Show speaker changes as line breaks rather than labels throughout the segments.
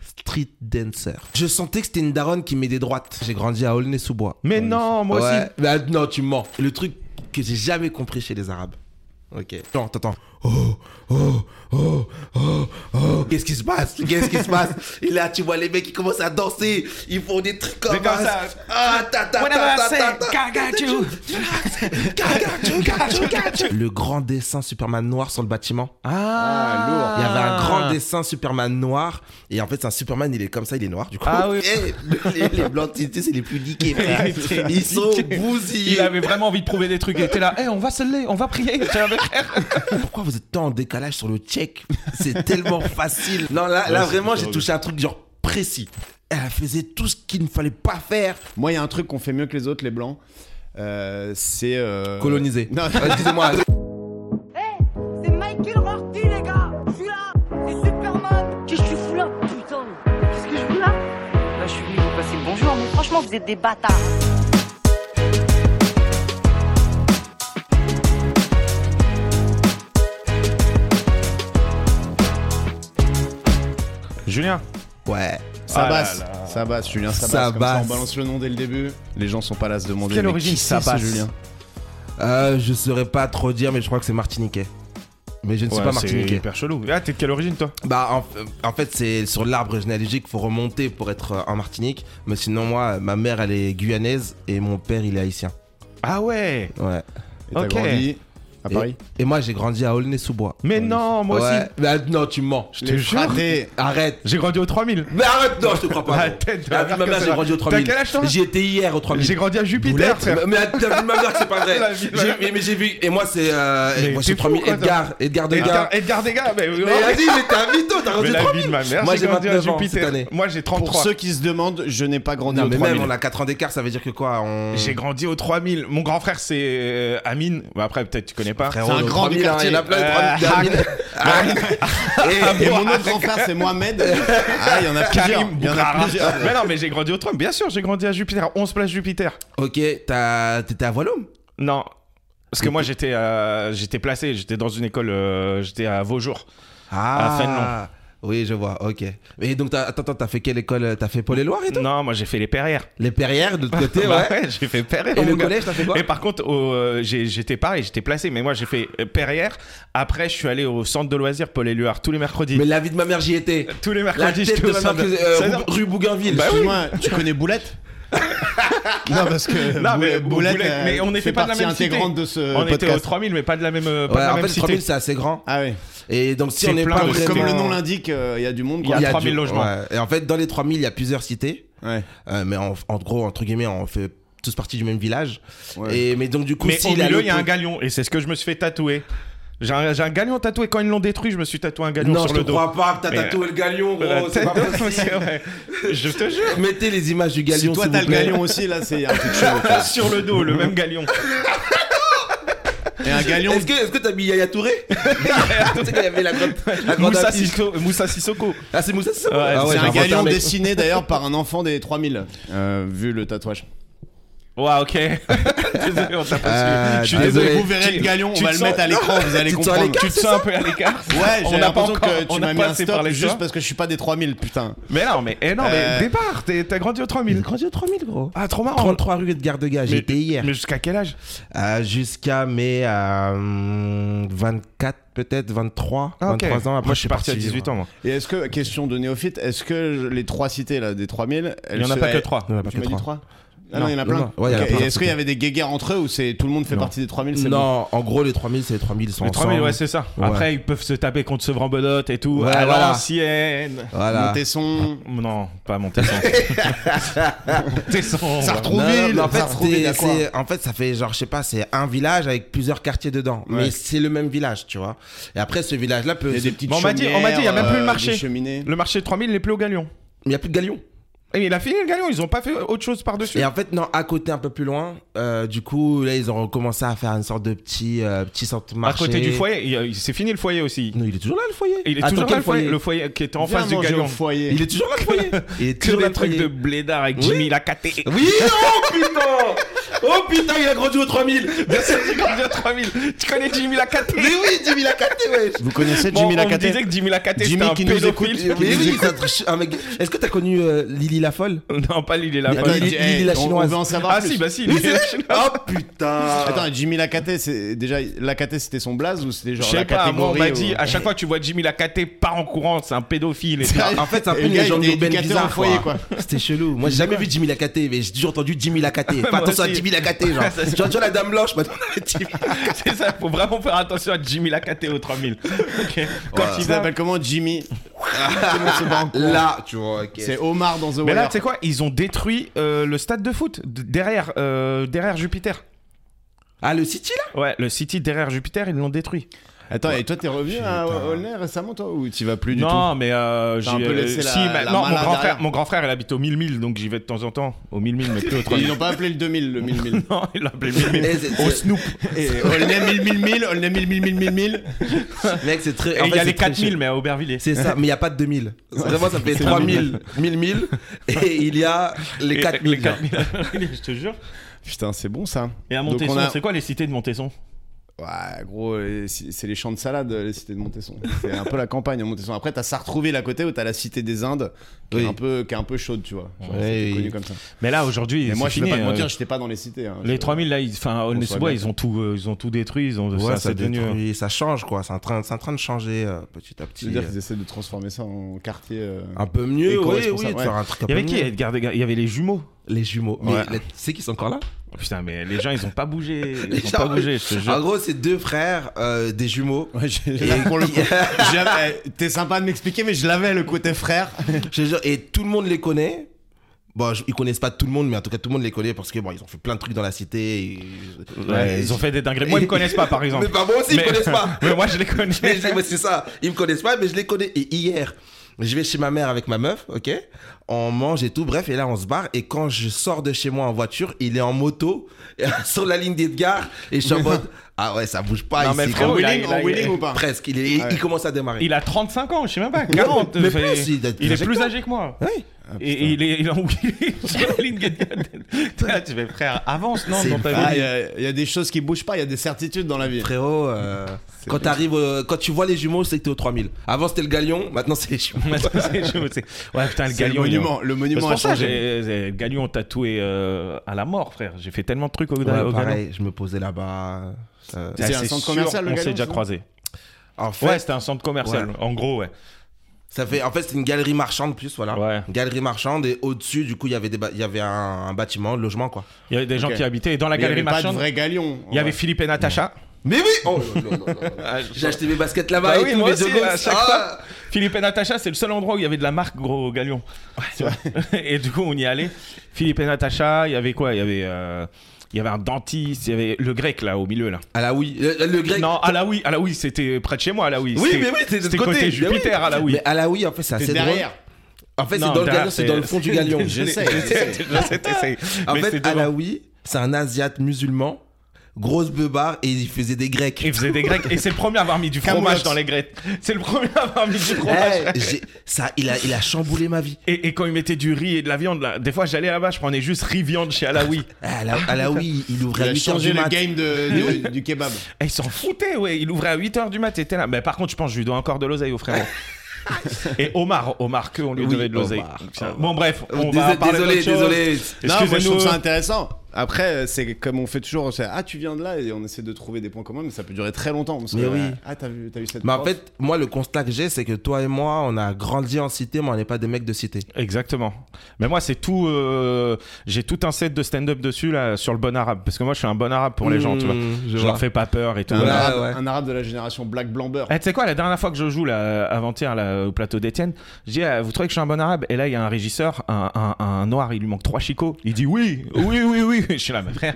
street dancer. Je sentais que c'était une daronne qui met des droites. J'ai grandi à Aulnay-sous-Bois.
Mais non, moi
Ouais.
aussi.
Bah, non, tu mens. Le truc que j'ai jamais compris chez les Arabes. Ok. Non, t'entends. Oh, oh, oh, oh, oh. Qu'est-ce qui se passe Qu'est-ce qui se passe Et là, tu vois les mecs qui commencent à danser. Ils font des trucs comme,
Mais comme ça. eh?
Ah, ta, ta, ta,
Whatever
ta,
I
ta,
say,
ta.
I got you.
Le grand dessin Superman noir sur le bâtiment.
Ah, lourd.
Il y avait un grand dessin Superman noir. Et en fait, c'est un Superman, il est comme ça, il est noir du coup.
Ah oui.
Et le- les, les blancs, tu sais, c'est les plus niqués. frère. Ils sont
Niqués.
bousillés.
Il avait vraiment envie de prouver des trucs. Il était là, Eh, on va se lever, on va prier. Tu vois, frère.
Pourquoi vous êtes tant en décalage sur le check C'est tellement facile. Non, là, là
Ouais,
vraiment,
c'est
j'ai
drôle.
touché un truc genre précis. Elle faisait tout ce qu'il ne fallait pas faire.
Moi, il y a un truc qu'on fait mieux que les autres, les blancs. Euh, c'est. euh,
Coloniser.
Non,
Excusez-moi.
Eh, c'est Michael Rorty, les gars Je suis là C'est Superman
Qu'est-ce que tu fous là, putain Qu'est-ce que je fous là Bah, je suis venu vous passer le bonjour, mais franchement, vous êtes des bâtards.
Julien,
Ouais.
ça
Ah
basse.
là là.
Ça basse, Julien. Ça,
Ça
basse. Comme ça,
basse.
on balance le nom dès le début. Les gens sont pas là à se demander.
Quelle
mais
origine
qui ça
c'est, ce-
passe, Julien
Euh, je saurais pas trop dire, mais je crois que c'est martiniquais. Mais je ne suis
Ouais,
pas
c'est
martiniquais.
hyper chelou. Ah, t'es de quelle origine, toi
Bah, en, en fait, c'est sur l'arbre généalogique, faut remonter pour être euh, en Martinique. Mais sinon, moi, ma mère, elle est guyanaise et mon père, il est haïtien.
Ah ouais.
Ouais.
Et t'as
Ok.
grandi à
Et-
Paris
Et moi, j'ai grandi à Aulnay-sous-Bois.
Mais non, moi
Ouais.
aussi.
Bah, non, tu mens.
Je te
Les
jure.
fratés.
Arrête.
J'ai grandi au 3000.
Mais arrête, non, je te crois pas.
La
gros.
tête de
T'as vu
la
ma mère,
personne.
j'ai grandi au
Ah, T'as
3000.
quel âge, toi
J'y étais hier au 3000.
J'ai grandi à Jupiter,
Boulette,
frère.
mais mais t'as vu ma mère, c'est pas
La
vrai.
vie,
J'ai-
voilà.
mais, mais j'ai vu. Et moi, c'est. euh,
Mais
moi,
t'es
j'ai
fou,
3000
quoi, toi
Edgar. Edgar de
Edgar, Edgar Degas, mais,
Mais vas-y, mais t'es un mytho, t'as
Mais
grandi au
la
3000.
vie de ma mère,
Moi,
j'ai
j'ai
grandi à
29 ans
Jupiter.
cette année.
Moi, j'ai
Pour
33.
ceux qui se demandent, je n'ai pas grandi
Non,
au
mais
3000.
même, on a 4 ans d'écart, ça veut dire que quoi on...
J'ai grandi au 3000. Mon grand frère, c'est euh, Amine. Bah, Après, peut-être tu connais pas.
Frérot,
C'est un
le
grand
3000, hein, Il y en a plein,
quartier. Euh, Ah,
le 3000, termine.
Et mon autre grand frère, c'est Mohamed. Ah, il y en a plusieurs.
Karim
Il y en a
Boukhara. Ah,
plusieurs.
Mais non, mais j'ai grandi au 3000. Bien sûr, j'ai grandi à Jupiter. 11 places Jupiter.
Et- Ok, t'as- t'étais à Voilhomme
Non. Parce que moi, j'étais euh, j'étais placé. J'étais dans une école. euh, j'étais à Vaujour.
Ah,
À Fénelon.
Oui, je vois, ok. Et donc, t'as- attends, attends, t'as fait quelle école T'as fait Paul-et-Loire et tout
Non, moi, j'ai fait les Perrières.
Les Perrières, de l'autre côté,
Bah
ouais.
j'ai fait Perrières.
Et
mon
le
gars.
collège, t'as fait quoi
Mais par contre, au, euh, j'ai- j'étais pareil, j'étais placé. Mais moi, j'ai fait euh, Perrières. Après, je suis allé au centre de loisirs Paul Éluard tous les mercredis.
Mais la vie de ma mère, j'y étais.
Tous les
La
mercredis,
tête
j'étais
de
au
ma mère,
centre.
que- euh,
Ça
rue-
veut dire-
rue Bougainville.
Bah oui.
Excuse-moi, tu connais Boulette Non, parce que
Non, mais
Boulette,
Boulette,
euh,
mais on
fait
n'était pas de la
partie
même cité.
intégrante de ce
on était au
euh, podcast.
3000, mais pas de la même, euh, pas
Ouais,
de la
en
même
fait,
cité.
3000, c'est assez grand.
Ah ouais.
Et donc, si
C'est
on n'est
plein
pas
de-
vraiment...
Vraiment.
Comme le nom l'indique, euh, il y a du monde.
Il y a
quoi.
du-
3000 logements.
ouais. Et en fait, dans les 3000, il y a plusieurs cités.
Ouais.
Euh, mais en, en gros, entre guillemets, on fait tous partie du même village.
Ouais.
Et, mais donc, du coup,
mais
si
au
la
milieu, il y a
loto-
un galion, et c'est ce que je me suis fait tatouer. J'ai un, j'ai un galion tatoué. Quand ils l'ont détruit, je me suis tatoué un galion
Non,
sur
je
le
te
dos.
crois pas, t'as
Mais- euh,
tatoué le galion,
La
gros, c'est
tête
pas
de-
possible.
c'est vrai. Je te jure.
Mettez les images du
Si
galion,
toi
s'il
t'as
vous
le
plaît.
galion aussi, là c'est un truc chelou. tu vois.
Sur le dos, le même galion.
Et un galion.
Est-ce que est-ce que t'as mis Yaya Touré Tu sais qu'il y avait la grande la grande
Moussa
affiche.
Sissoko. Moussa Sissoko.
Ah c'est Moussa Sissoko.
Ouais,
Ah
c'est
j'ai
un
inventé
galion
mec.
dessiné d'ailleurs par un enfant des 3000, euh, vu le tatouage.
Ouais, ok. désolé, on t'a pas
Euh,
su. Je suis
désolé.
désolé.
Ah, Vous verrez
Tu-
le galion, on
tu
va
te
le mettre
sens-
à l'écran, vous allez
Tu te sens à
comprendre.
l'écran
Tu te sens un peu à l'écart On
Ouais, j'ai
n'a pas
l'impression
encore-
que
on
tu
n'a
m'as mis
pas
un
assez
stop
parlé de ça.
juste parce que je suis pas des 3000, putain.
Mais non, mais, eh non,
Euh.
mais départ, t'es- t'as grandi au 3000.
J'ai grandi au 3000 gros.
Ah, trop marrant.
33 rue de Gardegas,
Mais-
j'étais hier.
Mais jusqu'à quel âge
Euh, Jusqu'à mes euh, 24 peut-être, 23,
Ah, ok.
23 ans. Après,
Moi, je suis parti à
vivre.
18 ans, moi.
Et est-ce que, question de néophyte, est-ce que je- les trois cités là, des 3000,
Il n'y en a pas que 3.
Il y en a pas
Tu
que
m'as dit
trois.
3 Ah
Non.
non, il y en a
Non,
plein.
non. Ouais, il y en a
Ok,
plein,
et Est-ce
c'est
qu'il y
tout.
avait des guéguerres entre eux ou c'est tout le monde fait
Non.
partie des 3000 c'est bon
Non, en gros les 3000 c'est les 3000 sont
Les 3000,
ensemble.
ouais, c'est ça.
Ouais.
Après, ils peuvent se taper contre Sevran Belote et tout.
Ouais,
à
voilà.
l'ancienne.
Voilà.
Montesson.
Non, pas Montesson. Montesson. ouais.
Sartrouville,
Non, non, mais en fait,
Sartrouville,
c'est-
à quoi
c'est- en fait, ça fait genre, je sais pas, c'est un village avec plusieurs quartiers dedans.
Ouais.
Mais c'est le même village, tu vois. Et après, ce village-là peut.
Il y a des
se-
petites
Bon, on m'a dit- on m'a dit, il y a même plus le
chaumières, euh,
marché.
des cheminées.
Le marché de 3000, il est plus au Galion.
Mais il n'y a plus de galions.
Et mais il a fini le Galion, ils ont pas fait autre chose par-dessus.
Et en fait, non, à côté, un peu plus loin, euh, du coup, là, ils ont commencé à faire une sorte de petit, euh, petit centre
À
marché.
côté du foyer, il- il- c'est fini le foyer aussi.
Non, il est toujours là, le foyer.
Et il est
Attends,
toujours
quel
là le foyer, le foyer qui était en
Viens
face du
manger au
Galion.
foyer.
Il est toujours là, le foyer. Il est
Que
toujours là,
des
le
trucs
foyer.
de blédard avec
Oui.
Jimmy Lacaté.
Oui, non, putain Oh putain, il a grandi au 3000
J'ai grandi à 3000. Tu connais Jimmy Lakaté
Mais oui, Jimmy Lacate, wesh
Vous connaissez
Bon,
Jimmy
on me
Lakaté
disait que Jimmy Lakaté
Jimmy
c'était un
qui nous écoute.
pédophile.
Mais oui, c'est un truc- un mec. Est-ce que t'as connu euh, Lily la folle
Non, pas Lily
Mais attends,
Lakaté.
Lily-
Eh,
Lily la
on-
chinoise.
On veut en savoir
Ah
plus.
si, bah si, Lily la Chinoise.
Oh putain
Attends, Jimmy Lakaté, c'est déjà Lakaté, c'était son blaze ou c'était
Je
genre
sais
la
pas,
catégorie euh,
moi on m'a
ou-
dit, à chaque fois que tu vois Jimmy Lakaté, part en courant, c'est un pédophile. Et tout.
Sérieux
En fait, c'est un peu
Et le
une
gars, il
légende
était
urbaine
éducateur
bizarre.
au foyer,
quoi. C'était chelou. Moi, j'ai jamais vu Jimmy Lakaté, mais j'ai toujours entendu Jimmy Lakaté. Fais
Moi
attention à
aussi.
Jimmy Lakaté, genre.
Ça,
Tu vois, tu vois la dame blanche, maintenant, Jimmy
c'est ça, faut vraiment faire attention à Jimmy Lakaté au 3000. Ok. Quand
Tu
il va-
t'appelles comment Jimmy Tout le monde se bat en cours.
Là, tu vois, ok.
C'est Omar dans The
Mais là,
Wire.
tu sais quoi, ils ont détruit euh, le stade de foot d- derrière, euh, derrière Jupiter.
Ah, le City, là
Ouais, le City derrière Jupiter, ils l'ont détruit.
Attends, et toi, t'es revenu à Aulnay récemment, toi, ou t'y vas plus du
non, mais euh,
T'as
j'y-
un peu
euh,
laissé la-
si,
la
maintenant, mon
malade
grand frère,
derrière.
mon grand frère, il habite au 1000 donc j'y vais de temps en temps au 1000 mais plus au
tout
3000.
Ils n'ont pas appelé le 2000, le 1000 1000.
Non, il l'a appelé 1000
Eh, c'est-
Au
c'est-
Snoop.
Et Aulnay 1000 1000 1000, Aulnay 1000 1000 1000 1000 1000.
Mec, c'est très.
Et
en
il
fait,
y a
c'est
les
très
4000,
chelou.
mais à Aubervilliers.
C'est ça, mais il n'y a pas de 2000. Vraiment, ça fait 3000, 1000, 1000, et il y a les
Et-
4000.
les 4000 je te jure.
Putain, c'est bon ça.
Et à
Donc,
Montesson,
on a-
c'est quoi les cités de Montesson
Ouais, gros, euh, c'est c'est les champs de salade, euh, les cités de Montesson. C'est un peu la campagne à Montesson. Après, t'as Sartrouville à côté où t'as la cité des Indes, qui,
Oui.
est, un peu, qui est un peu chaude, tu vois. Genre,
Ouais,
c'est
oui.
connu comme ça.
Mais là, aujourd'hui,
Mais
c'est
moi, je
fini,
peux pas te
euh,
mentir, j'étais pas dans les cités. hein.
Les
Je-
3000, là, ils- enfin, on
soit
bois,
bien.
ils ont tout, euh, ils ont tout détruit, ils ont,
Ouais,
ça,
ça,
c'est devenu, euh,
détruit, ça change, quoi. C'est en, train- c'est en train de changer euh, petit à
Tu
petit.
veux dire
euh,
qu'ils essaient de transformer ça en quartier. euh,
Ah,
Un peu mieux, oui, oui,
éco-responsable,
de
ouais.
faire un truc un
Il y
peu
avait qui
mieux.
Edgar Degas Il y avait les jumeaux.
Les jumeaux. Mais
Ouais.
les- tu sais qu'ils sont encore là
Oh, putain, mais les gens, ils ont pas bougé.
Les
Ils ont
gens-
pas bougé, je te
En
jure.
gros, c'est deux frères, euh, des jumeaux.
Ouais, j'ai-
Et-
pour le coup, j'avais- t'es sympa de m'expliquer, mais je l'avais le côté frère.
Je te jure, et tout le monde les connaît. Bon, je- ils connaissent pas tout le monde, mais en tout cas, tout le monde les connaît parce que bon, ils ont fait plein de trucs dans la cité. et-
Ouais, ils ont fait des dingueries. Moi, ils me connaissent pas, par exemple.
Mais pas moi aussi, ils me
Mais-
connaissent pas.
mais moi, je les connais.
Mais je- mais c'est ça, ils me connaissent pas, mais je les connais. Et hier, je vais chez ma mère avec ma meuf, ok On mange et tout, bref, et là on se barre. Et quand je sors de chez moi en voiture, il est en moto sur la ligne d'Edgar. Et je suis en mode, ah ouais, ça bouge pas.
Non,
ici,
mais
quoi.
frérot,
en
il a-
wheeling,
il a-
en wheeling
il a-
ou pas
presque, il, est,
Ah
il
ouais.
commence à démarrer.
Il a 35 ans, je sais même pas, 40.
mais
ça y est.
plus, il a-
il est plus
trajectoire.
âgé que moi.
Ouais.
et, et il est, il est en wheelie sur la ligne Gagnante. Toi, Tu fais frère, avance, non,
C'est
dans ta
Ah,
vie.
Il y, a- il y a des choses qui bougent pas, il y a des certitudes dans la vie.
Frérot, euh, quand, t'arrives, euh, quand tu vois les jumeaux, c'est que t'es au 3000. Avant c'était le galion, maintenant c'est les jumeaux.
C'est chaud, c'est- ouais, putain, le
C'est le
galion. il est-
monument, le
C'est
monument a
pour ça,
changé.
j'ai j'ai- Galion tatoué euh, à la mort, frère. J'ai fait tellement de trucs au, au
Ouais,
Galion.
pareil, je me posais là-bas. euh,
C'est un centre commercial, le
On
Galion,
s'est déjà
c'est ça
croisé.
en fait,
Ouais, c'était un centre commercial. En gros, ouais.
ça fait, en fait c'est une galerie marchande plus, voilà.
Ouais.
Une galerie marchande et au-dessus, du coup, il y avait, des ba- il y avait un, un bâtiment, un logement, quoi.
Il y avait des gens
Ok.
qui habitaient. Et dans la
Mais il y
galerie
avait pas de
marchande,
vrai galion.
il y avait Philippe et Natacha.
Mais oui Oh, non, non, non, non, non. J'ai acheté mes baskets là-bas
Bah
et
oui,
tout,
moi
mes
aussi,
jogos.
à chaque
Ah
Philippe et Natacha, c'est le seul endroit où il y avait de la marque, gros, au Galion. Tu vois et du coup, on y allait. Philippe et Natacha, il y avait quoi Il y avait. euh, Il y avait un dentiste, il y avait le grec là au milieu là.
À la oui, euh, le, le grec.
Non, Alaoui, Alaoui, c'était près de chez moi, Alaoui.
Oui,
C'était-
mais oui, c'est de
c'était
l'autre
côté
côté.
Jupiter, Alaoui.
Mais à la oui, en fait, c'est
T'es
assez drôle.
derrière.
En fait, c'est dans
Non,
le
derrière,
galion, c'est dans le fond du galion.
J'essaie,
J'essaie, j'essaie, t'essayes.
En
Mais c'est
fait,
devant.
Alaoui, c'est un asiate musulman, grosse beubare, et il faisait des grecs.
Il faisait des grecs et c'est le premier à avoir mis du fromage
Kaamelott.
dans les grecs. C'est le premier à avoir mis du fromage.
Eh, j'ai- ça, il a, il a chamboulé ma vie.
Et, et quand ils mettaient du riz et de la viande, là, des fois j'allais là-bas, je prenais juste riz viande chez Alaoui.
Eh, Ala- Alaoui, il
Il
ouvrait à 8
a
heures du
changé le
mat.
game de- du- du kebab.
Et ils s'en foutaient, ouais. Il ouvrait à 8h du mat, et était là. Mais par contre, je pense que je lui dois encore de l'oseille au frérot. et Omar, Omar, que on lui
Oui,
devait de l'oseille.
Omar,
Putain.
Omar.
Bon, bref, on va
Désol-
parler
Désolé,
d'autre chose.
désolé.
Non, moi je trouve
Excusez-nous.
ça intéressant. Après, euh, c'est comme on fait toujours, c'est ah tu viens de là et on essaie de trouver des points communs, mais ça peut durer très longtemps. parce que,
Mais oui.
euh, Ah t'as vu, t'as eu cette.
Mais en
prof
fait, moi, le constat que j'ai, c'est que toi et moi, on a grandi en cité, mais on n'est pas des mecs de cité.
Exactement. Mais moi, c'est tout. euh, J'ai tout un set de stand-up dessus, là, sur le bon arabe. Parce que moi, je suis un bon arabe pour les gens, tu vois.
Mmh, je
Hmm, Je,
vois.
leur fais pas peur et tout.
un,
Ouais,
arabe,
ouais.
un arabe de la génération Black Blamber.
Eh, tu sais quoi, la dernière fois que je joue là, avant-hier là, au plateau d'Étienne, je dis ah, Vous trouvez que je suis un bon arabe Et là, il y a un régisseur, un, un- un noir, il lui manque trois chicots. Il dit Oui, oui, oui, oui. Je suis là, mais frère,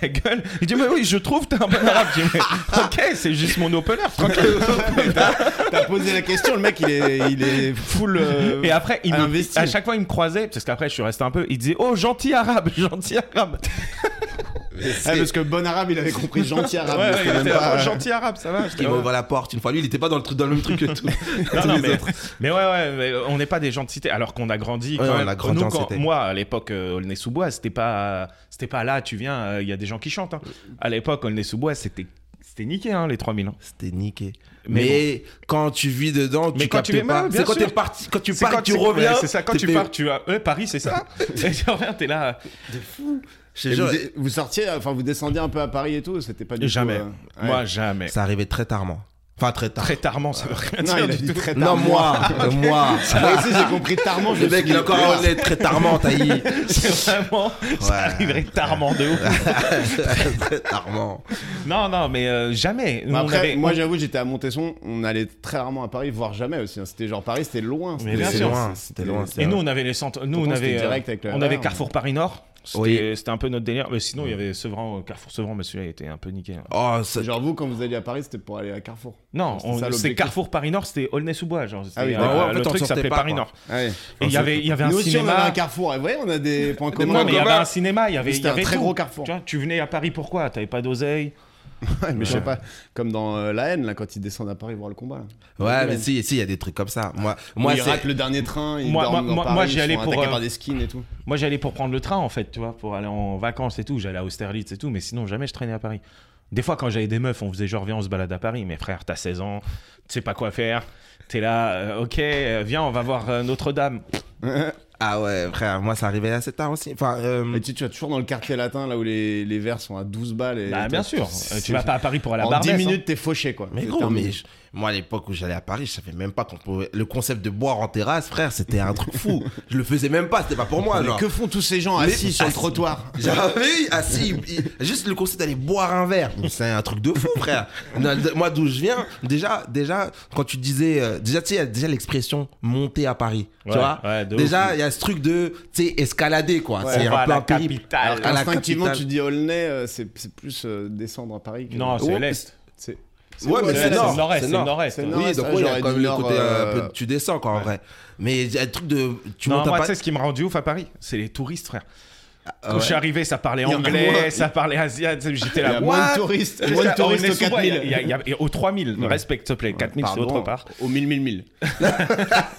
ta gueule. Il dit Mais oui, je trouve que t'es un bon arabe. Je dis Mais ok, c'est juste mon opener, tranquille.
T'as posé la question, le mec il est, il est full. euh,
Et après, il me-
Investi.
à chaque fois, il me croisait, parce qu'après, je suis resté un peu. Il disait Oh, gentil arabe, gentil arabe.
Ah, parce que bon arabe, il avait compris gentil arabe.
Ouais,
Ah, mais
ouais,
c'était
il
même
était
pas- euh,
vraiment gentil arabe, ça va.
Qui m'a ouvert la porte une fois. Lui, il était pas dans le, truc, dans le même truc que tout.
Non,
tous
non,
les
mais,
autres.
mais ouais, ouais, mais on n'est pas des gens de cité, alors qu'on a grandi. Quand
Ouais, on
même.
a grandi
Nous,
en
quand-
cité.
Moi, à l'époque, euh, Aulnay-sous-Bois, c'était pas, c'était pas là, tu viens, euh, il y a des gens qui chantent. hein. À l'époque, Aulnay-sous-Bois, c'était, c'était niqué, hein, les 3000 ans.
C'était niqué.
Mais
Mais, quand tu vis dedans,
Mais
tu
quand
captes
tu vis- ouais,
pas.
bien
C'est quand
sûr.
t'es parti, quand tu
C'est
pars, et
quand
que tu reviens.
ouais, c'est ça, quand
t'es
tu
fait-
pars, tu vas. Ouais, Paris, c'est ça. et tu reviens, t'es là.
Je te
Et
jure,
vous, vous sortiez, enfin vous descendiez un peu à Paris et tout, c'était pas du
Jamais.
tout. euh, ouais.
Moi, jamais.
Ça arrivait très tardement. Enfin, très tard.
Très tardement, ça veut rien
non,
dire.
il a
du
dit
tout.
très
Non,
tard.
moi, Euh, moi.
Moi aussi, j'ai compris tardement. je
Le mec,
suis-
il a encore un relais très tardement, taillis.
C'est vraiment. Ça
Ouais.
arriverait tardement de ouf.
très tardement.
Non, non, mais euh, jamais.
Mais
Nous, on
après,
avait-
moi j'avoue, j'étais à Montesson, on allait très rarement à Paris, voire jamais aussi. hein. C'était genre Paris, c'était loin.
Mais
c'était-
bien
C'était
sûr.
loin, c'était loin. c'est
Et nous,
vrai.
on avait les centres. Nous, on
euh, Pourtant,
avait,
c'était
euh,
direct avec le hein.
on avait
RER,
Carrefour Paris Nord. C'était
Oui.
c'était un peu notre délire. Mais sinon, il y avait Sevran, euh, Carrefour Sevran, mais celui-là il était un peu niqué. hein.
Oh, ça-
Genre vous, quand vous alliez à Paris, c'était pour aller à Carrefour.
Non,
C'est
on-
ça,
c'est
l'objectif.
Carrefour Paris Nord, c'était Aulnay-sous-Bois. Genre, c'était,
Ah oui,
euh,
d'accord.
En fait,
le
on
truc
sortait
s'appelait
pas,
Paris
quoi.
Nord.
Ouais.
Et il y avait, il y avait un
Nous aussi, on allait
cinéma.
à Carrefour. Et vous voyez, on a des points communs.
Non, mais il y avait
communs.
un cinéma, il y avait, il y
C'était un
avait
très
tout.
gros Carrefour.
Tu, vois, tu venais à Paris pourquoi T'avais pas d'oseille
Ouais, mais je sais pas, comme dans euh, La haine, là, quand ils descendent à Paris voir le combat.
Ouais, mais si, si, il y a des trucs comme ça.
Ah.
Moi, moi,
Moi, ils
c'est-
ratent le dernier train, ils
Moi-
dorment
moi-
dans
moi-
Paris,
moi, j'y
ils
allais
sont
pour,
attaqués
euh,
par des skins et tout.
Moi, j'allais pour prendre le train, en fait, tu vois, pour aller en vacances et tout. J'allais à Austerlitz et tout, mais sinon, jamais je traînais à Paris. Des fois, quand j'avais des meufs, on faisait genre, viens, on se balade à Paris. Mais frère, t'as 16 ans, tu sais pas quoi faire. T'es là, euh, ok, euh, viens, on va voir euh, Notre-Dame.
Ah ouais, frère, moi, ça arrivait assez tard aussi. Enfin, euh,
Et tu, tu vas toujours dans le quartier latin, là où les, les verres sont à 12 balles. Et
Bah, bien
t'as-
sûr,
c'est-
euh, tu vas pas à Paris pour aller à
En
Barbès.
10
hein.
minutes, t'es fauché, quoi.
Mais
C'est
gros,
terminé.
mais je- moi à l'époque où j'allais à Paris, je savais même pas qu'on pouvait. Le concept de boire en terrasse, frère, c'était un truc fou. Je le faisais même pas, c'était pas pour moi.
Mais
genre.
que font tous ces gens
Mais-
assis sur le
assis.
trottoir
J'avais ah, assis, juste le concept d'aller boire un verre, c'est un truc de fou, frère. Non, de- Moi d'où je viens, déjà, déjà quand tu disais, euh, déjà tu sais, il y a déjà l'expression monter à Paris, tu
Ouais,
vois.
ouais, de ouf.
déjà il y a ce truc de, tu sais, escalader quoi.
On
C'est
va
un
à
peu
la
un périple.
capitale.
Alors, à la
Instinctivement, tu
capitale.
dis Aulnay, euh, c'est c'est plus euh, descendre à Paris que.
Non, c'est
Ouais,
l'Est.
Oh, c'est.
Ouais,
où,
mais
C'est
euh,
c'est
l'Est,
nord,
c'est le nord-est,
c'est
c'est le
nord.
nord-est.
C'est le
Oui,
nord-est,
donc
ouais,
ouais, il y
j'aurais
a quand même
dit
le
nord,
côté
euh,
un peu- tu descends quoi en vrai. Mais il y a le truc de, tu
Non,
montes à
moi, tu
Paris.
sais ce qui me rend du ouf à Paris, c'est les touristes, frère. Quand
ouais.
je suis arrivé, ça parlait
Il y en a moins.
anglais, ça parlait asiatique, j'étais
Il y
là.
a moins
what
de touristes.
J'étais
Moins de
là, on
touristes
est
aux
sous- ouais, il y a-
4000.
il y a- et Aux 3000,
Ouais.
respecte, s'il te plaît. 4000, c'est
Pardon,
autre part.
Au 1000, 1000, 1000.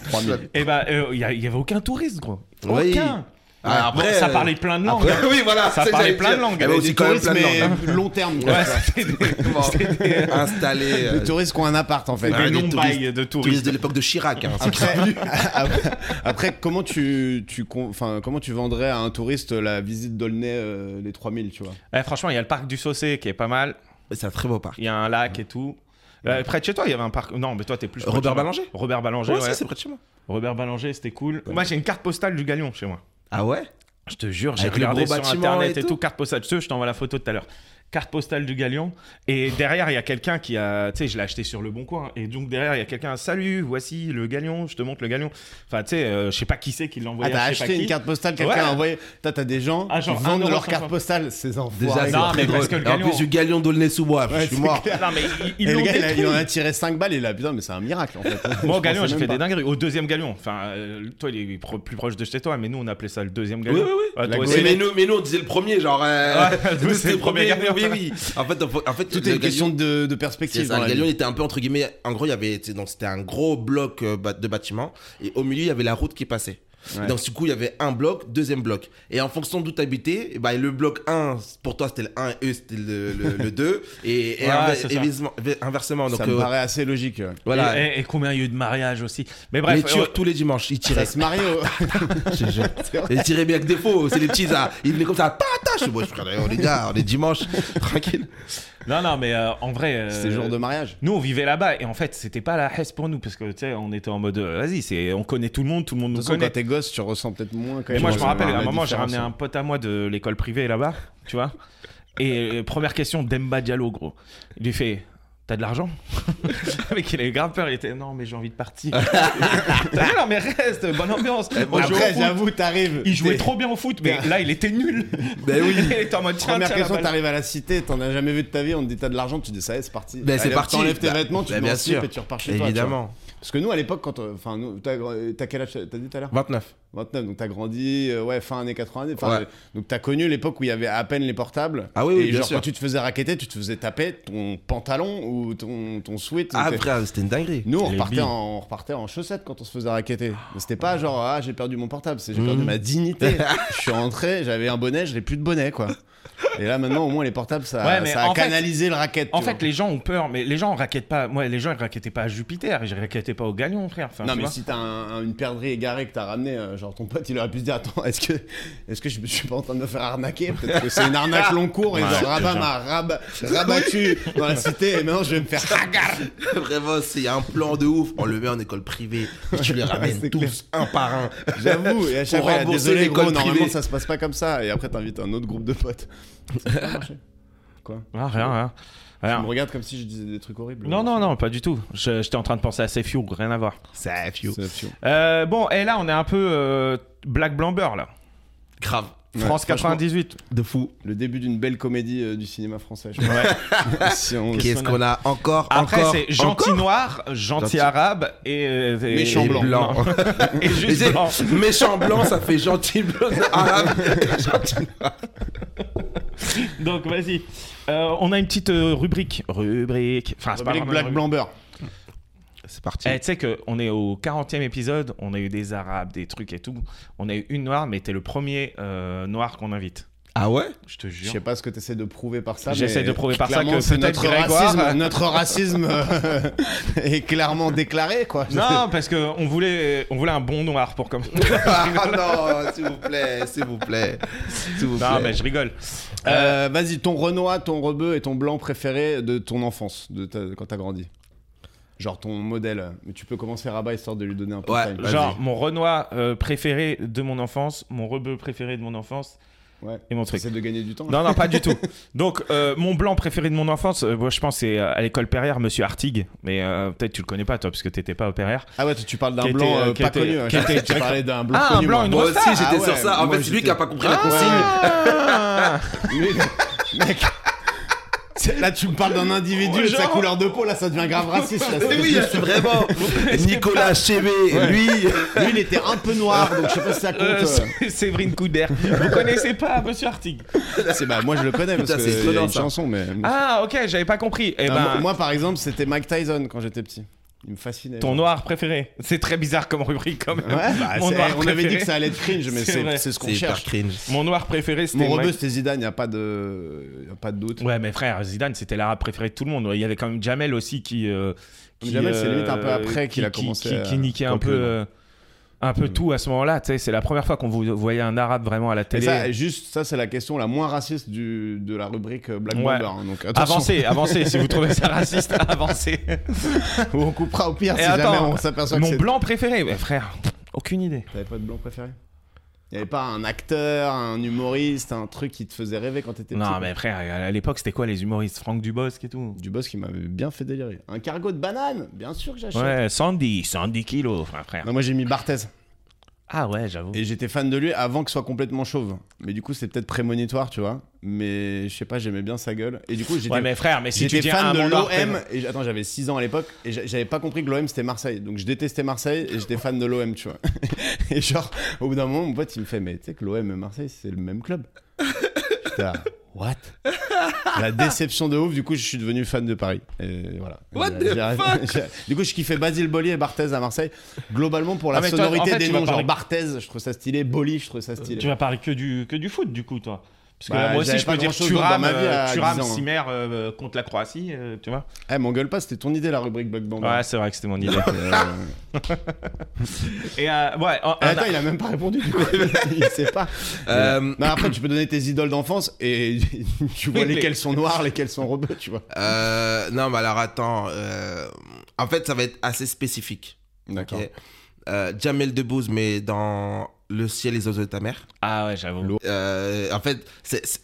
3000.
Et bah, il n'y y avait aucun touriste, gros.
Oui.
Aucun.
Ah,
Bon,
après,
ça
euh,
parlait plein de langues. hein.
Après- oui, voilà.
Ça
c'est que
parlait
j'allais
plein de
dire.
langues.
Il y avait aussi quand même plein de
mais
langues. hein.
long terme. quoi.
Ouais, c'était des, c'était euh, des-
Installé.
Les touristes qui ont un appart, en fait.
Ouais,
des
des
longs
touristes-
bails de
Touristes
touristes.
de l'époque de Chirac. hein.
Après, après, après, comment tu, tu con- enfin, comment tu vendrais à un touriste la visite d'Aulnay euh, les 3000, tu vois
Eh, franchement, il y a le parc du Saucé qui est pas mal.
C'est un très beau parc.
Il y a un lac et tout. Euh, près de chez toi, il y avait un parc. Non, mais toi, t'es plus. près de
Robert
chez moi.
Ballanger
Robert Ballanger,
Ouais,
ouais.
ça, c'est près de chez moi.
Robert Ballanger, c'était cool. Moi, j'ai une carte postale du Galion chez moi.
Ah ouais
Je te jure, j'ai
Avec le
regardé
gros
sur
bâtiment
internet et,
et
tout.
tout.
carte postale. Tu sais, je t'envoie la photo tout à l'heure. Carte postale du Galion. Et derrière, il y a quelqu'un qui a. Tu sais, je l'ai acheté sur le bon coin. Et donc derrière, il y a quelqu'un. Salut, voici le Galion. Je te montre le Galion. Enfin, tu sais, euh, je sais pas qui c'est qui l'a
Ah,
envoyé.
t'as
je sais pas
acheté
qui.
une carte postale, quelqu'un
Ouais.
a envoyé. T'as t'as des gens
Ah, genre
qui vendent
1,50.
leur carte postale, ces
Déjà,
enfants.
c'est
non,
très
mais parce
drôle.
que le
Et en
Galion-
plus, du galion d'Aulnay-sous-Bois.
Ouais,
je suis
c'est
mort.
clair.
Non, mais ils- ils
Et
l'ont
le gars, il, a- il en
détruit.
a tiré 5 balles, il a putain, mais c'est un miracle en fait.
Moi, au
Je
Galion,
pensais
j'ai
même
fait
pas.
des dingueries. Au deuxième Galion. Enfin, euh, toi, il est pro- plus proche de chez toi, mais nous, on appelait ça le deuxième Galion.
Oui, oui, oui.
Ah,
La
toi
Oui,
aussi.
mais nous, mais nous, on disait le premier, genre. euh,
Ouais,
nous,
nous,
c'était
c'est le premier Galion.
Oui, oui. En fait, on- en fait
Tout
le
est une question
Galion-
de, de
c'est
perspective.
ça,
dans
le
la
galion
vie.
était un peu entre guillemets. En gros, il y avait, tu sais, donc c'était un gros bloc euh, ba- de bâtiments et au milieu, il y avait la route qui passait.
Ouais.
Donc, du coup, il y avait un bloc, deuxième bloc. Et en fonction d'où tu habitais, bah, le bloc 1, pour toi, c'était le 1 et eux, c'était le, le- le 2. Et, et
Ouais,
inver-
c'est ça.
et visement- inversement. Donc,
ça me
euh,
paraît assez logique. ouais.
voilà.
Et, et- et combien il y a eu de mariages aussi. Mais
les
Eh, bref,
Turcs,
euh,
tous les dimanches, ils
Ça
tiraient.
se marie au-
Je te jure. Ils tiraient bien que des faux. C'est les petits, ça. Ils venaient comme ça. Ta, ta. Je suis bon, je suis frère, on est gars, on est dimanche. Tranquille.
non, non, mais euh, en vrai. euh,
C'était le jour de mariage.
Nous, on vivait là-bas et en fait, c'était pas la Hesse pour nous parce que tu sais, on était en mode euh, vas-y, c'est on connaît tout le monde, tout le monde
De
nous
toute façon, quand
connaît.
t'es gosse, tu ressens peut-être moins quand
Et
même.
moi, je me
la-
rappelle,
la
à un moment, j'ai
différence.
ramené un pote à moi de l'école privée là-bas, tu vois. Et euh, première question d'Emba Diallo, gros. Il lui fait T'as de l'argent Le mec, il avait grave peur, il était Non, mais j'ai envie de partir. T'as dit, non, mais reste, bonne ambiance. On jouait au
Après,
foot.
j'avoue, t'arrives.
il jouait
t'es-
trop bien au foot, mais là, il était nul.
Ben oui.
il était en mode Tiens,
Première
tiens, la
question,
balle.
t'arrives à la cité, t'en as jamais vu de ta vie, on te dit t'as de l'argent, tu dis ça y est, c'est parti.
Ben, c'est
Allez,
parti.
T'enlèves tes
Bah,
ben,
vêtements, tu
bah,
te mets
bien
en slip
sûr.
et tu repars chez toi. tu vois.
Évidemment.
Parce que nous, à l'époque, quand. euh, Enfin, nous, t'as euh, t'as quel âge T'as dit tout à l'heure
29.
29, donc t'as grandi, euh, ouais, fin années 90. enfin,
Ouais.
euh, Donc t'as connu l'époque où il y avait à peine les portables.
Ah oui, oui,
Et
bien
genre,
sûr.
quand tu te faisais raqueter, tu te faisais taper ton pantalon ou ton, ton sweat.
Ah,
T'es-
frère, c'était une dinguerie.
Nous, on
Les
repartait,
billes.
en, on repartait en chaussettes quand on se faisait raqueter. Mais C'était pas genre, ah, j'ai perdu mon portable, c'est j'ai
Mhm.
perdu ma dignité. je suis rentré, j'avais un bonnet, je n'ai plus de bonnet, quoi. Et là, maintenant, au moins, les portables, ça,
Ouais, mais
ça a
en fait-
canalisé le racket.
En
tu
fait,
vois.
les gens ont peur, mais les gens raquettent pas. Moi, les gens ils raquettaient pas à Jupiter, ils raquettaient pas au Gagnon, frère. Enfin,
Non,
tu
mais
vois.
si t'as un- un- une perdrix égarée que t'as ramenée, euh, genre ton pote, il aurait pu se dire Attends, est-ce que, est que je, je suis pas en train de me faire arnaquer Peut-être que c'est une arnaque long cours et
Ouais,
genre
c'est
rabat
ça.
m'a rab- rabattu dans la cité et maintenant je vais me faire hagar
Vraiment, s'il y a un plan de ouf, on le met en école privée. Et tu les ramènes
Ah, C'est
tous,
clair.
un par un.
J'avoue, et à chaque
Pour
fois, il y a,
rembourser
désolé,
l'école
gros, normalement
privée.
ça se passe pas comme ça. Et après, t'invites un autre groupe de potes. Ça a pas marché. Quoi
Ah, rien, rien.
Tu
Rien.
me regardes comme si je disais des trucs horribles.
Non, non, non, pas du tout. Je- J'étais en train de penser à Safe You, rien à voir.
Ça, fio.
C'est absurde.
Euh, bon, et là, on est un peu euh, Black Blamber, là.
Grave.
France
franchement.
98.
De fou.
Le début d'une belle comédie euh, du cinéma français, je crois.
Ouais.
Si on-
Qu'est-ce qu'on a encore
Après,
encore,
c'est gentil
encore
noir, gentil,
Gentil.
arabe et, euh, et-
Méchant
et
blanc.
et
Et
juste
c'est-
blanc.
Méchant blanc, ça fait gentil blanc. arabe. Gentil noir.
Donc, vas-y. Euh, on a une petite euh, rubrique. Rubrique. Enfin, c'est pas
Rubrique
vraiment
Black
une rubrique.
Blamber.
C'est parti.
Eh, tu sais qu'on est au 40e épisode, on a eu des arabes, des trucs et tout. On a eu une noire, mais t'es le premier euh, noir qu'on invite.
Ah ouais
Je te
Je
jure.
sais pas ce que t'essaies de prouver par ça.
J'essaie
mais
de prouver par ça
clairement,
que
c'est
peut-être
notre
Grégoire-
racisme, notre racisme euh, est clairement déclaré, quoi. Euh,
Non, parce qu'on voulait, on voulait un bon noir pour comme.
Ah non, s'il vous plaît, s'il vous plaît. S'il vous
non,
plaît.
mais je rigole.
Euh, Vas-y, ton Renoir, ton Rebeu et ton Blanc préféré de ton enfance, de ta- quand t'as grandi. Genre ton modèle. Mais tu peux commencer Rabat histoire de lui donner un peu
Ouais,
de time.
Vas-y.
Genre, mon Renoir euh, préféré de mon enfance, mon Rebeu préféré de mon enfance
Ouais.
et mon truc.
Essaie de gagner du temps.
Non, non, pas du tout. Donc, euh, mon blanc préféré de mon enfance, euh, moi, je pense, c'est euh, à l'école Perrière, monsieur Artigue. Mais euh, peut-être tu le connais pas, toi, parce que t'étais pas au Perrière.
Ah ouais, tu, tu parles d'un
Qui
blanc
était,
euh,
euh, qui
pas
était-
connu.
qui
Je-
était-
je parlais d'un blanc
Ah, un
connu.
blanc,
moi.
une
Moi
grosse
aussi,
star.
j'étais
Ah
sur
ouais,
ça. En
moi,
fait, c'est lui
j'étais-
qui a pas compris la consigne.
Ah
Lui, mec. c'est- Là, tu me parles d'un individu et de sa
Oh, Genre-
couleur de peau, là, ça devient grave raciste. là,
Mais
c'est-
oui, c'est vraiment Nicolas Chévé, lui. euh,
Lui, il était un peu noir, donc je sais pas si ça compte.
Euh,
euh.
Sé- Séverine Couder. Vous connaissez pas Monsieur Artigue
C'est- bah, moi, je le connais parce
Putain,
que
c'est
il y a
étonnant,
une
ça.
chanson, mais.
Ah, ok, j'avais pas compris. Eh
Ah,
ben,
moi- Moi, par exemple, c'était Mike Tyson quand j'étais petit. Il me fascinait.
ton noir préféré. C'est très bizarre comme rubrique quand même.
Ouais, bah,
Mon
c'est-
noir
on avait
préféré.
dit que ça allait être cringe, mais
C'est
c'est
vrai.
c'est ce qu'on
C'est hyper
cherche.
cringe.
Mon noir préféré, c'était.
Mon rebeu,
Mike-
c'était Zidane, y a pas de, y a pas de doute.
Ouais, mais frère, Zidane, c'était l'arabe préféré de tout le monde. Il y avait quand même Jamel aussi qui. euh, qui,
Jamel, c'est
euh,
limite un peu après
qui-
qu'il a
qui-
commencé
Qui,
à-
qui niquait un
Quoique,
peu.
non.
euh, Un peu tout à ce moment-là, tu sais, c'est la première fois qu'on vous voyait un arabe vraiment à la
Et
télé.
ça, juste, ça, c'est la question la moins raciste du, de la rubrique euh, Black
Ouais.
Bomber. hein, donc, attention.
Avancez, avancez, si vous trouvez ça raciste, avancez.
Ou on coupera au pire
Et
si
attends,
jamais on s'aperçoit que
Mon
c'est.
blanc préféré, ouais, frère, aucune idée.
T'avais pas de blanc préféré Y avait pas un acteur, un humoriste, un truc qui te faisait rêver quand t'étais petit
Non, mais frère, à l'époque, c'était quoi les humoristes Franck Dubosc et tout
Du boss qui m'avait bien fait délirer. Un cargo de banane, bien sûr que j'achète.
Ouais, 110, 110 kilos, frère. frère.
Non, moi j'ai mis Barthez.
Ah ouais, j'avoue.
Et j'étais fan de lui avant qu'il soit complètement chauve. Mais du coup, c'est peut-être prémonitoire, tu vois. Mais je sais pas, j'aimais bien sa gueule. Et du coup, j'étais
Ouais, mais frère, mais si tu
J'étais
dis un
fan de
mon noir
l'OM. et j'- Attends, j'avais 6 ans à l'époque et j'a- j'avais pas compris que l'OM c'était Marseille. Donc je détestais Marseille et j'étais fan de l'OM, tu vois. Et genre, au bout d'un moment, mon pote il me fait Mais tu sais que l'OM et Marseille c'est le même club. J'étais là, What La déception de ouf, du coup je suis devenu fan de Paris. Et voilà.
What
J'ai-
the
j'ai- j'ai- Du coup je kiffais Basile Boli et Barthez à Marseille. Globalement pour la
Ah, mais toi,
sonorité
en fait,
des
tu vas
noms, genre
parler-
Barthez, je trouve ça stylé, Boli, je trouve ça stylé.
Tu vas parler que du, que du foot, du coup, toi. Parce que
Bah,
moi aussi,
j'avais
je
pas
peux dire
grand-chose
tu
dans
rames,
ma vie
euh,
à
tu rames
10 ans.
Simer euh, contre la Croatie, euh, tu vois.
Eh, m'engueule pas, c'était ton idée la rubrique euh, Bug Bang.
Ouais, c'est vrai que c'était mon idée. Et euh, ouais, en- en-
Ah, attends, il a même pas répondu du coup. il sait pas.
Euh,
Non, après, tu peux donner tes idoles d'enfance et tu vois lesquelles sont noires, lesquelles sont rebeux, tu vois.
euh, non, mais alors attends. euh, en fait, ça va être assez spécifique.
D'accord.
ok Euh, Jamel Debbouze, mais dans Le ciel et les oiseaux de ta mère.
ah ouais, j'avoue.
Euh, en fait, c'est. c'est-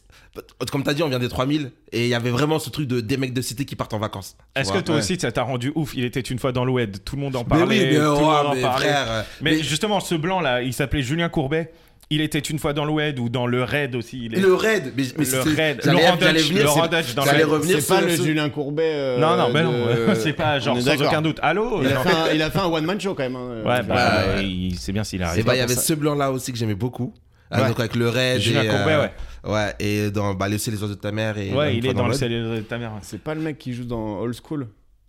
Comme t'as dit, on vient des 3000 et il y avait vraiment ce truc de des mecs de cité qui partent en vacances. tu
Est-ce
vois.
que toi
ouais.
aussi, ça t'a rendu ouf Il était une fois dans l'Oued, tout le monde en
Mais
parlait.
oui, mais,
tout le
oh,
monde en
mais
parlait.
frère. euh,
Mais, justement, ce blanc là, il s'appelait Julien Courbet. Il était une fois dans le WED ou dans le RAID aussi. Il est-
Le raid, mais, mais
Le
c'est-
raid,
j'allais-
Laurent
j'allais
Dutch,
venir,
Laurent
c'est-
Dutch dans
j'allais
le-
revenir
C'est pas
sur
le
ce-
Julien Courbet. euh,
non, bah non, mais
de-
non, c'est pas genre
On est
sans
d'accord.
aucun doute. Allô
Il a,
Non.
fait un, il a fait un one man show quand même. hein.
Ouais,
Enfin,
bah,
ouais.
il c'est bien s'il
Et
arrive.
bah, il y avait ce blanc là aussi que j'aimais beaucoup. Ah,
Ouais.
donc avec le raid.
Julien
et,
euh,
euh,
Courbet, ouais.
ouais. Et dans bah, Les les oiseaux de ta mère. Et
Ouais, il est dans le
ciel.
ciel de ta mère. ouais.
C'est pas le mec qui joue dans Old School Vous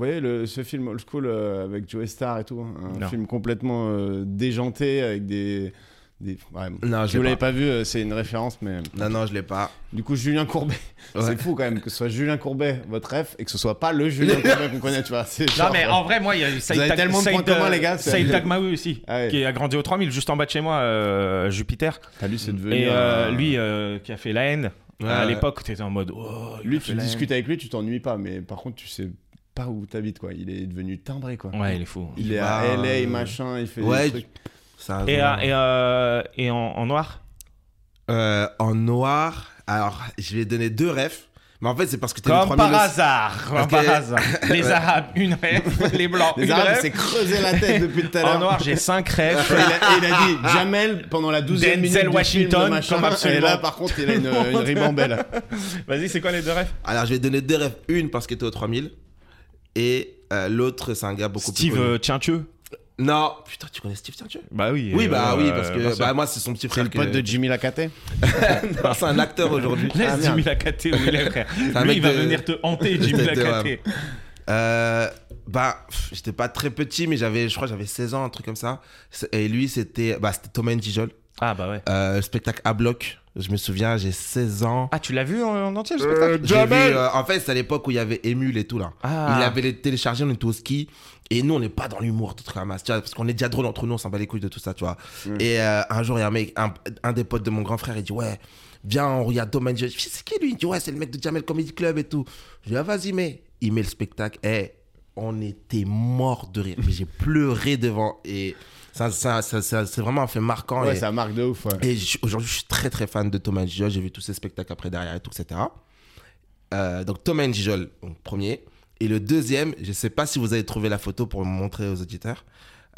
voyez le, ce film Old School euh, avec Joe Star et tout hein. Un
Non.
film complètement euh, déjanté avec des. des- ouais, bon.
Non,
si
je
vous
l'ai
l'avez
pas.
pas vu, euh, c'est une référence, mais
Non, non, je l'ai pas.
du coup, Julien Courbet,
Ouais.
c'est fou quand même que ce soit Julien Courbet, votre ref, et que ce soit pas le Julien Courbet qu'on connaît, tu vois. C'est
Non,
genre- euh,
mais en vrai, moi, il y a Saïd
avez
Tag-
tellement de points
Saïd,
communs,
euh,
les gars, c'est-
Saïd Tagmaoui aussi,
Ah ouais.
qui a grandi au 3000, juste en bas de chez moi, euh, Jupiter.
Ah, lui, c'est devenu.
Et euh,
un-
lui, euh, qui a fait la haine.
Ouais,
à
ouais.
l'époque, t'étais en mode. Oh, il
lui
a fait
tu
la haine.
discutes avec lui, tu t'ennuies pas, mais par contre, tu sais pas où t'habites, quoi. Il est devenu timbré, quoi.
Ouais, il est fou.
Il est
Bah,
à
euh,
LA, machin, il fait
ouais,
des trucs.
Ça,
Et,
non.
euh, et, euh, et en, en noir
Euh, en noir, alors je vais donner deux refs. Mais en fait, c'est parce que t'es le
Comme
3000
par
aussi.
hasard, comme
que-
par hasard. Les Arabes, une rêve. Les Blancs,
Les
une
Arabes,
rêve.
c'est creusé la tête depuis tout à l'heure.
En noir, j'ai 5 rêves.
Et il, a, et il a dit Jamel pendant la 12
Denzel
minute du film,
Washington,
le machin,
comme absolument.
Et là, par contre, il a une, une ribambelle.
Vas-y, c'est quoi les deux rêves
Alors je vais donner deux refs. Une parce que t'es au 3000. Et euh, l'autre, c'est un gars beaucoup
Steve
plus. connu.
euh, Tientieux
Non, putain, tu connais Steve tiens, tu-
Bah oui.
Oui,
euh,
bah oui,
euh,
parce
bien
que
sûr.
bah, moi, c'est son petit frère.
le pote
que-
de Jimmy Lacaté.
Non, c'est un acteur aujourd'hui.
Laisse
Ah, merde.
Jimmy Lacaté où il est, frère.
un
Lui,
mec
il va
de-
venir te hanter, Jimmy
de- de-
Lacaté.
Euh, bah, pff, j'étais pas très petit, mais j'avais, je crois, que j'avais 16 ans, un truc comme ça. C'est- Et lui, c'était, bah, c'était Thomas Gijol.
Ah bah ouais.
Euh, spectacle à bloc. Je me souviens, j'ai 16 ans.
Ah, tu l'as vu en, en entier le spectacle
J'ai vu, euh, en fait, c'est à l'époque où il y avait Emule et tout là.
Ah.
Il avait les téléchargés, on était au ski. Et nous, on n'est pas dans l'humour, tout ça, masse, tu vois, parce qu'on est déjà drôle entre nous, on s'en bat les couilles de tout ça, tu vois.
Mm.
Et euh, un jour, il y a un mec, un, un des potes de mon grand frère, il dit Ouais, viens, on regarde Domain. Je dis C'est qui lui Il dit Ouais, c'est le mec de Jamel Comedy Club et tout. Je dis Ah, vas-y, mais. Il met le spectacle. Eh, on était mort de rire. Mais j'ai pleuré devant. Et ça, ça, ça, ça- c'est vraiment un fait marquant.
Ouais,
et-
ça marque de ouf. ouais.
et je- aujourd'hui, je suis très très fan de Thomas Gijol. J'ai vu tous ses spectacles après derrière et tout, etc. Euh, donc Thomas Gijol, donc, premier. Et le deuxième, je sais pas si vous avez trouvé la photo pour me montrer aux auditeurs.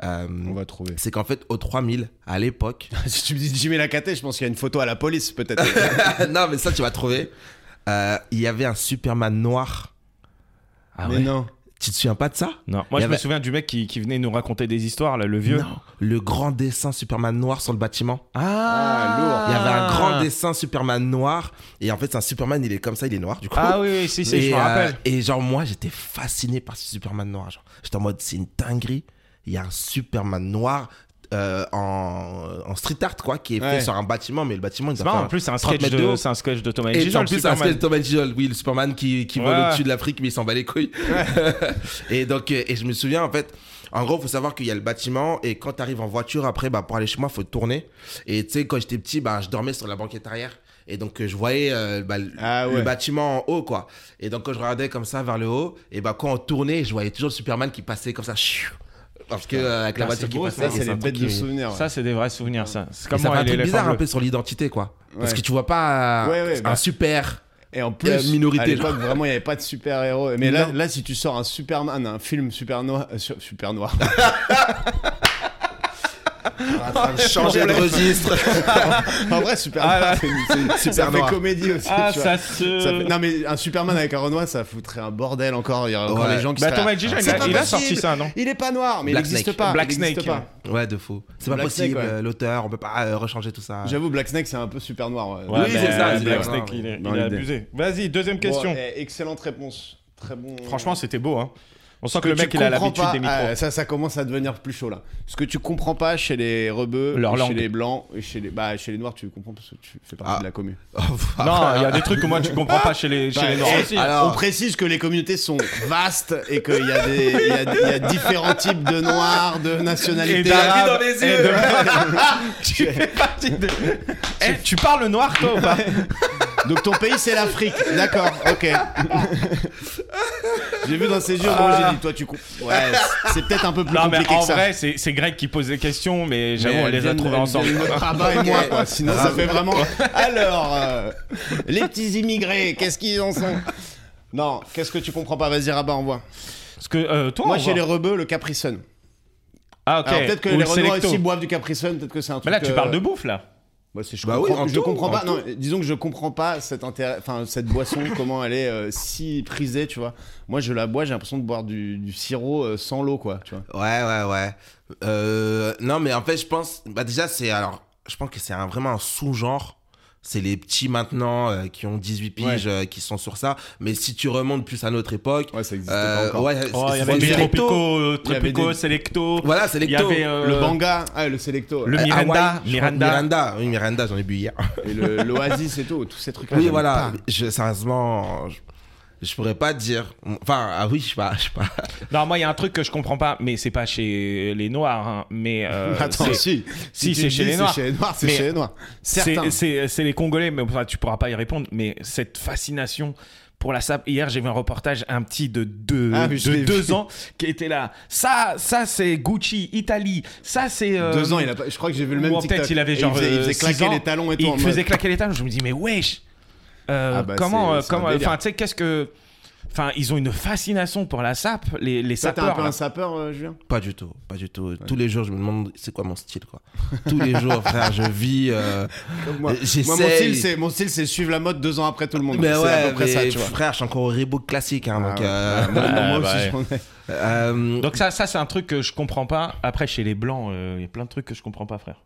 Euh,
On va trouver.
c'est qu'en fait, au 3000, à l'époque.
si tu me dis Jimmy Lacaté, je pense qu'il y a une photo à la police, peut-être.
non, mais ça, tu vas trouver. Euh, Il y avait un Superman noir.
Ah
mais
ouais.
non.
Tu te souviens pas de ça
Non, moi
Il y
je me
avait-
souviens du mec qui, qui venait nous raconter des histoires, là, le vieux.
Non. Le grand dessin Superman noir sur le bâtiment.
Ah, lourd.
Il y avait un grand dessin Superman noir. Et en fait, c'est un Superman, il est comme ça, il est noir du coup.
Ah oui, oui, si, si, je
et,
me
euh,
rappelle.
et genre, moi, j'étais fasciné par ce Superman noir. genre. J'étais en mode, c'est une dinguerie. Il y a un Superman noir euh, en, en street art, quoi, qui est
Ouais.
fait sur un bâtiment, mais le bâtiment, il
C'est
doit
marrant,
faire
en plus, c'est un
30
sketch
mètres
de,
haut.
c'est un sketch de Thomas
Et
Gijol,
en plus, c'est un
Superman.
sketch de Thomas Gijol, oui, le Superman qui, qui vole
Ouais.
au-dessus de l'Afrique, mais il s'en bat les couilles. et donc, euh, et je me souviens, en fait, en gros, faut savoir qu'il y a le bâtiment, et quand t'arrives en voiture, après, bah, pour aller chez moi, faut tourner. Et tu sais, quand j'étais petit, bah, je dormais sur la banquette arrière. Et donc, euh, je voyais euh, bah, le-
Ah ouais.
le bâtiment en haut, quoi. Et donc, quand je regardais comme ça vers le haut, et bah, quand on tournait, je voyais toujours le Superman qui passait comme ça. chiou. Parce que, euh, avec la
Putain,
voiture
c'est
qui
beau,
passait,
Ça, Bah, c'est
un
les
truc
bêtes de
qui-
souvenirs. ouais.
Ça, c'est des vrais souvenirs, ça. C'est comme
ça fait
moi,
un truc
l'éléphant
bizarre un
bleu.
peu sur l'identité, quoi. Parce
Ouais.
que tu vois pas euh,
Ouais, ouais,
un
bah.
super.
Et en plus,
Euh, minorité,
à l'époque,
genre.
vraiment, il n'y avait pas de super-héros. Mais là,
Non.
là, si tu sors un Superman, un film super noir. euh, sur- super noir.
en train de changer de registre.
en vrai,
Ah,
Superman,
là.
c'est une- c'est une
Super
ça fait
noir.
comédie aussi.
Ah,
tu vois.
ça se.
Ça fait- Non mais un Superman avec un Renoir ça foutrait un bordel encore. Il y aurait encore
Ouais.
les gens qui
Bah,
seraient
Thomas
là,
Gijol, il
C'est
a-
pas
il a
possible.
sorti ça, non
Il est pas noir, mais
Black
il n'existe
Snake.
pas.
Black
il n'existe
Snake,
pas.
ouais.
Ouais, de fou. C'est pas
Black
possible,
Snake, ouais.
euh, l'auteur, on peut pas euh, rechanger tout ça.
J'avoue, Black Snake, c'est un peu super noir.
Ouais,
Oui,
bah,
c'est ça,
euh,
c'est
Black
ça.
Snake, il est-
Dans
il a
l'idée.
abusé. Vas-y, deuxième question.
excellente réponse. Très bon.
Franchement, c'était beau, hein. On sent
euh, Ce
que le
tu
mec, il a
comprends
l'habitude
pas,
des micros.
euh, ça, ça commence à devenir plus chaud là. Ce que tu comprends pas chez les rebeux,
Leur
chez
langue.
les blancs, et chez les, bah, chez les noirs, tu le comprends parce que tu fais partie
Ah.
de la commune.
Non, il y a des trucs que moi, tu comprends pas chez les, chez les Noirs
et-
aussi.
Alors-
On précise que les communautés sont vastes et qu'il y, a des- il y a- il y a différents types de noirs, de
Et
nationalités. Ah,
d'arabe,
dans les
et
yeux.
de- tu fais partie de. Eh, tu parles le noir, toi, ou pas
Donc ton pays c'est l'Afrique, d'accord, ok. J'ai vu dans ses yeux, bon, j'ai dit, toi tu comprends. Ouais, c'est- c'est peut-être un peu plus
Non, mais
compliqué
en
que ça.
vrai, c'est c'est Greg qui pose des questions, mais
Mais
j'avoue, on
elles
les a
viennent-
trouvés
elles
ensemble.
viennent de Rabat et
Ok.
moi, quoi. Sinon, ça
Rabat.
fait vraiment. Alors, euh, les petits immigrés, qu'est-ce qu'ils en sont Non, qu'est-ce que tu comprends pas Vas-y, Rabat, envoie.
Parce que euh, toi,
Moi,
on
chez les
voit-
rebeux, le Capri Sun.
Ah, ok.
Alors peut-être que
Ou
les
le
Renois
Selecto.
aussi boivent du Capri Sun, peut-être que c'est un
Mais
truc.
là, tu
euh,
parles de bouffe, là.
Bah, c'est- je
Bah oui,
comprends,
en
je
tout,
comprends
en
pas. Non, disons que je comprends pas cet intérêt, enfin cette boisson, comment elle est euh, si prisée, tu vois. Moi, je la bois, j'ai l'impression de boire du, du sirop euh, sans l'eau, quoi. Tu vois.
Ouais, ouais, ouais. Euh, non, mais en fait, je pense. Bah, déjà, c'est. Alors, je pense que c'est un- vraiment un sous-genre. C'est les petits maintenant euh, qui ont 18 piges euh, qui sont sur ça. Mais si tu remontes plus à notre époque.
Ouais, ça existait
euh,
pas encore.
ouais,
Oh, il y
c'est-
avait
c'est-
du
Selecto.
Tropico, euh,
Il y avait
Tropico,
des-
Selecto.
Voilà, c'est
Il y avait euh,
Le Banga, ah, le Selecto,
le
Euh,
Miranda.
Hawaï, je crois.
Miranda. Ah,
Miranda, oui, Miranda, j'en ai bu hier.
et le- l'Oasis et tout, tous ces trucs-là.
Oui,
j'aime
voilà.
pas.
Je, sérieusement, je, je pourrais pas dire. Enfin, ah oui, je sais pas. Je sais pas.
Non, moi, il y a un truc que je comprends pas, mais c'est pas chez les Noirs, hein, mais. euh,
Attends,
c'est-
si.
si,
tu
c'est
me
chez
dis
les Noirs.
C'est chez les Noirs, c'est
Mais-
chez les Noirs. Certains.
C'est- C'est c'est les Congolais, mais enfin, tu pourras pas y répondre. Mais cette fascination pour la sable. Hier, j'ai vu un reportage, un petit de deux,
Ah,
de
mais je l'ai
deux
vu.
ans qui était là. Ça, ça c'est Gucci, Italie. Ça, c'est. euh,
Deux ans, il a pas- je crois que j'ai vu le même
ou
TikTok.
peut-être il avait
Et
genre.
il faisait, il
euh,
faisait
six
claquer
ans,
les talons et tout.
Il
en
faisait
mode-
claquer les talons. Je me dis, mais wesh. euh,
Ah bah,
comment.
c'est-
euh,
c'est un
comment-
délire.
Enfin, tu sais, qu'est-ce que. Enfin, ils ont une fascination pour la sape, les, les
Toi, t'es un
sapeurs,
peu
là.
un sapeur, euh, Julien
Pas du tout, pas du tout. Tous les jours, je me demande c'est quoi mon style, quoi. Tous les jours, frère, je vis. euh,
Comme Moi,
Euh, j'essaye.
Moi, mon style, c'est mon style, c'est suivre la mode deux ans après tout le monde.
Mais
c'est
ouais,
à peu près
mais
ça, tu vois.
frère, je suis encore au Reebok classique, hein,
Ah
donc.
ouais.
euh,
Moi, non, moi
Ah,
aussi,
bah ouais.
j'en ai.
euh,
Donc ça, ça c'est un truc que je comprends pas. Après, chez les blancs, euh, il y a plein de trucs que je comprends pas, frère.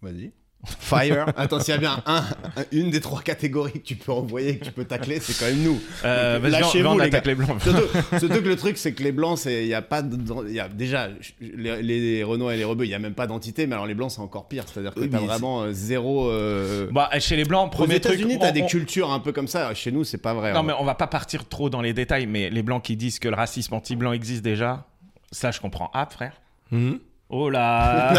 Vas-y. Fire. Attends, s'il y a bien un, une des trois catégories que tu peux envoyer, que tu peux tacler, c'est quand même nous.
Euh,
Donc,
vas-y,
lâchez-vous,
viens, viens, on
les
attaque
gars.
les blancs.
Surtout, surtout que le truc, c'est que les blancs, c'est- il y a pas de- il y a déjà les, les Renois et les Rebeux, il y a même pas d'entité, mais alors les blancs, c'est encore pire. C'est-à-dire que
Oui,
t'as
mais
vraiment euh, zéro. euh,
Bah, chez les blancs,
Aux
premier truc.
États-Unis,
on-
t'as des
on-
cultures un peu comme ça. Chez nous, c'est pas vrai.
Non,
hein.
mais on va pas partir trop dans les détails, mais les blancs qui disent que le racisme anti-blanc existe déjà, ça, je comprends. Ah, frère.
hum.
Oh là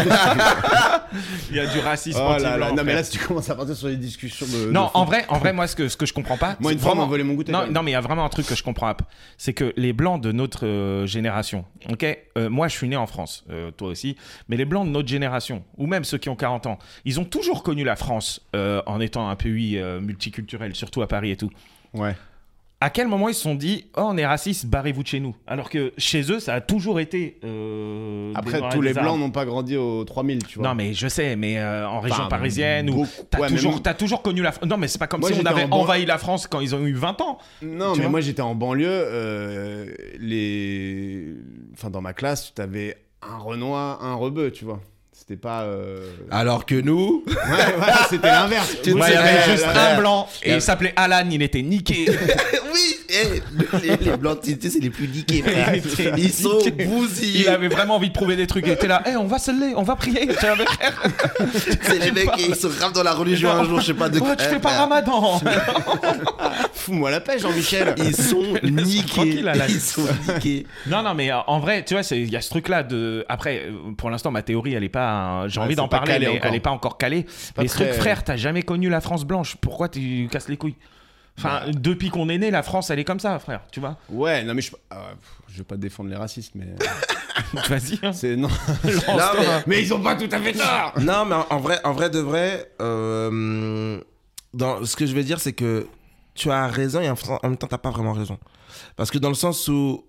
Il y a du racisme
Oh
anti-blanc.
là là, non, mais
frère.
là, si tu commences à partir sur les discussions de.
Non,
de
en
fou-
vrai, en vrai, moi, ce que, ce que je comprends pas.
Moi,
c'est
une fois, on m'a
vraiment-
volé mon goûter. quand
Non,
même.
non, mais il y a vraiment un truc que je comprends pas. C'est que les blancs de notre euh, génération, ok Euh, Moi, je suis né en France, euh, toi aussi, mais les blancs de notre génération, ou même ceux qui ont 40 ans, ils ont toujours connu la France euh, en étant un pays euh, multiculturel, surtout à Paris et tout.
Ouais.
À quel moment ils se sont dit, oh, on est racistes, barrez-vous de chez nous Alors que chez eux, ça a toujours été. euh, des
Après,
Noirs et
tous
des
les blancs
Arabes.
n'ont pas grandi aux 3000, tu vois.
Non, mais je sais, mais euh, en région
Enfin,
parisienne, ou.
beaucoup-
T'as
ouais, mais
toujours,
moi-
t'as toujours connu la. Non, mais c'est pas comme
Moi,
si on
j'étais
avait
en ban-
envahi la France quand ils ont eu 20 ans.
Non,
Tu
mais
vois
moi j'étais en banlieue. euh, les... enfin, dans ma classe, tu avais un Renoir, un Rebeu, tu vois. C'était pas. euh,
Alors que nous,
Ouais, voilà, c'était l'inverse.
Ah. Tu
Moi,
Ouais, il y
sais,
avait
euh,
juste
euh,
un blanc
y
et
avait-
il s'appelait Alan, il était niqué.
oui, eh, les, les blancs, tu sais, c'est les plus niqués, frère.
Ils étaient
Ils sont
niqués.
bousillés.
Il avait vraiment envie de prouver des trucs. Il était là, Eh, on va se lever, on va prier. Tu vois, mais-
C'est les mecs qui sont grave dans la religion un jour, je sais pas de
Oh,
quoi. Eh,
tu fais pas ramadan.
Fous-moi la paix, Jean-Michel.
Ils sont niqués.
tranquille, Alan.
Ils sont niqués.
non, non, mais euh, en vrai, tu vois, c'est- il y a ce truc-là de. Après, euh, pour l'instant, ma théorie, elle est pas. euh, J'ai
Ouais,
envie
c'est
d'en
pas
parler,
calé
mais
encore.
elle est pas encore calée.
pas
mais ce truc,
très- euh,
frère, t'as jamais connu la France blanche. Pourquoi tu casses les couilles Enfin, depuis qu'on est né, la France, elle est comme ça, frère. Tu vois
Ouais, non, mais je. ah, pff, je veux pas défendre les racistes, mais. euh,
Vas-y. hein.
C'est. Non.
Non, mais-
mais ils ont pas tout à fait tort
Non, mais en- en vrai, en vrai de vrai, euh, dans, ce que je veux dire, c'est que tu as raison et en, fran- en même temps, t'as pas vraiment raison. Parce que dans le sens où,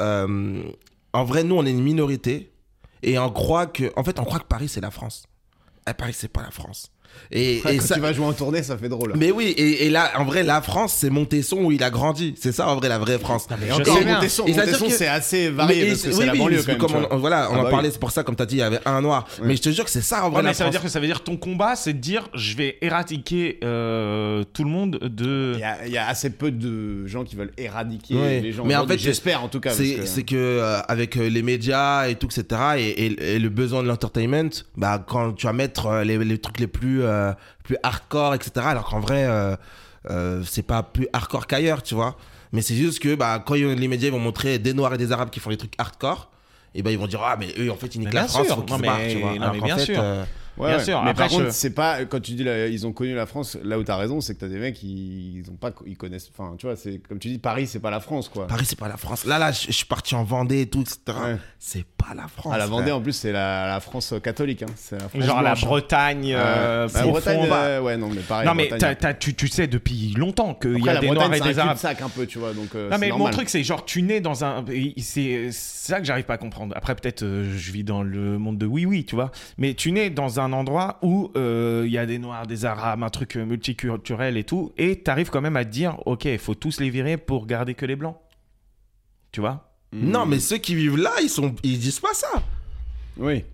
euh, en vrai, nous, on est une minorité et on croit que, en fait, on croit que Paris, c'est la France. Et Paris, c'est pas la France. Et,
Après,
et
Quand
ça.
tu vas jouer en tournée, ça fait drôle.
Mais oui, et, et là, en vrai, la France, c'est Montesson où il a grandi. C'est ça, en vrai, la vraie France.
mais
Et
je
encore,
sais bien.
Montesson,
Et ça veut
Montesson,
dire que-
c'est assez varié
Mais-
parce que
oui,
c'est la
oui,
banlieue
parce que
quand même. tu
comme
vois.
on, voilà, on en
Ah bah oui.
parlait, c'est pour ça, comme t'as dit, il y avait un noir. Mais je te jure que c'est ça, en vrai,
Ouais, mais
la
ça veut
France.
dire que ça veut dire ton combat, c'est de dire je vais éradiquer euh, tout le monde de.
Il y, a, il y a assez peu de gens qui veulent éradiquer
Ouais.
les gens.
Mais en
aujourd'hui,
fait,
j'espère en tout cas. parce
C'est
que-
c'est que, euh, avec euh, les médias et tout, etc., et, et- et le besoin de l'entertainment, bah, quand tu vas mettre euh, les, les trucs les plus, euh, plus hardcore, etc., alors qu'en vrai, euh, euh, c'est pas plus hardcore qu'ailleurs, tu vois. Mais c'est juste que bah, quand ils- les médias vont montrer des Noirs et des Arabes qui font des trucs hardcore, et ben ils vont dire Ah, mais eux, en fait, ils niquent
Mais
la
bien
France,
sûr.
faut qu'ils
Non,
se
mais-
barrent, tu vois.
non,
Alors
mais
qu'en
bien
fait,
sûr.
euh,
Ouais,
Bien
ouais.
sûr,
Mais
après,
par contre,
je-
c'est pas quand tu dis là, ils ont connu la France. Là où t'as raison, c'est que t'as des mecs ils, ils ont pas, ils connaissent. Enfin, tu vois, c'est comme tu dis, Paris, c'est pas la France, quoi.
Paris, c'est pas la France. Là, là, je, je suis parti en Vendée et tout, etc.
Ouais.
C'est pas la France.
Ah, la Vendée,
frère.
en plus, c'est la, la France catholique. Hein. C'est la France
Genre la
blanche, hein.
Bretagne. euh,
Ouais. La
profond,
Bretagne,
bah.
euh, ouais, non, mais pareil.
non
la
mais
Bretagne,
t'as- t'as- tu, tu sais depuis longtemps qu'il
Après,
y a
la
des
Bretagne,
Noirs et
c'est
des
un
Arabes.
cul-de-sac un peu, tu vois. Donc, euh,
Non
c'est
mais mon
normal.
truc c'est genre tu nais dans un et c'est c'est ça que j'arrive pas à comprendre. Après peut-être euh, je vis dans le monde de oui oui tu vois, mais tu nais dans un endroit où euh, il y a des noirs, des arabes, un truc euh, multiculturel et tout, et t'arrives quand même à te dire ok faut tous les virer pour garder que les blancs, tu vois.
Mm.
Non, mais ceux qui vivent là, ils sont, ils disent pas ça.
Oui.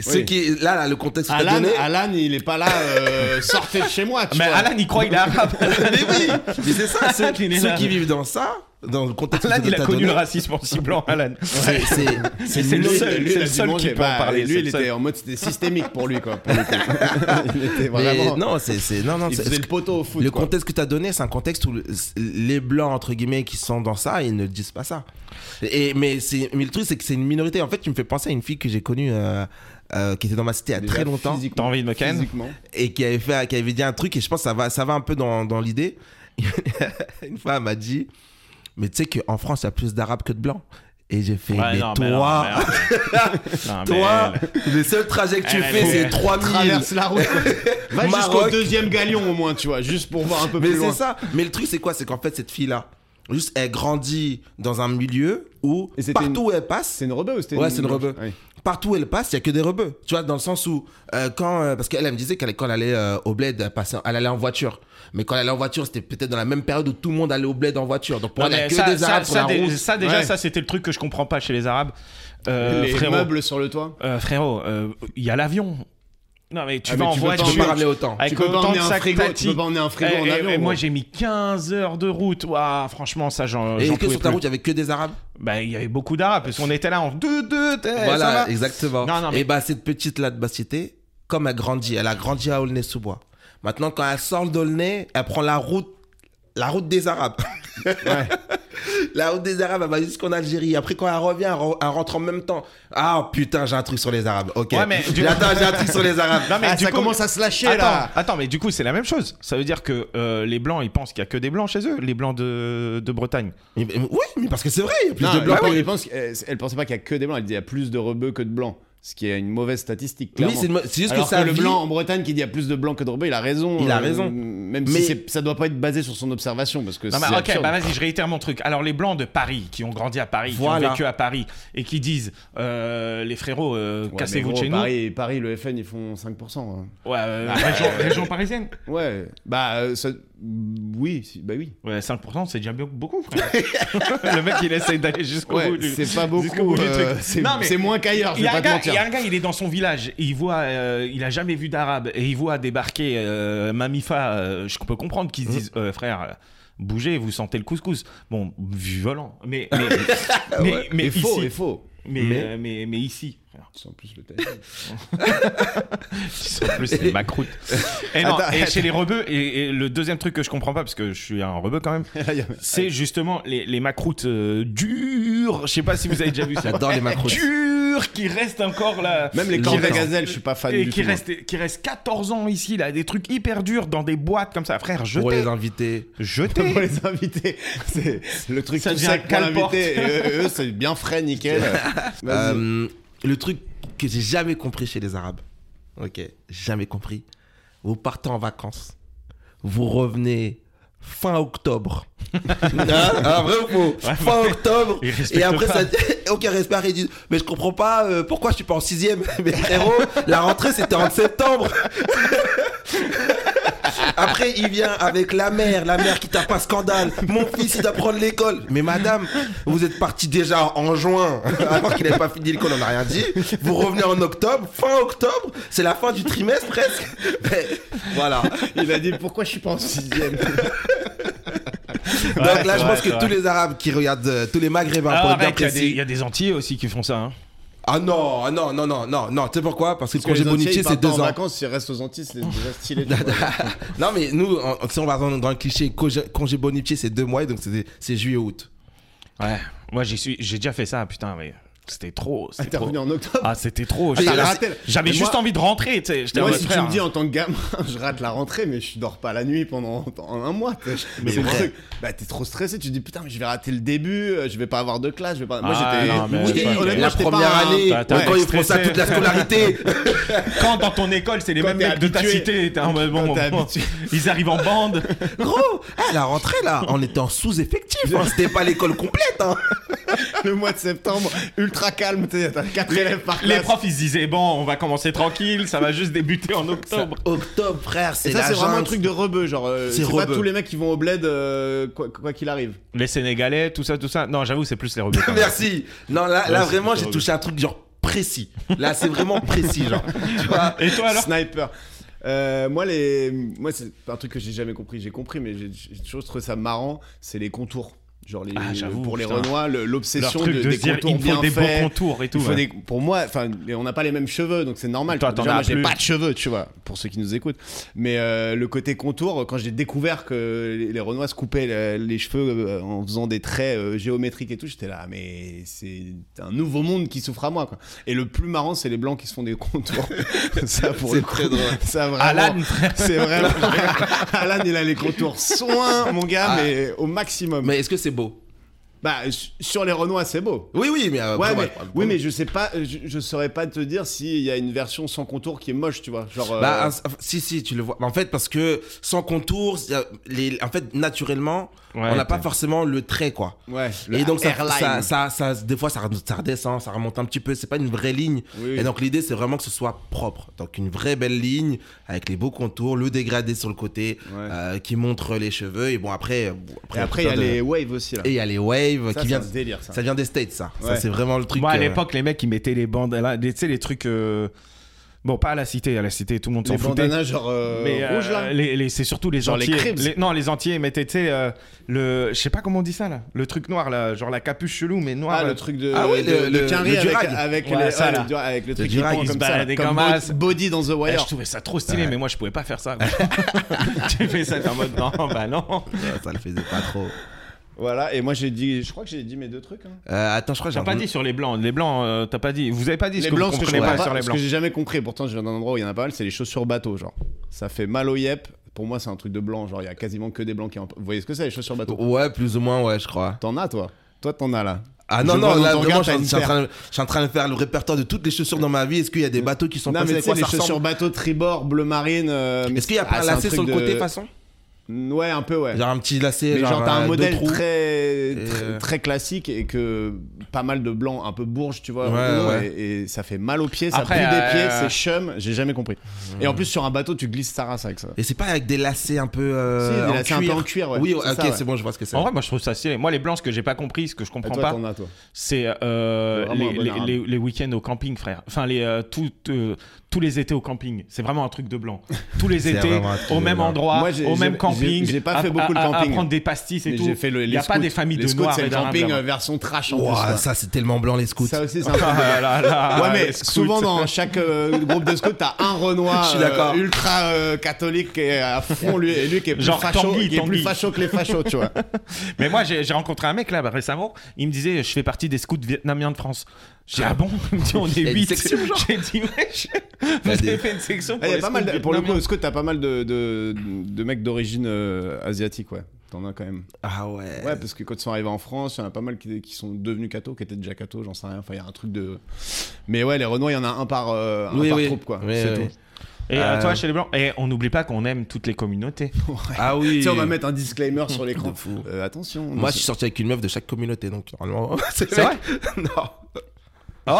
Ceux qui, là, là, le contexte que t'as
Alan,
donné.
Alan, il est pas là, euh, sortez de chez moi, tu
mais
vois.
Alan il croit il est arabe.
mais oui, mais c'est ça. Ceux,
Il est
ceux
là.
qui vivent dans ça, dans le contexte
Alan
que
il
t'as
a connu
donné,
le racisme anti-blanc Alan.
c'est- c'est-
Et c'est le
Lui,
seul,
lui,
c'est
il a
le
dû
seul qui
manger.
peut
Bah,
en parler.
Lui,
c'est
il
le
était
seul.
en mode, c'était systémique pour lui, quoi. pour le coup. il était
mais
vraiment.
non, c'est, c'est- non, non,
il
c'est-
faisait le poteau au foot.
le
quoi.
contexte que t'as donné, c'est un contexte où le- les blancs entre guillemets qui sont dans ça, ils ne disent pas ça. Et mais c'est, mais le truc c'est que c'est une minorité. En fait, tu me fais penser à une fille que j'ai connue euh, euh, qui était dans ma cité il y a
Déjà,
très longtemps.
physiquement-
T'as envie de me ken
Physiquement.
et qui avait fait qui avait dit un truc et je pense que ça va ça va un peu dans, dans l'idée une fois elle m'a dit mais tu sais qu'en France il y a plus d'arabes que de blancs et j'ai fait
Ouais,
mais
non, mais non,
toi
mais non. Non, mais
toi
elle-
le seul trajet que tu
Elle,
fais
elle
c'est
est-
3000
Traverse la route. quoi. Ah Va jusqu'au
Maroc.
deuxième galion au moins, tu vois, juste pour voir un peu
mais
plus
c'est
loin.
ça mais le truc c'est quoi c'est qu'en fait cette fille là juste elle grandit dans un milieu où
Et c'était
partout
une-
où elle passe
C'est une rebeu ou c'était
Ouais, c'est une rebeu.
Ouais.
partout où elle passe, il y a que des rebeux. Tu vois, dans le sens où, euh, quand. euh, parce qu'elle, elle me disait qu'elle quand elle allait euh, au bled, elle, passait- elle allait en voiture. Mais quand elle allait en voiture, c'était peut-être dans la même période où tout le monde allait au bled en voiture. Donc pour
Non,
elle, il y a
mais
que
ça,
des
ça-
arabes sur
ça,
la
dé-
route.
ça, déjà,
Ouais.
ça, c'était le truc que je comprends pas chez les Arabes. Euh,
Les
frérot,
meubles sur le toit.
euh, frérot, euh, il y a l'avion. Non, mais tu
Ah,
vas
mais
en
tu peux pas
Tu peux
tu-
pas
voiture.
ramener autant.
Avec
tu peux pas
autant
emmener
de
un
sacs
frigo, tu
tati.
peux pas emmener un frigo
Eh,
en
eh,
avion.
eh, moi,
gros.
j'ai mis 15 heures de route. Ouah, franchement, ça, j'en
Et
j'en
que
pouvais
sur ta
plus.
route, il y avait que des arabes.
Bah, il y avait beaucoup d'Arabes, parce qu'on était là en deux, deux, eh, ça
voilà,
va
exactement.
Non, non, mais-
Et bah, cette petite-là de Bassité, comme elle grandit, elle a grandi à Aulnay-sous-Bois. Maintenant, quand elle sort d'Aulnay, elle prend la route. La route des Arabes. la route des Arabes, elle va jusqu'en Algérie. Après, quand elle revient, elle re- elle rentre en même temps. Ah putain, j'ai un truc sur les Arabes. Ok.
Ouais, mais du-
Attends, j'ai un truc sur les Arabes.
Non, mais
Ah,
du
ça
coup-
commence à se lâcher
Attends,
là.
attends, mais du coup, c'est la même chose. Ça veut dire que euh, les Blancs, ils pensent qu'il y a que des Blancs chez eux, les Blancs de, de Bretagne.
Mais- mais- oui, mais parce que c'est vrai, il y a plus
Non,
de blancs.
elle,
que-
elle pense que- euh, elle pensait pas qu'il y a que des blancs. Elle dit il y a plus de rebeux que de blancs. Ce qui est une mauvaise statistique.
Oui,
Clairement.
c'est une mo- c'est juste
Alors
que ça
le
vit.
blanc en Bretagne qui dit il y a plus de blancs que de rebeux, il a raison.
Il a
euh,
raison.
Même
Mais-
si c'est- ça doit pas être basé sur son observation parce que
Non,
c'est
mais ok,
absurde.
bah vas-y, je réitère mon truc. Alors, les Blancs de Paris, qui ont grandi à Paris, qui
Voilà.
ont vécu à Paris, et qui disent euh, les frérots, euh,
Ouais, mais
cassez-vous
gros,
de chez
Paris, Paris, le FN, ils font 5%. hein.
nous. Ouais, euh, région, région parisienne
Ouais, bah euh, ça- oui, si- bah oui.
Ouais, 5%, c'est déjà bien- beaucoup, frère. Le mec, il essaie d'aller jusqu'au
Ouais,
bout. du-
c'est pas
jusqu'au
beaucoup.
bout du
euh,
truc.
c'est
Non, mais-
c'est moins qu'ailleurs, je
Il y,
vais
a un
pas te
gars, il y a
mentir.
un gars, il est dans son village et il voit, euh, il a jamais vu d'arabe et il voit débarquer euh, Mamifa. euh, je peux comprendre qu'ils se disent,
Mmh.
euh, frère, euh, bougez, vous sentez le couscous. Bon, violent, mais mais mais, mais
Mais
ici,
faux, et faux.
mais,
Mais-
euh, mais- mais ici, frère.
Tu sens plus le tête.
En plus, c'est ma croûte. Et, non,
Attends,
et chez les rebeux, et, et le deuxième truc que je comprends pas, parce que je suis un rebeu quand même, c'est justement les, les macroutes euh, dures. Je sais pas si vous avez déjà vu ça.
J'adore les macros.
Dures qui restent encore là.
Même les
qui
corps de
restent-
gazelle, je suis pas fan
et
du
qui
tout. moi.
reste, qui reste 14 ans ici, là, des trucs hyper durs dans des boîtes comme ça. Frère,
Pour
jetez,
les invités.
jetez.
pour les invités. C'est le truc
Ça
tout
devient
sec pour
cale-porte.
l'invité. Et Eux, eux, c'est bien frais, nickel. Vas-y.
Euh, le truc que j'ai jamais compris chez les Arabes, ok, jamais compris. Vous partez en vacances, vous revenez fin octobre. Hein Ah, vrai ou faux Fin octobre.
Ils respectent
Et après,
pas.
ça aucun respect. Ils disent Mais je comprends pas euh, pourquoi je suis pas en sixième. Mais frérot, la rentrée c'était en septembre. Après, il vient avec la mère, la mère qui tape un scandale. Mon fils, il doit prendre l'école. Mais madame, vous êtes parti déjà en juin, alors qu'il n'avait pas fini l'école, on n'a rien dit. Vous revenez en octobre, fin octobre, c'est la fin du trimestre presque. Mais, voilà.
Il a dit pourquoi je suis pas en sixième.
Donc là, je pense que tous les Arabes qui regardent, euh, tous les Maghrébins,
Ah,
pour être bien
arrête, il y a des- il
précis.
y, a des Antillais aussi qui font ça. hein.
Ah non, ah non, non, non, non, non. Tu sais pourquoi Parce que le congé
Les Antillais,
bonitier,
ils
c'est
partent
deux
en
ans.
vacances, ils restent aux Antilles, c'est déjà stylé. tu vois.
non, mais nous, en- si on va dans, dans le cliché, congé, congé bonitier, c'est deux mois, donc c'est c'est juillet-août.
Ouais, moi j'ai su- j'ai déjà fait ça, putain, mais C'était trop. c'était trop.
Intervenu en octobre.
Ah, c'était trop.
Attends,
J'étais-
la rappelle.
J'avais
Mais
juste
moi-
envie de rentrer, tu sais. J'étais en
Moi,
mode,
si tu
frère, hein.
me dis en tant que gamin, je rate la rentrée, mais je dors pas la nuit pendant en un mois. t'es-
Mais
c'est le
vrai.
truc. Bah, t'es trop stressé, tu te dis putain, mais je vais rater le début, euh, je vais pas avoir de classe, je vais pas. Moi,
Ah,
j'étais.
non, mais-
j'étais-
Oui,
ouais,
honnêtement,
la
j'étais pas
première
un-
année,
T'as- t'as
quand ils font
stressé.
ça toute la scolarité.
Quand dans ton école, c'est les
Quand
mêmes
t'es
mecs de ta
habitué.
cité, t'es un mode
Quand
bon,
t'es
bon,
habitué.
Ils arrivent en bande.
Gros, à la rentrée là, on était en sous-effectif. hein. C'était pas l'école complète. hein.
Le mois de septembre, ultra calme, t'es- t'as 4 élèves par classe.
Les profs, ils se disaient bon, on va commencer tranquille, ça va juste débuter en octobre.
Octobre, frère,
Et
c'est
ça,
la
c'est vraiment un
jungle.
truc de rebeu, genre. euh,
C'est
C'est pas
rebeu.
tous les mecs qui vont au bled, euh, quoi quoi qu'il arrive.
Les Sénégalais, tout ça, tout ça. Non, j'avoue, c'est plus les rebelles. quand même.
Merci. Non, là, là
Ouais,
vraiment,
c'est
j'ai
horrible.
touché un truc genre précis. Là, c'est vraiment précis, genre. Tu vois
Et toi alors
Sniper. Euh, moi, les... moi c'est un truc que j'ai jamais compris. J'ai compris, mais j'ai j'ai toujours trouvé ça marrant. C'est les contours. Genre les...
Ah, j'avoue,
pour les
putain.
Renois, le-
Leur
l'obsession
truc
de-
de
des
se dire,
contours
il me
bien
faut des beaux
faits.
contours et tout.
Il faut
ouais.
des- Pour moi, enfin, on n'a pas les mêmes cheveux, donc c'est normal.
Toi, t'en
Déjà,
as
moi, j'ai
plus.
pas de cheveux, tu vois, pour ceux qui nous écoutent. Mais euh, le côté contour, quand j'ai découvert que les- les Renois se coupaient euh, les cheveux euh, en faisant des traits euh, géométriques et tout, j'étais là, mais c'est un nouveau monde qui s'ouvre à moi. Quoi. Et le plus marrant, c'est les blancs qui se font des contours. ça, pour
C'est
le coup,
très drôle.
ça vraiment.
Alan, frère.
C'est vraiment. Alan, il a les contours soin, mon gars, mais au maximum.
Ah. Mais est-ce que c'est beau
Bah, su- sur les Renois, c'est beau.
Oui, oui, mais. euh,
Ouais,
après,
mais, bah,
moi, je parle
oui,
de-
mais je sais pas, euh, je, je saurais pas te dire s'il y a une version sans contour qui est moche, tu vois. Genre, euh,
Bah, un- si, si, tu le vois. En fait, parce que sans contour, y a les, en fait, naturellement,
Ouais,
on n'a pas
t'es-
forcément le trait, quoi.
ouais,
et donc, ça, ça,
hairline.
ça, ça- des fois, ça, ça redescend, ça remonte un petit peu. C'est pas une vraie ligne.
Oui, oui.
Et donc, l'idée, c'est vraiment que ce soit propre. Donc, une vraie belle ligne avec les beaux contours, le dégradé sur le côté
Ouais.
euh, qui montre les cheveux. Et bon, après, euh, bon,
Et après, il y
plein
a
de-
les waves aussi là.
Et il y a les waves
Ça,
qui
c'est
viennent.
un délire, ça.
Ça vient des States, ça. Ça,
Ouais.
c'est vraiment le truc.
Moi, à
euh,
l'époque, les mecs, ils mettaient les bandes. là, les- Tu sais, les trucs. euh, Bon, pas à la cité, à la cité, tout le monde s'en
les
foutait.
bandanas genre euh,
Mais euh,
rouge là.
les- les- c'est surtout les
Genre les
entiers.
Cribs.
non, les entiers mettaient, tu sais, euh, le. Je sais pas comment on dit ça là. Le truc noir là, genre la capuche chelou, mais noir. euh, Eh,
Ah,
là.
le truc de,
Ah oui,
de-
le-
de
le-
Quinry
le
avec,
durag.
avec,
Ouais,
les-
ça,
ouais,
là.
le durag- avec le truc qui
durag,
pend
il
se
comme ça,
baladait
comme
comme as.
bo- body dans The
Eh,
Wire.
je trouvais ça trop stylé, mais moi je pouvais pas faire ça. J'ai fait ça t'es en mode non, bah non.
ouais, ça le faisait pas trop.
Voilà, et moi j'ai dit, je crois que j'ai dit mes deux trucs. hein.
Euh, attends, je crois que
T'as
j'ai
pas dit sur les blancs. Les blancs, euh, t'as pas dit. Vous avez pas dit ce
Les
que
blancs,
vous
ce que je
comprenez pas,
comprends
sur
pas,
les
ce que
blancs.
j'ai jamais compris, pourtant je viens d'un endroit où il y en a pas mal, c'est les chaussures bateau, genre. Ça fait mal au yep. Pour moi, c'est un truc de blanc, genre il y a quasiment que des blancs qui en... Vous voyez ce que c'est, les chaussures bateau
Ouais, plus ou moins, ouais, je crois.
T'en as, toi Toi, t'en as, là.
Ah
Je
non,
vois
non,
dans
là,
ton
vraiment,
regard,
je
t'as
suis,
une
je suis en
paire.
train de, je suis en train de faire le répertoire de toutes les chaussures dans ma vie. Est-ce qu'il y a des bateaux qui sont
Non,
passés
mais
à
tu sais,
quoi
les
ça
chaussures
ressemble
bateau, tribord, bleu marine... euh,
Est-ce qu'il y a
ah,
pas un
c'est
lacet
truc
sur le
de-
côté, façon
Ouais, un peu, ouais.
Genre un petit lacet,
mais genre, t'as
euh,
un
deux
modèle
trous.
très,
Et,
très,
euh,
très classique et que pas mal de blancs, un peu bourge, tu
Ouais,
vois. autour,
ouais.
Et, et ça fait mal aux pieds, ça
Après,
pue des
euh,
pieds,
euh,
c'est chum, j'ai jamais compris. Et en plus, sur un bateau, tu glisses ta race avec ça.
Et c'est pas avec des lacets un peu.
Si,
Euh,
des
en
lacets un peu
cuir.
en cuir, ouais,
Oui,
c'est
ok,
ça, ouais.
c'est bon, je vois ce que c'est.
En vrai, moi je trouve ça stylé. Moi, les blancs, ce que j'ai pas compris, ce que je
Et
comprends
toi,
pas,
t'en as, toi
c'est euh,
C'est vraiment
les,
un bon
les-
arabe.
les- les week-ends au camping, frère. Enfin, les, euh, tout, euh, tous les étés au camping. C'est vraiment un truc de blanc. Tous les
C'est
étés,
vraiment un truc
au
de
même
blanc.
endroit,
Moi, j'ai-
au
j'ai-
même
j'ai-
camping.
j'ai pas
à-
fait beaucoup de
à- à-
camping.
À prendre des pastis et
Mais
tout.
j'ai fait le,
Il
les
n'y a pas
scouts.
des familles
les
de
scouts,
noirs
c'est
et
le
d'arabes.
camping
là-bas.
euh, version trash en plus.
Ouah,
quoi.
ça, c'est tellement blanc, les scouts.
Ça aussi, c'est un peu.
Ah là là,
Ouais, mais
les scouts.
souvent dans chaque euh, groupe de scouts, t'as un Renoir
Je suis d'accord.
euh, ultra euh, catholique et à fond, lui, et lui qui est plus
Genre
facho,
Tanguy,
qui est plus
Tanguy.
facho que les fachos, tu vois. Eh,
Mais moi, j'ai j'ai rencontré un mec là bah, récemment. Il me disait, je fais partie des scouts vietnamiens de France. J'ai dit, ah bon Il me dit, on est
y a une
8.
section, genre
J'ai dit, ouais, vous
T'as des-
avez fait une section. Pour,
Ah, y a
les
pas mal
scouts
de- pour le coup,
vietnamiens.
au scout, t'as pas mal de, de, de mecs d'origine euh, asiatique, ouais. T'en as quand même.
Ah ouais.
Ouais, parce que quand ils sont arrivés en France, il y en a pas mal qui, qui sont devenus cathos, qui étaient déjà cathos, j'en sais rien. Enfin, il y a un truc de. Mais ouais, les Renois, il y en a un par, euh, un
Oui,
par
oui.
troupe, quoi.
Oui,
c'est
oui.
tout.
Et euh,
Euh,
toi, chez les Blancs, et on n'oublie pas qu'on aime toutes les communautés.
Ah oui.
Tu sais, on va mettre un disclaimer sur l'écran.
De fou.
Euh, attention.
Moi, je suis sorti avec une meuf de chaque communauté, donc normalement.
C'est vrai
Non.
Oh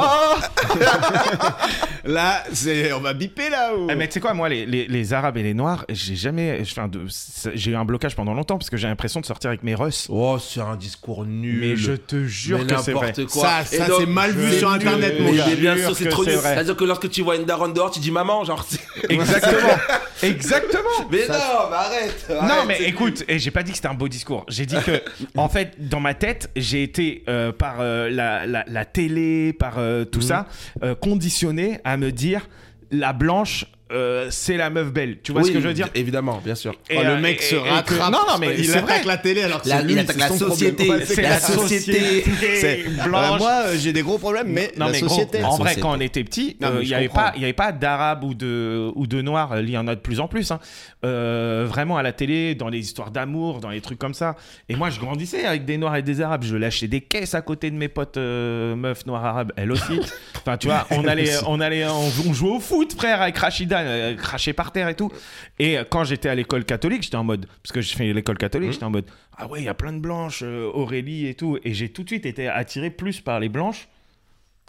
Là, c'est- on va biper là ou...
Eh, Mais tu sais quoi, moi, les, les- les Arabes et les Noirs, j'ai jamais. enfin, de- c'est- J'ai eu un blocage pendant longtemps parce que j'ai l'impression de sortir avec mes Russes.
Oh, c'est un discours nul.
Mais je te jure
Mais
que c'est vrai.
n'importe quoi.
Ça-
Et
ça,
donc,
c'est mal vu
c'est
sur
nul.
Internet, mon
Mais
gars.
mais bien
Je
sûr,
jure
c'est
que
trop
c'est
nul.
vrai.
C'est-à-dire que lorsque tu vois une daronne dehors, tu dis maman, genre. c'est-
Exactement. Exactement.
Mais non, mais arrête.
Non
arrête,
mais
c'est
écoute, et j'ai pas dit que c'était un beau discours. J'ai dit que, en fait, dans ma tête, j'ai été euh, par euh, la, la-
Mhm.
la télé, par euh, tout ça, euh, conditionné à me dire la blanche. euh, c'est la meuf belle. Tu vois
Oui, Ah,
ce que je veux dire
Évidemment, bien sûr.
Et,
Oh,
euh,
le mec
et-
se
et que-
rattrape.
Non, non, mais
il
c'est vrai.
attaque la télé alors que
La
c'est
lutte,
lui,
avec
c'est
la
son problème.
société,
Ouais, c'est
la société.
C'est
Bah,
blanche.
moi, euh, j'ai des gros problèmes, mais
non
la
mais gros,
société. hein.
La
en vrai,
société.
quand on était petit,
Non, mais
euh, il
je
n'y avait
comprends.
pas, il y avait pas d'arabes ou de ou de noirs. Il y en a de plus en plus. hein. Euh, vraiment à la télé, dans les histoires d'amour, dans les trucs comme ça. Et moi, je grandissais avec des noirs et des arabes. Je lâchais des caisses à côté de mes potes euh, meufs noires arabes. Elle aussi. enfin, tu vois, on allait, on allait, on, jou- on jouait au foot, frère, avec Rachida, euh, craché par terre et tout. Et euh, quand j'étais à l'école catholique, j'étais en mode, parce que je fais l'école catholique,
Mmh.
j'étais en mode, ah ouais, il y a plein de blanches, euh, Aurélie et tout. Et j'ai tout de suite été attiré plus par les blanches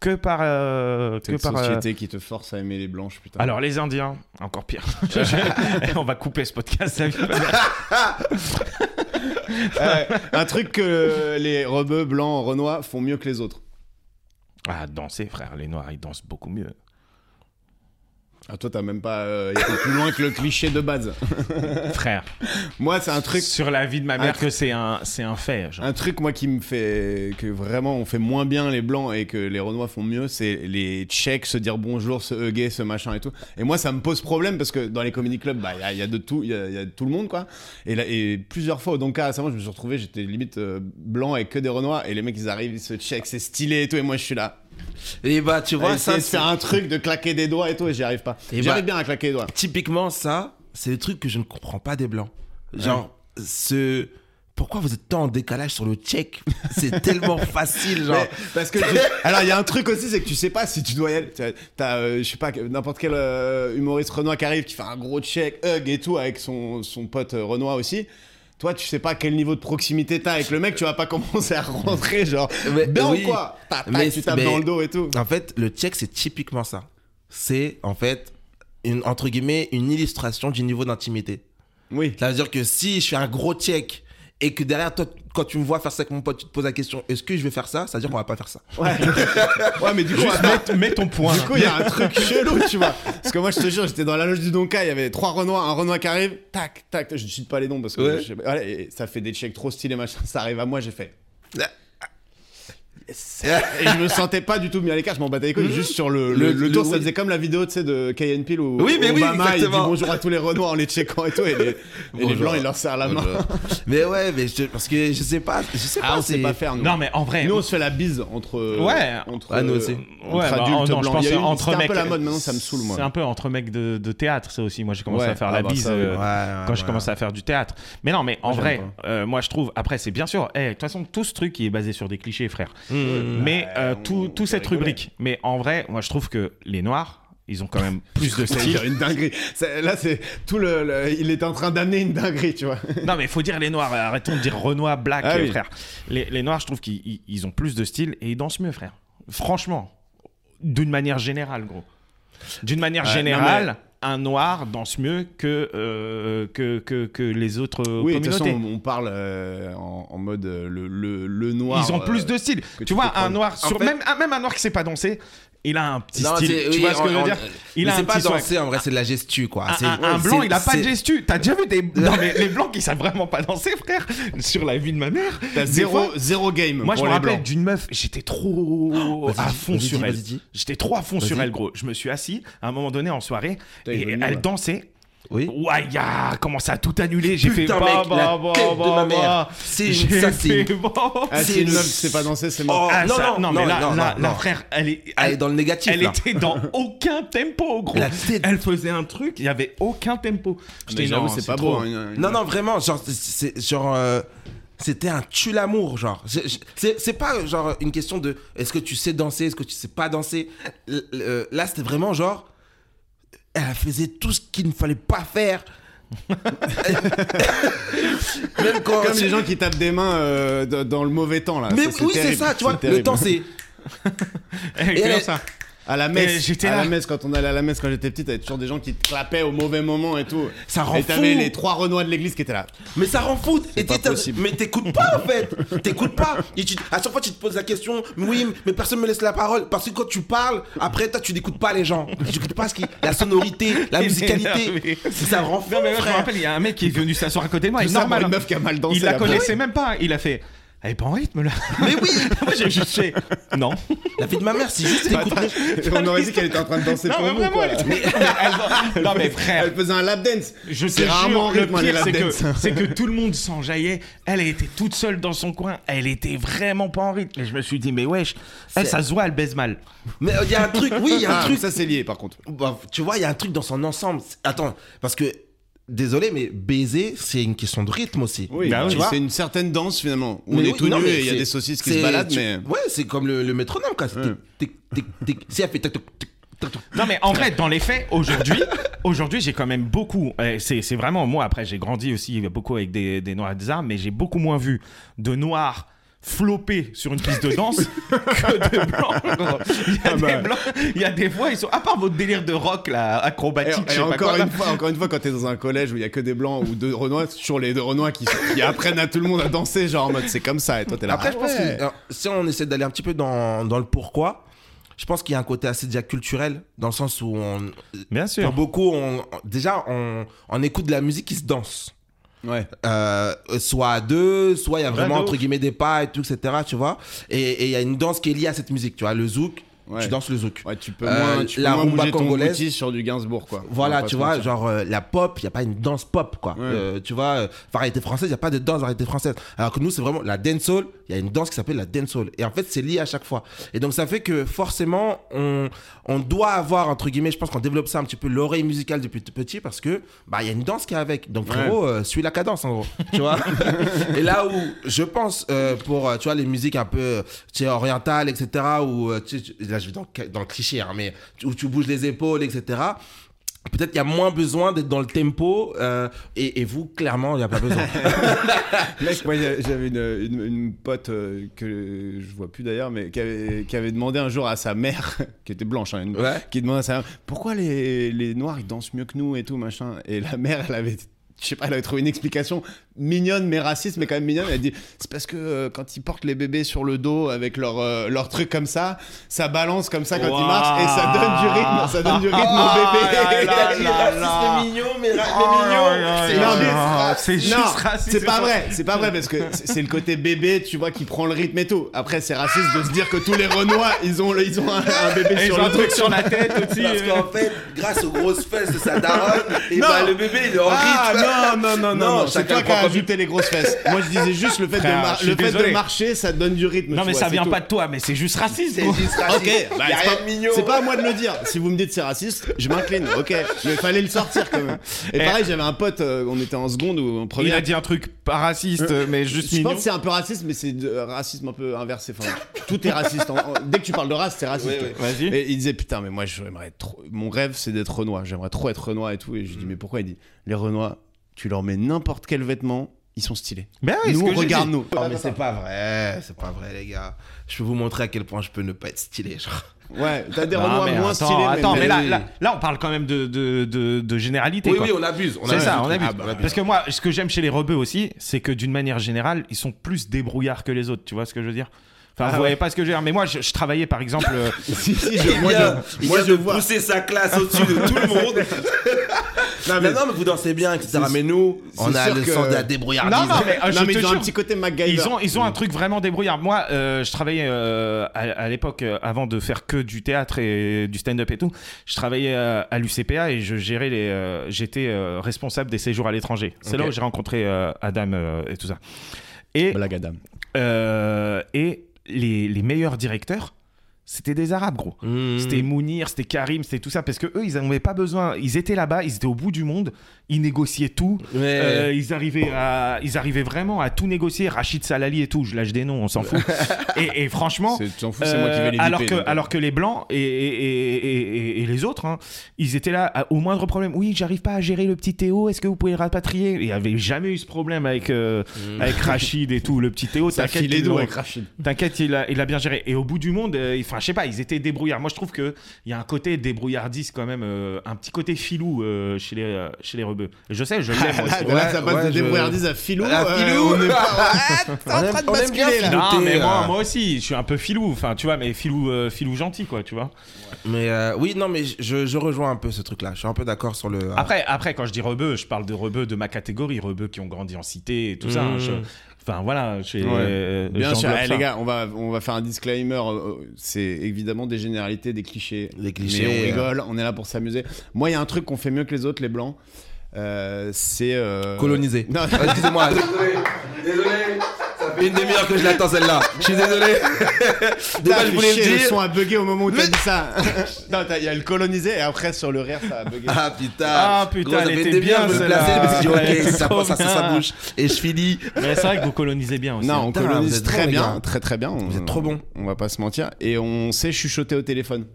que par euh, que
C'est
par
par
euh,
société qui te force à aimer les blanches, putain.
alors les Indiens, encore pire. on va couper ce podcast. ça va.
Ouais, un truc que les rebeux blancs renois font mieux que les autres.
Ah danser frère, les noirs ils dansent beaucoup mieux.
Ah, toi, t'as même pas euh, été plus loin que le cliché de base.
Frère,
Moi, c'est un truc,
sur la vie de ma mère
Un-
que c'est un c'est un fait. genre.
un truc moi qui me fait que vraiment on fait moins bien les blancs et que les renois font mieux, c'est les tchèques se dire bonjour, se huguer, ce machin et tout. Et moi, ça me pose problème parce que dans les comedy clubs, bah, il y a- il y, a de tout, il y, a- il y a de tout le monde quoi. Et, là- et plusieurs fois, donc à récemment, je me suis retrouvé, j'étais limite euh, blanc et que des renois et les mecs ils arrivent, ils se checkent, c'est stylé et tout, et moi je suis là.
Et bah,
Eh,
tu
Ouais,
vois, ça,
essayer de faire un truc de claquer des doigts et tout, et j'y arrive pas.
Et
J'arrive
bah-
bien à claquer des doigts.
typiquement, ça, c'est le truc que je ne comprends pas des blancs. Genre, ce. Pourquoi vous êtes tant en décalage sur le check C'est tellement facile, genre.
Mais- parce que je- alors il y a un truc aussi c'est que tu sais pas si tu dois y aller T'as- t'as euh, je sais pas n'importe quel euh, humoriste renois qui arrive qui fait un gros check hug et tout avec son, son pote euh, renois aussi toi tu sais pas quel niveau de proximité t'as avec le mec tu vas pas commencer à rentrer genre
Mais-
bien
oui.
ou quoi Tac, tac,
Mais-
tu tapes
mais-
dans le dos et tout
En fait, le check, c'est typiquement ça. C'est, en fait, une, entre guillemets, une illustration du niveau d'intimité.
oui
Ça veut dire que si je fais un gros check et que derrière toi, quand tu me vois faire ça avec mon pote, tu te poses la question est-ce que je vais faire ça Ça veut dire qu'on va pas faire ça.
ouais, ouais mais du coup à part-
Mets, mets ton point.
Du coup, il y a un truc chelou, tu vois. Parce que moi, je te jure, j'étais dans la loge du Donka, il y avait trois Renois, un Renois qui arrive, tac, tac, je ne cite pas les noms parce que
Ouais.
je- voilà, et ça fait des checks trop stylés, machin. Ça arrive à moi, j'ai fait. Yes. Et je me sentais pas du tout mis à l'écart, je m'en battais les couilles, juste sur le,
Mhm.
le,
Le-
le tour,
le-
ça
oui.
faisait comme la vidéo, tu sais, de Cayenne Peel où
Oui, mais oui,
Obama, il dit
exactement.
bonjour à tous les Renois en les checkant et tout, et les, et les
Bonjour.
Blancs, ils leur serrent la main.
mais ouais, mais je- parce que je sais pas. Je sais
Ah,
pas.
on sait
c'est-
pas faire, nous.
Non mais en vrai.
Nous, on se fait la bise entre.
Ouais.
entre, euh,
Ouais, nous aussi.
entre
Ouais, bah,
adultes
oh non, je
blancs.
pense
Il y a eu une-
entre
c'était
mecs.
un peu la mode, maintenant, ça me saoule, moi.
C'est un peu entre mecs de, de théâtre, ça aussi. Moi, j'ai commencé
Ouais.
à faire
Ah
la
bah
bise
ça, oui.
euh,
Ouais, ouais,
quand je
ouais.
commençais à faire du théâtre. Mais non, mais en
j'aime
vrai,
pas.
euh, moi, je trouve. Après, c'est bien sûr. eh, De toute façon, tout ce truc qui est basé sur des clichés, frère. mais euh,
Mmh. on-
tout,
on
tout
peut
cette
rigoler.
rubrique. Mais en vrai, moi, je trouve que les noirs, ils ont quand même plus de
C'est
style.
une dinguerie. C'est- Là, c'est tout le, le- Il était en train d'amener une dinguerie, tu vois.
Non, mais faut dire les noirs. Arrêtons de dire Renoir, Black,
Ah
euh,
oui.
frère. Les, les noirs, je trouve qu'ils ils- ils ont plus de style et ils dansent mieux, frère. Franchement, d'une manière générale, gros. D'une manière
Ouais,
générale,
non,
un noir danse mieux que, euh, que, que, que les autres euh,
Oui, de toute
communautés.
façon, on on parle euh, en, en mode euh, le, le, le noir. euh,
ils ont
euh,
plus de style.
que
Tu
tu
vois,
peux
un
prendre.
noir, sur,
fait-
même, ah, même un noir qui sait pas danser, il a un petit
Non,
style.
c'est-
Tu
oui,
vois ce que
on-
je veux
on-
dire Il
mais
a
c'est
un
pas
petit swag.
danser en vrai, c'est de la gestu quoi. C'est-
Un, un blanc,
c'est-
il a pas de
c'est-
gestu. T'as déjà vu des. Non, mais les blancs, ils savent vraiment pas danser, frère. Sur la vie de ma mère.
T'as
des
zéro,
fois-
zéro game.
Moi, je
pour
me
les
rappelle
blancs.
d'une meuf, j'étais trop
Oh, vas-y,
à
dis,
fond
vas-y,
sur
dis,
elle.
vas-y, dis.
J'étais trop à fond sur
Vas-y.
elle, gros. Je me suis assis à un moment donné en soirée
il est
et
venu,
elle
là.
dansait.
Oui.
Ouais, y a commencé à tout annuler. J'ai fait
Putain,
bah,
mec,
bah,
la
bah,
tête de
bah,
ma mère.
bah.
C'est une-
J'ai
ça, c'est
fait
une-
bah, bah.
Ah,
c'est
si une
une-
meuf qui sait pas danser, c'est mort.
Oh,
Ah,
non,
ça-
non,
non, mais
non,
là,
non,
là,
non,
là,
non.
frère, elle est,
Elle est dans le négatif.
elle
là.
était dans aucun tempo, gros.
La tête. Ah,
Elle faisait un truc, il y avait aucun tempo.
Mais
J'étais
j'avoue,
non,
c'est pas
trop.
beau. hein, une- une-
Non, non, vraiment, genre, c'est- c'est- genre, euh, c'était un tue l'amour, genre. Je- je- C'est c'est pas euh, genre une question de est-ce que tu sais danser, est-ce que tu sais pas danser. L- euh, Là, c'était vraiment genre, elle faisait tout ce qu'il ne fallait pas faire. Même quand.
Comme les gens qui tapent des mains euh, d- dans le mauvais temps, là.
Mais
Ça,
oui, c'est
terrible,
ça, tu vois, le
terrible.
temps c'est.
Elle
Et
était
elle-
comme ça.
À la messe,
Eh,
Et j'étais
à
là.
la messe, quand on allait à la messe quand j'étais petite, t'avais toujours des gens qui te clapaient au mauvais moment et tout.
Ça rend
Et t'avais
fou.
les trois renois de l'église qui étaient là.
Mais ça rend fou. Et
pas
t'étais-
possible.
mais t'écoutes pas en fait. T'écoutes pas. Et tu- à chaque fois, tu te poses la question. Oui, mais personne me laisse la parole. Parce que quand tu parles, après, toi, tu n'écoutes pas les gens. Tu n'écoutes pas ce qui, la sonorité, la
Il est
musicalité.
énervé.
Ça rend fou.
Non mais moi je me
frère.
rappelle, il y a un mec qui est venu s'asseoir à côté de moi,
Tout
et
ça pour
normal,
une
hein.
meuf qui a mal dansé
il la
après.
connaissait même pas, il a fait Elle est pas en rythme là.
Mais oui
Moi j'ai juste fait. Non.
La fille de ma mère, c'est juste écoute.
On aurait dit qu'elle était en train de danser
Non,
pour
mais
vous,
vraiment,
quoi.
elle était- Non, mais frère.
Elle faisait un lap dance.
Je
C'est
te
rarement en
jure, le
rythme, un
pire,
lap
c'est que,
dance.
c'est que tout le monde s'enjaillait. Elle, elle était toute seule dans son coin. Elle était vraiment pas en rythme. Et je me suis dit, mais wesh, elle,
C'est-
ça se voit, elle baise mal.
Mais il y a un truc, oui, il y a un
Ah,
truc.
Ça, c'est lié, par contre.
Bah, tu vois, il y a un truc dans son ensemble. C'est- Attends, parce que, désolé, mais baiser, c'est une question de rythme aussi.
Oui,
Bah oui.
tu
Tu
vois,
vois
c'est une certaine danse finalement. où On
Mais
est
oui,
tout
non,
nu
mais
et il y a
c'est-
des saucisses qui se
c'est-
baladent,
tu-
mais.
Ouais, c'est comme le, le métronome, quoi. C'est
Ouais.
tic, tic, tic, tic, tic. Si elle fait tac, tac, tac, tac, tac.
Non mais en vrai, dans les faits, aujourd'hui, aujourd'hui j'ai quand même beaucoup. euh, C'est c'est vraiment moi. Après, j'ai grandi aussi beaucoup avec des, des noirs et des armes, mais j'ai beaucoup moins vu de noirs flopper sur une piste de danse que de blancs. Il y a,
Ah bah.
des blancs, il y a des fois, ils sont à part votre délire de rock là,
Et,
acrobatique,
et
je sais pas
encore,
quoi, là.
une fois, encore une fois, quand t'es dans un collège où il y a que des blancs ou deux renois, c'est toujours les deux renois qui, qui apprennent à tout le monde à danser, genre en mode c'est comme ça, et toi t'es
Bah
là.
Après,
ah
je pense
ouais.
que alors, si on essaie d'aller un petit peu dans, dans le pourquoi, je pense qu'il y a un côté assez déjà culturel, dans le sens où on,
Bien
pour
sûr.
beaucoup, on, on- déjà, on, on écoute de la musique qui se danse.
Ouais.
Euh, soit à deux, soit il y a vraiment
de
entre
ouf.
guillemets des pas et tout, etc. Tu vois. Et et il y a une danse qui est liée à cette musique. Tu vois, le zouk.
Ouais.
Tu danses le zouk.
Ouais, tu peux
Euh,
moins, tu peux
la
moins
rumba
bouger ton
congolaise.
outil sur du Gainsbourg, quoi. On
Voilà,
va pas
tu
se
vois,
mentir.
genre euh, la pop, il n'y a pas une danse pop, quoi. Euh, tu vois, euh, variété française, il n'y a pas de danse variété française. Alors que nous, c'est vraiment la dancehall, il y a une danse qui s'appelle la dancehall. Et en fait, c'est lié à chaque fois. Et donc, ça fait que forcément, on, on doit avoir, entre guillemets, je pense qu'on développe ça un petit peu, l'oreille musicale depuis tout petit, parce que bah, il y a une danse qui est avec. Donc, frérot, euh, suis la cadence, en gros. Tu vois Et là où je pense, euh, pour, euh, tu vois, les musiques un peu, euh, tu sais, orientales, etc., où, euh, tu, tu- là, je vais dans, le ca- dans le cliché, hein, mais où tu bouges les épaules, etc. Peut-être qu'il y a moins besoin d'être dans le tempo. euh, et, et vous, clairement, il n'y a pas besoin.
Mec, moi j'a- j'avais une, une- une pote euh, que je vois plus d'ailleurs, mais qui avait, qui avait demandé un jour à sa mère, qui était blanche, hein, une-
Ouais.
qui demandait à sa mère pourquoi les, les noirs ils dansent mieux que nous et tout machin. Et la mère, elle avait. Je sais pas, elle avait trouvé une explication mignonne mais raciste, mais quand même mignonne. Elle dit c'est parce que euh, quand ils portent les bébés sur le dos avec leur, euh, leur truc comme ça, ça balance comme ça quand ils
Waouh.
marchent et ça donne du rythme, ça donne du rythme au bébé.
Ah là là.
mignon, mais, ra-
Ah,
Oh là
c'est
là
juste-
là. C'est juste
non,
raciste.
C'est pas vrai, c'est pas vrai parce que c'est c'est le côté bébé, tu vois, qui prend le rythme et tout. Après, c'est raciste de se dire que tous les Renois, ils ont, ils ont un, un bébé
Et
sur
j'ai un
le truc.
truc sur la tête aussi.
euh.
Parce qu'en fait, grâce aux grosses fesses de sa daronne, et
Non.
bah, le bébé, il est en rythme.
Ah non non non non,
Non,
non, c'est
chacun
toi qui as
prend comme-
ajouté les grosses fesses. Moi je disais juste le fait,
Frère,
de, mar-
je suis
le fait de
désolé.
marcher ça donne du rythme.
Non
tu
mais
vois,
ça
c'est
vient
tout.
pas de toi, mais c'est juste raciste.
C'est
gros.
juste
Ok,
raciste.
bah,
Il y a
c'est
rien
pas-
de mignon.
c'est pas à moi de le dire. Si vous me dites c'est raciste, je m'incline. Ok, mais fallait le sortir quand même. Et
Eh.
pareil, j'avais un pote, euh, on était en seconde ou en
Il
première.
a dit un truc pas raciste, mais juste
Euh, Je pense
mignon.
que c'est un peu raciste, mais c'est de euh, racisme un peu inversé. Enfin, tout est raciste. En- en- dès que tu parles de race, c'est raciste.
Ouais, ouais.
Vas-y.
Et il disait putain, mais moi j'aimerais trop. Mon rêve, c'est d'être Renoir. J'aimerais trop être Renoir et tout. Et je lui dis mais pourquoi Il dit les Renois, tu leur mets n'importe quel vêtement, ils sont stylés.
Ben oui, ce
nous
que j'ai dit.
regarde nous.
Non, mais c'est pas vrai, c'est pas vrai, les gars. Je peux vous montrer à quel point je peux ne pas être stylé. Genre.
Ouais, t'as des
Non,
Renois
mais
moins
attends,
stylés.
Attends, mais,
mais
là,
oui.
là, là, on parle quand même de, de, de, de généralité.
Oui,
quoi.
oui, on abuse. on
C'est
abuse
ça,
du
on
truc.
abuse.
Ah, bah, on abuse.
Parce que moi, ce que j'aime chez les rebeux aussi, c'est que d'une manière générale, ils sont plus débrouillards que les autres. Tu vois ce que je veux dire
Ah
Enfin, vous voyez pas ce que je veux dire. Mais moi, je, je travaillais par exemple. euh,
si, si,
Il
je, moi
vient-
je,
il
moi,
vient
je
de
vois.
pousser sa classe au-dessus de tout le monde. non, mais... non, mais vous dansez bien, etc.
Ah, C'est-
Mais nous,
c'est
on a
sûr
le
que-
sens de la débrouillardise.
Non, non, mais, euh, je
non mais
te
ils ont un
jure.
petit côté MacGyver.
Ils ont, ils ont un truc vraiment débrouillard. Moi, euh, je travaillais euh, à, à l'époque, euh, avant de faire que du théâtre et du stand-up et tout, je travaillais euh, à l'UCPA et je gérais les. euh, J'étais euh, responsable des séjours à l'étranger. C'est
Ok.
là où j'ai rencontré euh, Adam euh, et tout ça. Et,
Blague Adam.
euh, et les, les meilleurs directeurs, c'était des Arabes, gros.
Mmh.
C'était Mounir, c'était Karim, c'était tout ça, parce que eux, ils n'avaient pas besoin. Ils étaient là-bas, ils étaient au bout du monde, ils négociaient tout.
Ouais.
Euh, ils, arrivaient à, ils arrivaient vraiment à tout négocier. Rachid Salali et tout, je lâche des noms, on s'en fout. et, et franchement. euh,
C'est- tu t'en fous, c'est moi qui vais les
Oh, alors,
viper,
que,
donc.
alors que les blancs et, et- et- et- et les autres, hein, ils étaient là à- au moindre problème. Oui, j'arrive pas à gérer le petit Théo, est-ce que vous pouvez le rapatrier Il n'y avait jamais eu ce problème avec, euh,
Mm.
avec Rachid et tout. Le petit Théo,
T'as
t'inquiète,
filé
il
d'eau
doit-
avec Rachid.
T'inquiète, il a, il a bien géré. Et au bout du monde, euh, enfin, je sais pas, ils étaient débrouillards. Moi, je trouve qu'il y a un côté débrouillardiste quand même, euh, un petit côté filou euh, chez, les, euh, chez les rebeux. Et je sais, je l'aime
Ah,
aussi.
de là,
Ouais,
ça passe
ouais,
de
je-
débrouillardise à filou.
Ah,
À
euh,
Ah, filou.
on est pas...
On
ouais, t'es en
aime-
train de
on aime bien
basculer là.
filou.
Non, mais
Côté,
moi,
euh,
moi aussi, je suis un peu filou, enfin, tu vois, mais filou, euh, filou gentil, quoi, tu vois.
Mais euh, oui, non, mais je, je rejoins un peu ce truc-là. Je suis un peu d'accord sur le.
Ah.
Après, après, quand je dis rebeu, je parle de rebeu de ma catégorie, rebeux qui ont grandi en cité et tout ça. hein.
Mmh.
Je- Enfin voilà, chez
Mm. Ouais.
euh,
Bien sûr,
j'englobe
Eh,
ça.
les gars, on va, on va faire un disclaimer. euh, C'est évidemment des généralités, des clichés.
Des clichés,
Mais on
hein.
euh.
rigole, on est là pour s'amuser. Moi, il y a un truc qu'on fait mieux que les autres, les blancs. euh, c'est. euh,
Colonisé.
Non,
Ah, Excusez-moi. Désolé. Désolé. Ça fait une demi-heure que je l'attends celle-là. Je suis désolé. Déjà,
Putain,
je voulais
chier,
le
le
dire.
son a bugué au moment où t'as
Mais-
dit ça. non, t'as- il y a le colonisé et après sur le rire ça a bugué.
Ah putain.
Ah, putain,
Gros, ça fait
elle
une
était
demi-heure
bien,
que je me
celle-là.
plaçais. Je me suis dit,
Elle
ok, ça
était
prend ça,
trop
ça, ça
bien.
bouge. Et je finis.
Mais c'est vrai que vous colonisez bien aussi.
non, on
Putain, vous
colonise
êtes
très
bons, les
bien,
gars.
très très bien.
Vous
on-
êtes trop bon.
On va pas se mentir et on sait chuchoter au téléphone.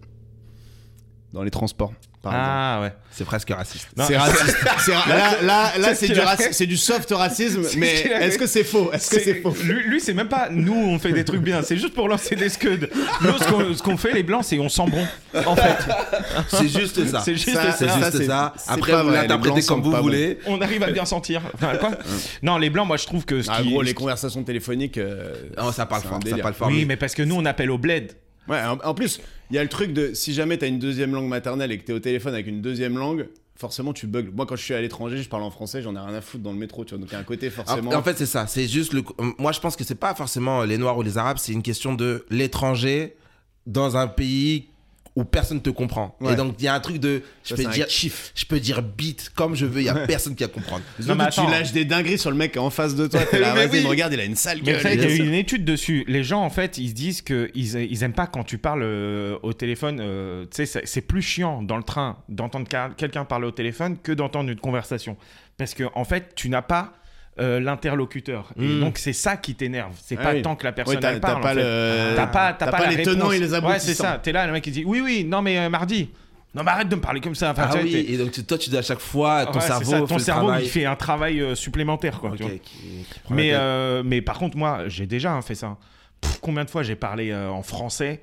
Dans les transports, par exemple.
Ah ouais.
C'est presque raciste.
Non.
C'est raciste. C'est ra- là, là, là,
C'est ce
c'est
qu'il
du,
a
raci-
fait.
c'est du soft racisme,
C'est ce
mais
qu'il a fait.
est-ce que c'est faux Est-ce que c'est faux
Lui, lui, c'est même pas nous, on fait des trucs bien, c'est juste pour lancer des scuds. Nous, ce qu'on ce qu'on fait, les blancs, c'est on sent bon, en fait.
C'est juste ça.
C'est juste
Ah, Ça,
ça.
C'est juste
c'est-
ça.
c'est
Après,
pas
vous
vrai, les
l'interprétez
blancs sont
comme vous
pas bons.
voulez.
On arrive à bien sentir. Enfin, quoi Non, les blancs, moi, je trouve que ce
Ah,
qui.
gros, les conversations téléphoniques. euh,
Non, ça parle
c'est un
fort. Ça
délire.
parle fort.
Oui,
mais-
mais parce que nous, on appelle au bled.
Ouais, en, en plus, il y a le truc de si jamais t'as une deuxième langue maternelle et que t'es au téléphone avec une deuxième langue, forcément tu bugs. Moi, quand je suis à l'étranger, je parle en français, j'en ai rien à foutre dans le métro, tu vois. Donc, il y a un côté
En,
forcément.
en fait, c'est ça. C'est juste le. Moi, je pense que c'est pas forcément les Noirs ou les Arabes. C'est une question de l'étranger dans un pays où personne te comprend.
Ouais.
Et donc, il y a un truc de. Je
Ça,
peux
c'est un
dire.
kiff.
Je peux dire bite comme je veux. Il y a personne qui va comprendre.
Surtout,
mais
tu
attends.
lâches des dingueries sur le mec en face de toi. T'es là,
Mais
vas-y,
oui.
me regarde, il a une sale
Mais
gueule.
vous savez
bien
qu'il y a
sûr.
eu une étude dessus. Les gens, en fait, ils se disent qu'ils ils aiment pas quand tu parles euh, au téléphone. euh, tu sais, c'est- c'est plus chiant dans le train d'entendre ca- quelqu'un parler au téléphone que d'entendre une conversation. Parce que, en fait, tu n'as pas euh, l'interlocuteur. Et
Mm.
donc, c'est ça qui t'énerve. C'est
Hmm. Ah
pas
oui.
tant que la personne
Ouais, t'as-
elle
t'as
parle. en
pas
fait.
le-
T'as pas,
t'as pas
la
les tenants
réponse.
et les
Ouais, c'est
aboutissants.
ça. T'es là, le mec, il dit Oui, oui, non, mais euh, mardi. Non, mais arrête de me parler comme ça. Enfin,
Ah
tu vois,
oui.
t'es-
Et donc, tu- toi, tu dois à chaque fois ton
Ouais, c'est ça.
cerveau. fait
ton
le
cerveau,
travail.
il fait un travail euh, supplémentaire. Quoi,
Ok,
tu vois.
qui- qui prend la
Mais,
tête.
euh, mais par contre, moi, j'ai déjà hein, fait ça. Pff, combien de fois j'ai parlé euh, en français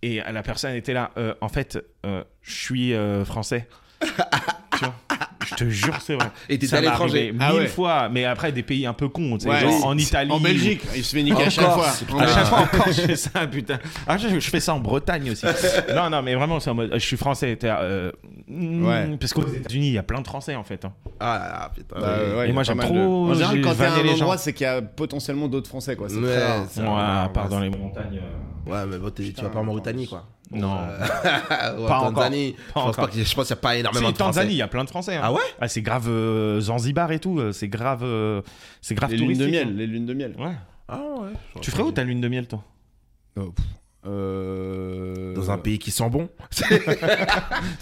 et la personne était là. euh, en fait, euh, je suis euh, français. tu vois Je te jure, c'est vrai.
Et t'étais
Ça
à
m'est
l'étranger.
arrivé
Ah
mille
ouais.
fois, mais après des pays un peu cons, tu sais,
Ouais,
genre
c'est-
en Italie.
En Belgique, il se fait niquer à chaque
Encore,
fois. Ah,
c'est-
En
À
Belgique.
chaque fois encore, je fais ça, putain. Ah, je, je fais ça en Bretagne aussi. non, non, mais vraiment, c'est en mode, je suis français. t'es, euh, mm,
Ouais.
Parce qu'aux États-Unis, il y a plein de Français en fait. hein.
Ah là là, putain.
Bah, ouais, il y a
moi,
pas
j'aime
mal
trop,
de- En général,
j'ai
quand t'es à
vanné
un
les
endroit,
gens.
c'est qu'il y a potentiellement d'autres Français, quoi. C'est
Ouais,
très rare.
c'est-
Ouais, à part
ouais,
dans les montagnes. euh,
Ouais, mais bon, t'es- tu vas pas en Mauritanie, quoi.
Non.
Ah, Ou en
Pas encore.
Tanzanie.
Pas
je pense pas
encore.
qu'il y a- je pense qu'il y a pas énormément
Si,
de Français.
Tanzanie, il y a plein de Français. hein.
Ah ouais
Ah, c'est grave euh, Zanzibar et tout. euh, C'est grave, euh, c'est grave
Les lunes de
touristique,
miel, les lunes de miel.
hein. Ouais.
Ah ouais.
Tu ferais où ta lune de miel, toi
Euh,
Dans un pays qui sent bon.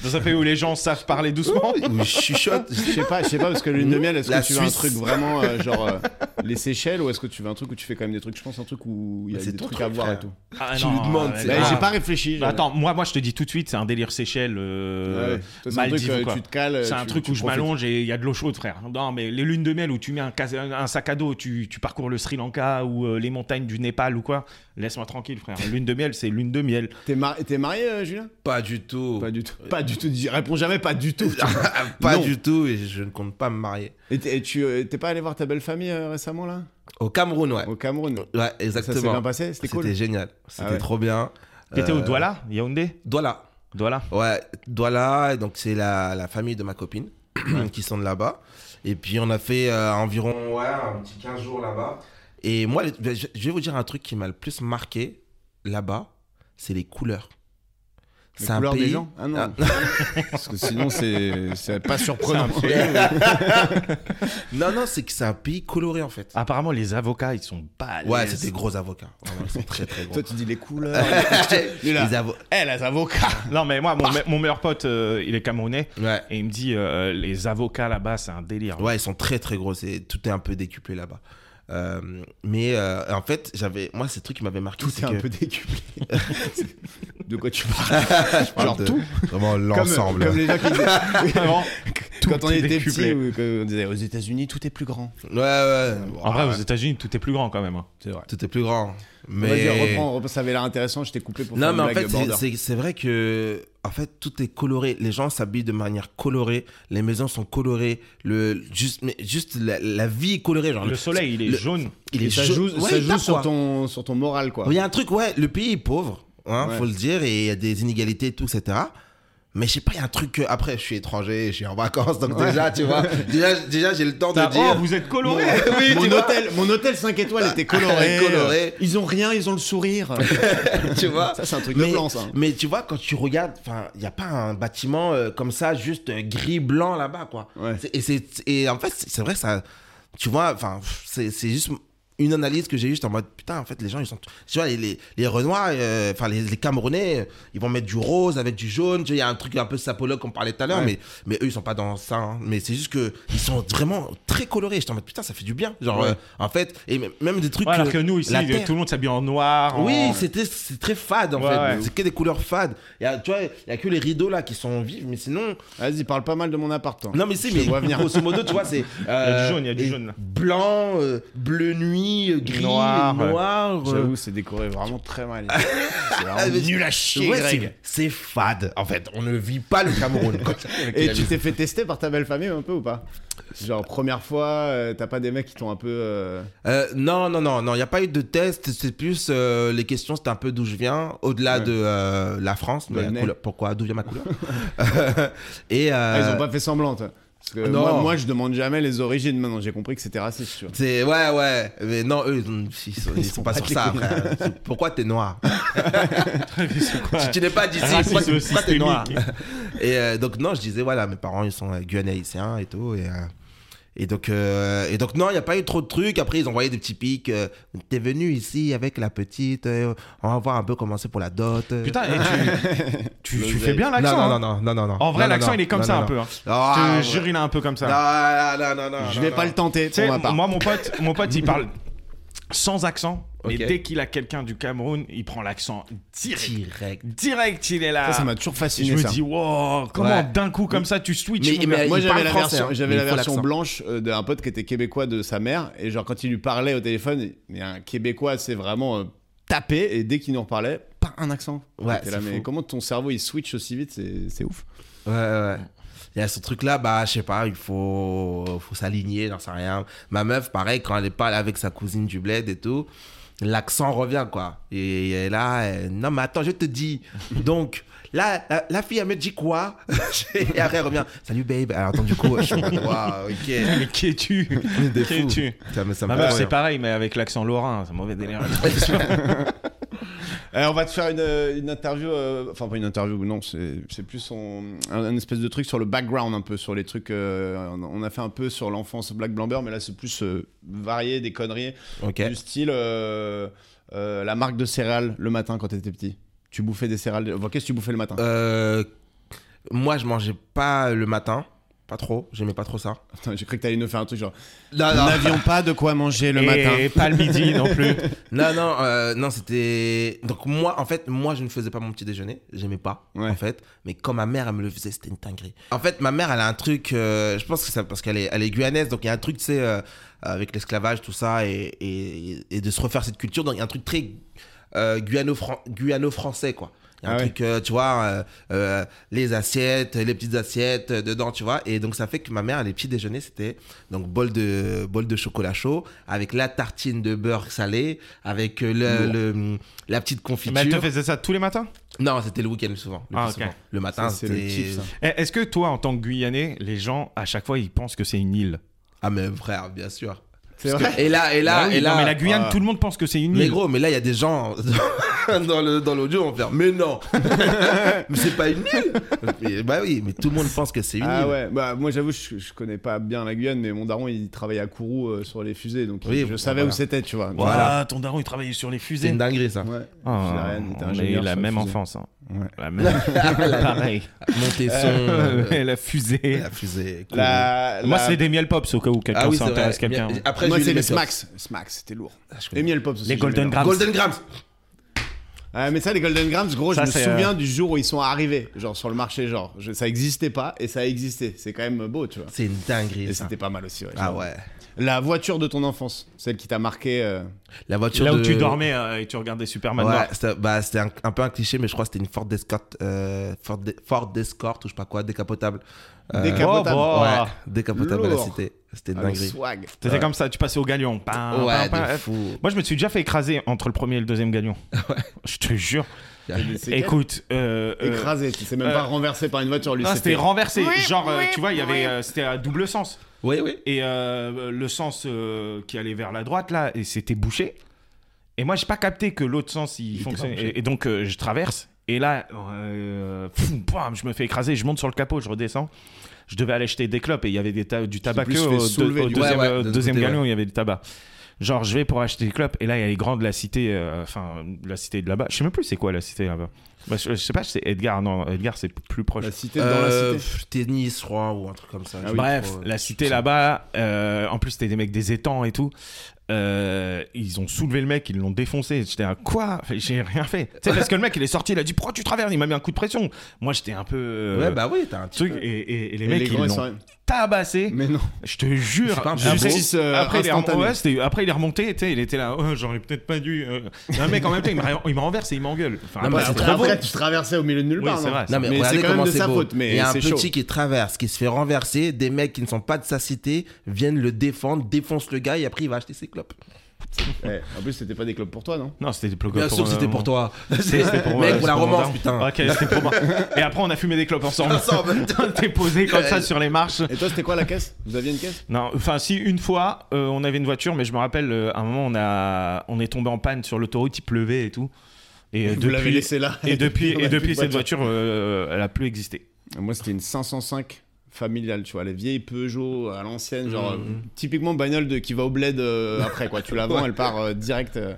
Dans un pays où les gens savent parler doucement.
Ou je chuchote.
Je sais pas, je sais pas parce que lune de miel, est-ce
La
que tu veux un
Suisse.
truc vraiment euh, genre euh, les Seychelles ou est-ce que tu veux un truc où tu fais quand même des trucs Je pense un truc où il y a
Mais
des
c'est
trucs
ton
à
truc,
voir
frère.
et tout.
Ah,
Tu
non,
lui demandes,
ouais,
c'est-
ouais.
Bah,
Ah.
J'ai pas réfléchi.
Bah,
j'avais-
attends, moi, moi, je te dis tout de suite, c'est un délire Seychelles,
Ouais,
euh,
ouais. Toi, c'est un truc,
Maldives
euh,
ou quoi.
tu te cales.
C'est un
tu-
truc
tu
où je
profites.
m'allonge et il y a de l'eau chaude, frère. Non, mais les lunes de miel où tu mets un, cas- un sac à dos, tu, tu parcours le Sri Lanka ou euh, les montagnes du Népal ou quoi. Laisse-moi tranquille, frère. Lune de miel, c'est lune de miel.
T'es mar- t'es marié, euh, Julien
Pas du tout.
Pas du tout. Pas du tout. dis- Réponds jamais pas du tout. tu vois.
Pas
Non.
du tout. Et je ne compte pas me marier.
Et t'es- et tu euh, t'es pas allé voir ta belle famille euh, récemment là
Au Cameroun, ouais.
Au Cameroun.
Ouais,
Ça
exactement.
s'est bien passé, c'était
C'était
cool.
génial. C'était
ouais.
trop bien.
T'étais
Euh,
au Douala, Yaoundé
Douala.
Douala.
Ouais, Douala. et Donc, c'est la, la famille de ma copine qui sont de là-bas. Et puis, on a fait euh, environ ouais, un petit 15 jours là-bas. Et moi, les- je je vais vous dire un truc qui m'a le plus marqué là-bas c'est les couleurs.
Les
C'est un
couleurs
pays.
des gens Ah non. Parce que sinon c'est c'est pas surprenant.
Non, non, c'est que c'est un pays coloré en
Ah,
fait.
Apparemment, les avocats, ils sont balèzes.
ouais, c'est des gros avocats. Vraiment, ils sont très très gros.
Toi tu dis les couleurs. Lui, là.
Les avo-
Eh les avocats.
Non, mais
Bah.
moi, mon, me- mon meilleur pote, euh, il est camerounais.
Ouais.
Et il me dit, euh, les avocats là-bas, c'est un délire.
Ah Ouais, ils sont très très gros. C'est tout est un peu décuplé là-bas. Euh, mais euh, en fait, j'avais moi, c'est le truc qui m'avait marqué,
Tout
c'est
est un
que
peu décuplé. de quoi tu parles
je parle
genre
de-
tout.
vraiment l'ensemble.
Comme, comme les gens qui disaient.
Vraiment.
quand on
est
était
décuplé.
petit, oui, quand on disait aux États-Unis, tout est plus grand. Ah,
Ouais, ouais.
En vrai, aux États-Unis, tout est plus grand quand même. hein.
C'est vrai.
tout est plus grand.
Mais... Vas-y,
Mais
reprends, reprends, ça avait l'air intéressant, je t'ai coupé pour
non,
faire
mais en
une blague
fait,
border.
c'est- c'est c'est vrai que en fait tout est coloré. Les gens s'habillent de manière colorée. Les maisons sont colorées. Le juste, mais juste la, la vie est colorée. Genre
Le soleil, il est
le-
jaune.
Il
Et
est
ça
jaune.
joue,
Ouais,
ça
il
joue
tape,
sur,
quoi.
ton, sur ton moral, quoi.
Il y a un truc, ouais, le pays est pauvre, hein,
Ouais.
faut le dire, et il y a des inégalités et tout, etc. Mais je sais pas, il y a un truc que- après, je suis étranger, je suis en vacances, donc déjà, tu vois, déjà, déjà j'ai le temps de
T'as-
dire.
Oh, vous êtes
Mon-
coloré
oui,
mon,
tu vois.
hôtel, mon hôtel 5 étoiles était coloré.
Coloré.
Ils ont rien, ils ont le sourire.
tu vois.
Ça, c'est un truc de
mais,
blanc, ça. hein.
mais tu vois, quand tu regardes, enfin, il n'y a pas un bâtiment euh, comme ça, juste euh, gris-blanc là-bas, quoi.
Ouais.
C'est- Et, c'est, et en fait, c'est c'est vrai, ça. Tu vois, enfin, pff, c'est, c'est juste une analyse que j'ai juste en mode putain, en fait, les gens, ils sont. Tu vois, les, les, les Renois, euh, enfin, les, les Camerounais, euh, ils vont mettre du rose avec du jaune. Tu vois, il y a un truc un peu sapologue qu'on parlait tout à l'heure,
Ouais.
mais, mais eux, ils sont pas dans ça. hein. Mais c'est juste que ils sont vraiment très colorés. J'étais en mode putain, ça fait du bien. Genre,
Ouais.
euh, en fait, et même- même des trucs.
Ouais, alors que nous ici,
la
le-
terre-
tout le monde s'habille en noir. en-
oui, c'était c'est très fade en
Ouais,
fait.
ouais.
C'est que des couleurs fades. Il y a, tu vois, il y a que les rideaux là qui sont vives, mais sinon.
Vas-y, parle pas mal de mon appart. toi.
Non mais c'est
Je
mais
te vois venir.
grosso modo, tu vois, c'est.
a
euh,
du jaune, il y a du
et
jaune, là.
Blanc, euh, bleu nuit, euh, gris,
Noir,
noir.
ouais.
euh,
J'avoue, c'est décoré vraiment très mal. C'est
ah,
vraiment
mais-
nul à chier,
Ouais,
Greg.
c'est- C'est fade en fait. On ne vit pas le Cameroun. quoi.
Et tu t'es fait tester par ta belle famille un peu ou pas Genre première fois, euh, t'as pas des mecs qui t'ont un peu euh,
Euh, non, non, non, non, il n'y a pas eu de test. C'est plus euh, les questions, c'était un peu d'où je viens, au-delà
Ouais.
de euh, la France.
De
mais
le
la
nez.
couleur- pourquoi D'où vient ma couleur Et
ah,
euh, ah,
ils ont pas fait semblant. toi. Parce que
non.
moi, moi, je demande jamais les origines. Maintenant, j'ai compris que c'était raciste. Tu vois.
C'est ouais ouais mais non eux ils, ont- ils sont, ils
Ils
sont
sont
pas,
pas
sur
de
ça
les
frère. C'est- pourquoi t'es noir
Ah. C'est quoi
si tu n'es pas d'ici
Racisme
pourquoi, pourquoi t'es
systémique.
noir et euh, donc non je disais voilà mes parents ils sont euh, guyanais haïtiens et tout et, euh, et donc euh, et donc non il y a pas eu trop de trucs après ils envoyaient des petits pics euh, t'es venu ici avec la petite euh, on va voir un peu comment c'est pour la dot euh.
Putain, et tu, tu, tu fais bien
non
l'accent.
non,
hein.
non non non non non
En vrai,
Non, non,
l'accent,
non.
il est comme
Non,
ça
non,
un
non.
peu. hein.
Ah,
je te
ouais.
jure, il est un peu comme ça.
non non non Ah, non
je
non,
vais
non.
pas le tenter.
Tu sais,
Pour ma part.
moi, mon pote, mon pote, il parle sans accent. Mais
Ok.
dès qu'il a quelqu'un du Cameroun, il prend l'accent direct.
direct
Direct, il est là.
ça, ça m'a toujours
Et
fasciné.
je me
ça.
dis, wow, comment
Ouais.
d'un coup comme ça tu switches
Mais-
mon
mais-
gars.
il
Moi j'avais
parle
la
français,
version,
hein,
j'avais
mais
la
il faut
version
l'accent.
blanche euh, d'un pote qui était québécois de sa mère et genre quand il lui parlait au téléphone, mais un québécois c'est vraiment euh, tapé et dès qu'il nous reparlait, pas un accent.
Ouais,
T'es là,
c'est
mais
fou.
comment ton cerveau il switch aussi vite, c'est, c'est ouf.
Ouais, ouais. Il y a ce truc-là, bah, je sais pas, il faut, faut s'aligner, j'en sais rien. Ma meuf, pareil, quand elle parle avec sa cousine du bled et tout, l'accent revient, quoi. Et elle est là, elle, non, mais attends, je te dis. Donc, là, la, la fille, elle me dit quoi Et après, elle revient, salut, babe. Alors, attends, du coup, je suis en mode, waouh, ok.
Mais qui es-tu
Des
Qui
fous.
es-tu
Ça me, ça me
Ma
fait
meuf,
rire.
c'est pareil, mais avec l'accent lorrain, c'est mauvais délire.
Euh, on va te faire une, euh, une interview, euh, enfin pas une interview, non, c'est, c'est plus on- un, un espèce de truc sur le background un peu, sur les trucs. euh, on a fait un peu sur l'enfance Black Blamber, mais là c'est plus euh, varié, des conneries,
Ok.
du style euh, euh, la marque de céréales le matin quand t'étais petit. Tu bouffais des céréales. enfin, Qu'est-ce que tu bouffais le matin
Euh, moi, je mangeais pas le matin. Pas trop, j'aimais pas trop ça.
Putain, J'ai cru que t'allais nous faire un truc genre.
Non,
Nous n'avions pas de quoi manger le matin.
Et pas le midi non plus.
Non, non, euh, non, c'était. Donc, moi, en fait, moi, je ne faisais pas mon petit déjeuner. J'aimais pas,
Ouais.
en fait. Mais quand ma mère, elle me le faisait, c'était une dinguerie. En fait, ma mère, elle a un truc. euh, je pense que c'est parce qu'elle est, elle est guyanaise. Donc, il y a un truc, tu sais, euh, avec l'esclavage, tout ça, et, et, et de se refaire cette culture. Donc, il y a un truc très euh, guyano-fran- guyano-français, quoi. Il y a un
Ah ouais.
truc, euh, tu vois, euh, euh, les assiettes, les petites assiettes euh, dedans, tu vois. Et donc, ça fait que ma mère, les petits déjeuners, c'était donc bol de, bol de chocolat chaud avec la tartine de beurre salé, avec euh, le, le- la petite
Mais elle te
confiture.
faisait ça tous les matins
Non, c'était le week-end souvent. Le,
Ah,
plus
ok.
souvent. le matin,
Ça, c'est le
c'était.
kiff, ça.
Eh, Est-ce que toi, en tant que Guyanais, les gens, à chaque fois, ils pensent que c'est une île
Ah, mais frère, bien sûr.
C'est
Parce que-
vrai.
Et là, et là,
Ah oui,
et là.
non, mais la Guyane,
ah.
tout le monde pense que c'est une
Mais
île.
gros, mais là, il y a des gens dans le dans l'audio, on va faire. Mais non, mais c'est pas une île. Mais- bah oui, mais tout le monde pense que c'est une
Ah
île.
ouais, bah moi j'avoue, je, je connais pas bien la Guyane, mais mon daron il travaillait à Kourou euh, sur les fusées, donc
Oui,
je
bon,
savais
voilà.
où c'était, tu vois. Donc,
Voilà.
Ah, ton daron, il travaillait sur les
C'est
fusées.
une dinguerie ça.
Ouais.
Ah,
Fusarienne, il était
on a eu
ingénieur
la
sur les
même
fusées.
enfance. hein.
Ouais.
La même. Pareil.
Monter son,
Euh, la fusée.
la fusée. cool.
La-
Moi,
la-
c'est des miel pops au cas où quelqu'un
Ah oui, c'est vrai.
s'intéresse quelqu'un.
Mais Après,
Moi
j'ai eu
c'est
les
les
Mets Pops.
Smacks. Smacks, c'était lourd.
Ah, je
Les
connais.
miel pops aussi.
Les Golden
j'aimais bien.
Grams.
Golden Grams.
Ah, mais ça, les Golden Grams, gros,
Ça,
je me
c'est, euh,
souviens du jour où ils sont arrivés, genre sur le marché, genre je- ça existait pas et ça a existé. C'est quand même beau, tu vois.
C'est une
Et
dinguerie. ça.
c'était pas mal aussi. Ouais,
Ah ouais.
La voiture de ton enfance, celle qui t'a marqué. euh,
La voiture.
Là où
de-
tu dormais euh, et tu regardais Superman
Ouais,
Noir.
c'était bah, c'était un, un peu un cliché, mais je crois que c'était une Ford Escort, euh, Ford, Ford Escort ou je sais pas quoi, décapotable. Euh,
Décapotable.
oh, oh.
ouais, décapotable à la
Lourd.
cité. C'était une
avec
dinguerie.
ah,
Ah,
swag.
C'était comme ça, tu passais au galion. Pam,
Ouais,
pam, pam.
de fou.
Moi, je me suis déjà fait écraser entre le premier et le deuxième galion. Je te jure.
des séquelles.
Écoute, euh, euh,
Écrasé, c'est même pas
euh,
renversé par une voiture, lui.
non,
c'était-
c'était renversé.
Oui,
Genre, euh,
oui,
tu vois, il y avait,
oui.
euh, c'était à double sens.
Oui, oui.
Et euh, le sens euh, qui allait vers la droite, là, et c'était bouché. Et moi, j'ai pas capté que l'autre sens, il,
était
fonctionne.
pas bouché.
Et, et donc, euh, je traverse. Et là, euh, pfff, bam, je me fais écraser, je monte sur le capot, je redescends. Je devais aller acheter des clopes et il y avait des ta- du tabac
plus
que
fait
au, deux-
soulever
au
du-
deuxième,
Ouais, ouais,
euh,
de ce
deuxième
côté,
galion, il y avait du tabac. Genre, je vais pour acheter des clopes et là, il y a les grands de la cité, euh, enfin, la cité de là-bas. Je sais même plus c'est quoi la cité là-bas. Bah, je, je sais pas, c'est Edgar, non, Edgar, c'est plus proche.
La cité dans la
Euh,
cité.
pff, Tennis, je crois, ou un truc comme ça.
Ah
Je sais
oui.
Bref,
pas trop.
la cité là-bas, euh, en plus c'était des mecs des étangs et tout. Euh, ils ont soulevé le mec, ils l'ont défoncé. J'étais à quoi Enfin, J'ai rien fait. Tu sais, parce que le mec il est sorti, il a dit pourquoi tu traverses Il m'a mis un coup de pression. Moi j'étais un peu euh,
Ouais, bah oui, t'as un petit
truc et,
peu.
et- et les
Et
mecs
les
ils
grands, ils
l'ont
sont-
tabassé.
Mais non.
Je te jure.
C'est pas un
Après-
justice, euh,
après, il est rem-
instantanée.
ouais, c'était- après, il est remonté. tu sais, Il était là. Oh, J'aurais peut-être pas dû. euh. Et Un mec en même temps il me ra- il me renverse et il m'engueule. Enfin,
Non, mais
après,
c'est
c'était
très
bravo.
Après, tu traversais au milieu de nulle
Oui,
part.
c'est vrai,
Non, mais,
Mais
regardez
c'est quand
comment
même de
c'est
sa
beau.
faute, mais
Il y a un
c'est
petit
chaud.
qui traverse, qui se fait renverser, des mecs qui ne sont pas de sa cité viennent le défendre, défoncent le gars et après il va acheter ses clopes.
Ouais, Eh, En plus, c'était pas des clubs pour toi, non
Non, c'était des blocs
Bien
pour,
sûr,
euh,
c'était pour toi.
C'était pour moi,
Mec,
c'était
pour la
pour mon
romance,
daron.
putain.
Ok, c'était pour moi. Et après, on a fumé des clopes ensemble.
Ensemble.
On était posé comme
Euh,
ça sur les marches.
Et toi, c'était quoi la caisse Vous aviez une caisse
Non, enfin, si une fois, euh, on avait une voiture, mais je me rappelle, euh, à un moment, on, a... on est tombé en panne sur l'autoroute, il pleuvait et tout. Et euh,
Vous
depuis-
l'avez laissé là.
Et depuis,
On
et
a plus
depuis
de
cette voiture, euh, elle a plus existé.
Moi, c'était une 505 familiale, tu vois, les vieilles Peugeot à l'ancienne, genre
Mmh.
euh, typiquement bagnole de, qui va au bled euh, après, quoi. Tu la vends, elle part euh, direct. euh,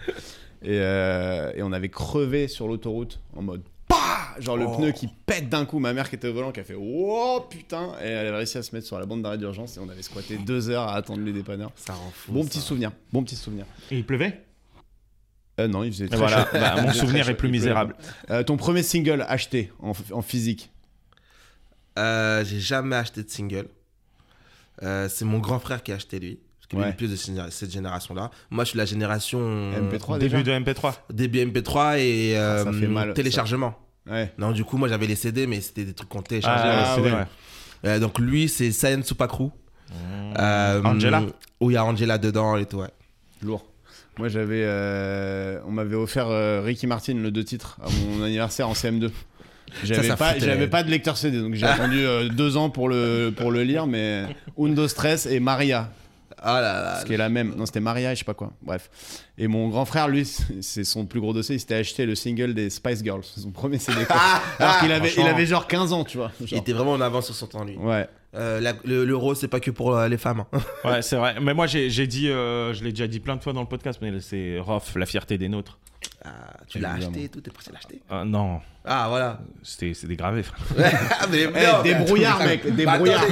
et, euh, et on avait crevé sur l'autoroute en mode PAH
Oh.
Genre le pneu qui pète d'un coup. Ma mère qui était au volant qui a fait Oh putain Et elle avait réussi à se mettre sur la bande d'arrêt d'urgence et on avait squatté deux heures à attendre les dépanneurs.
Ça rend fou.
Bon
ça.
petit souvenir, bon petit souvenir.
Et il pleuvait
Euh, non, il faisait très
Voilà,
chaud.
bah,
Il
mon
faisait
souvenir
très
est
chaud,
plus
il pleuvait.
misérable.
Euh, ton premier single acheté en, en physique
Euh, J'ai jamais acheté de single. Euh, c'est mon grand frère qui a acheté lui. Parce qu'il
Ouais.
est le plus de cette cette génération-là. Moi, je suis la génération. euh,
MP3 déjà
Début de MP3.
Début MP3 et
Ah, ça
euh,
fait mal, ça.
téléchargement.
Ouais.
Non, du coup, moi j'avais les CD, mais c'était des trucs qu'on téléchargeait.
Ah,
Ah,
c'est
ouais. Mmh.
vrai.
Euh, donc lui, c'est Sayan Supakru. Euh,
Angela.
Où il y a Angela dedans et tout, ouais.
Lourd. Moi, j'avais. euh, on m'avait offert euh, Ricky Martin, le deux titres, à mon anniversaire en CM2. J'avais
ça
pas,
foutait
j'avais
la-
pas de lecteur CD, donc j'ai attendu euh, deux ans pour le, pour le lire, mais Undo Stress et Maria,
Ah là là.
ce qui est la même. Non, c'était Maria et je sais pas quoi. Bref. Et mon grand frère, lui, c'est c'est son plus gros dossier, il s'était acheté le single des Spice Girls, son premier CD. quoi. Alors qu'il avait, il
Franchement.
avait genre 15 ans, tu vois.
Il
genre.
était vraiment en avance sur son temps, lui.
Ouais.
Euh, la- le, le rose, c'est pas que pour euh, les femmes. hein.
Ouais, c'est vrai. Mais moi, j'ai j'ai dit, euh, je l'ai déjà dit plein de fois dans le podcast, mais c'est Rof, la fierté des nôtres.
Ah, tu l'as
Évidemment.
acheté et tout, t'es pressé à l'acheter.
Ah, non,
Ah, voilà.
c'était c'était gravé. frère.
Ah, mais
Eh, débrouillard, mec, débrouillard.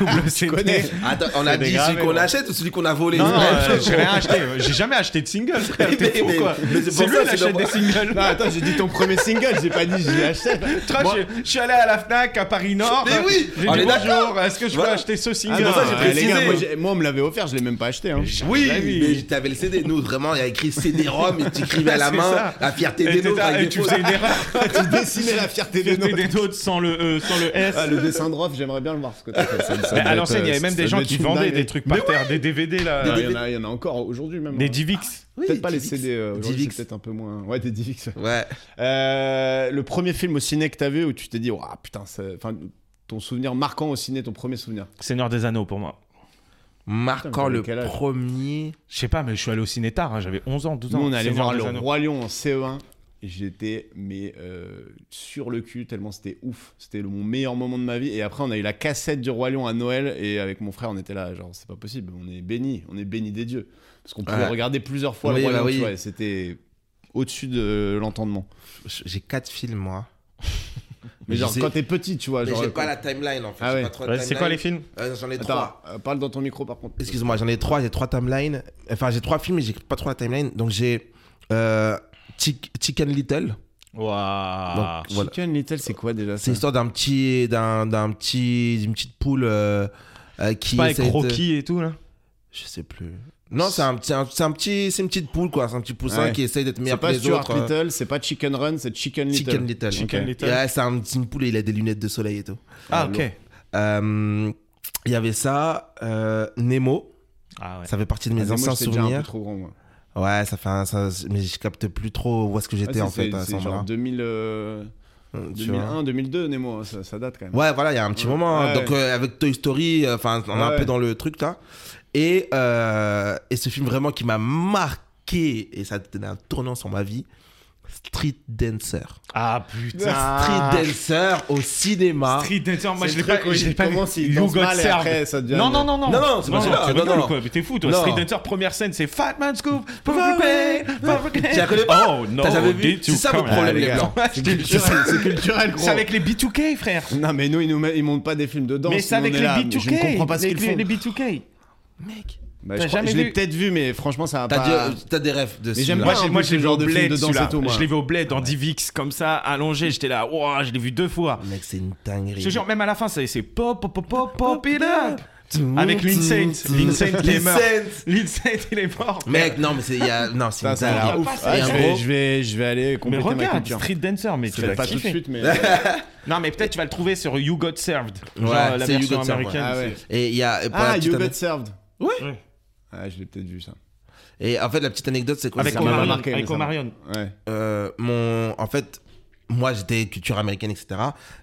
Double
Tu
CD.
connais
Attends, on a
C'est
dit
dégravé,
celui qu'on
moi.
achète ou celui qu'on a volé
Non, non,
C'est la même
euh,
chose,
j'ai
gros.
rien acheté. J'ai jamais acheté de single, frère.
Mais-
T'es
mais-
fou, quoi.
mais c'est
C'est
pour
lui,
ça,
il
c'est
achète
normal.
des singles.
Non, attends, j'ai dit ton premier single, j'ai pas dit je l'ai acheté.
Putain,
Moi-
j'ai- je suis allé à la Fnac à Paris Nord.
Mais oui,
J'ai
on
dit
est
bonjour. Est-ce que je peux
Voilà.
acheter ce
Ah
single
non,
ça, j'ai
euh,
précisé.
les gars, moi, j'ai- moi, on me l'avait offert, je l'ai même pas acheté. hein.
Oui,
Ah oui.
mais t'avais le CD. Nous, vraiment, avec écrit CD-ROM et t'écrivais à la
C'est
main
ça.
la fierté
Et
des
t'es
nôtres.
là,
avec
et
des
tu
fausses-
faisais une erreur.
tu dessinais la fierté des
Fierté
nôtres.
des nôtres sans le euh, sans le S.
Ah, le dessin de Rof, j'aimerais bien le voir ce que t'as fait. Ça- ça
Mais
doit
à
être,
l'enseigne, il y
euh,
avait même
ça
des
doit
gens
être
qui
une
vendaient
dinguerie.
des trucs par terre, des DVD là,
Ah,
euh,
Il y en a- il y en a encore aujourd'hui même.
des
hein.
Divix.
Oui,
Peut-être pas les
Divix.
CD, euh, aujourd'hui,
Divix.
c'est peut-être un peu moins. Ouais, des Divix. ouais.
Ouais.
Euh, le premier film au ciné que t'as vu où tu t'es dit, oh putain, ça- enfin, ton souvenir marquant au ciné, ton premier souvenir.
Seigneur des Anneaux pour moi.
Marquant
t'avais
le
quel âge
premier.
Je sais pas, mais je suis allé au ciné tard. hein, J'avais 11 ans, 12 ans.
Nous, on est allé
Seigneur
voir
des
le
Anneaux.
Roi Lion en CE1. et J'étais mais euh, sur le cul tellement c'était ouf, c'était le- mon meilleur moment de ma vie. Et après on a eu la cassette du Roi Lion à Noël et avec mon frère on était là genre c'est pas possible, on est béni, on est béni des dieux parce qu'on pouvait
Ouais.
regarder plusieurs fois
Oui,
le Roi
bah
Lion, tu
oui.
vois, et c'était au-dessus de l'entendement.
J'ai quatre films, moi.
Mais
Je
genre
sais-
quand t'es petit tu vois
Mais
genre.
j'ai
quand-
pas la timeline en fait.
Ah
J'ai
ouais.
pas trop de
Ouais, C'est
timeline.
quoi les films
Euh, J'en ai
Attends,
trois.
euh, parle dans ton micro par contre.
Excuse-moi, j'en ai trois. J'ai trois timelines. Enfin, j'ai trois films et j'ai pas trop la timeline. Donc j'ai euh, Chick- Chicken Little.
Waouh.
Donc, voilà.
Euh, Chicken Little c'est quoi déjà
C'est
ça
l'histoire d'un petit, d'un, d'un petit, d'une petite poule euh, euh, qui.
Pas avec
essaie de-
Rocky et tout là.
Je sais plus. Non, c'est un petit, un- c'est un petit, c'est une petite poule quoi. C'est un petit poussin
Ouais.
qui essaye d'être
C'est
meilleur que
pas
les
Stuart
autres. euh, hein.
Little, c'est pas Chicken Run, c'est Chicken Little.
Chicken Little.
Chicken
Ok.
Et
Little.
ouais, c'est un petit poule et il a des lunettes de soleil et tout.
Ah
lourd.
ok.
Euh, Il y avait ça, euh, Nemo.
Ah ouais.
Ça fait partie de mes
Ah, mais moi,
anciens
j'étais déjà un peu
souvenirs.
trop grand moi.
Ouais, ça fait un. ça- mais je capte plus trop où est-ce que j'étais
Ah,
en
c'est-
fait à ce
C'est genre
moment-là.
2000, euh,
Tu vois.
2001, 2002, Nemo, ça, ça date quand même.
Ouais, voilà, il y a un petit
Ouais.
moment. hein.
Ouais.
Donc, euh, avec Toy Story, euh, enfin, on est un
Ouais.
peu dans le truc là. Et, euh, et ce film vraiment qui m'a marqué, et ça a donné un tournant sur ma vie Street Dancer.
Ah
Street Dancer au cinéma.
Street Dancer, moi
C'est
je l'ai
le truc
pas,
où
je
il
l'ai pas vu.
commence, il
You
danse
Got
mal et
Served.
après, ça devient
Non,
le-
non, non, non.
Non, non, c'est pas celui-là,
tu
non,
rigoles,
non.
quoi, mais T'es fou, toi.
Non.
Street Dancer, première scène, c'est Fat Man Scoop. Pauvre
Tu la connais pas
Oh, non.
T'as jamais vu
did you
C'est ça le
come-
problème,
Ah,
les
gars.
blancs.
Ouais, je te jure.
C'est culturel, gros.
C'est avec les B2K, frère.
Non, mais nous, ils, nous met- ils montent pas des films de danse.
Mais
nous,
c'est
on
avec
est
les
là, mais
B2K.
Je ne comprends pas ce
les-
qu'ils font.
Les B2K. Mec.
Bah, je
t'as
crois-
jamais
je l'ai
vu
peut-être vu, mais franchement, ça a
T'as euh,
pas.
des- t'as des rêves de
j'aime
celui-là.
Moi,
pas,
j'ai-
en
moi,
plus,
je l'ai
le
vu
genre
au
de film
bled,
de danse
celui-là.
et tout, moi.
Je l'ai vu au bled en DivX, comme ça, allongé. J'étais là, Ouah, je l'ai vu deux fois.
Mec, c'est une dinguerie.
Je te jure, même à la fin, c'est c'est pop, pop, pop, pop, pop it up.
Tout,
Avec
tout,
l'Insane.
tout.
L'Insane qui est mort.
L'Insane.
L'insane, il est mort.
Mec, non, Mmh. mais c'est il y a- non, c'est
Ça,
une
ça a
dinguerie.
l'air
pas
ouf.
ça.
Ouais,
ah, Et
je,
en
vais,
gros-
je, vais, je vais aller
Mais
compléter ma
regarde,
culture.
Street Dancer, mais tu
Peut-être
vas
pas tout de
kiffer.
suite, mais.
Non, mais peut-être tu vas le trouver sur You Got Served. Genre euh,
Ouais,
la
c'est You
version
Got Served, ouais.
américaine.
Ah ouais.
Et il y a et pour la
Ah,
petite
You
ane-
Got Served.
Ouais.
Ah, je l'ai peut-être vu ça.
Et en fait, la petite anecdote, c'est quoi
Avec
c'est
m'a
Omarion.
marqué, mais
Avec
ça m'a-
Omarion.
Ouais.
euh, mon en fait moi j'étais culture américaine etc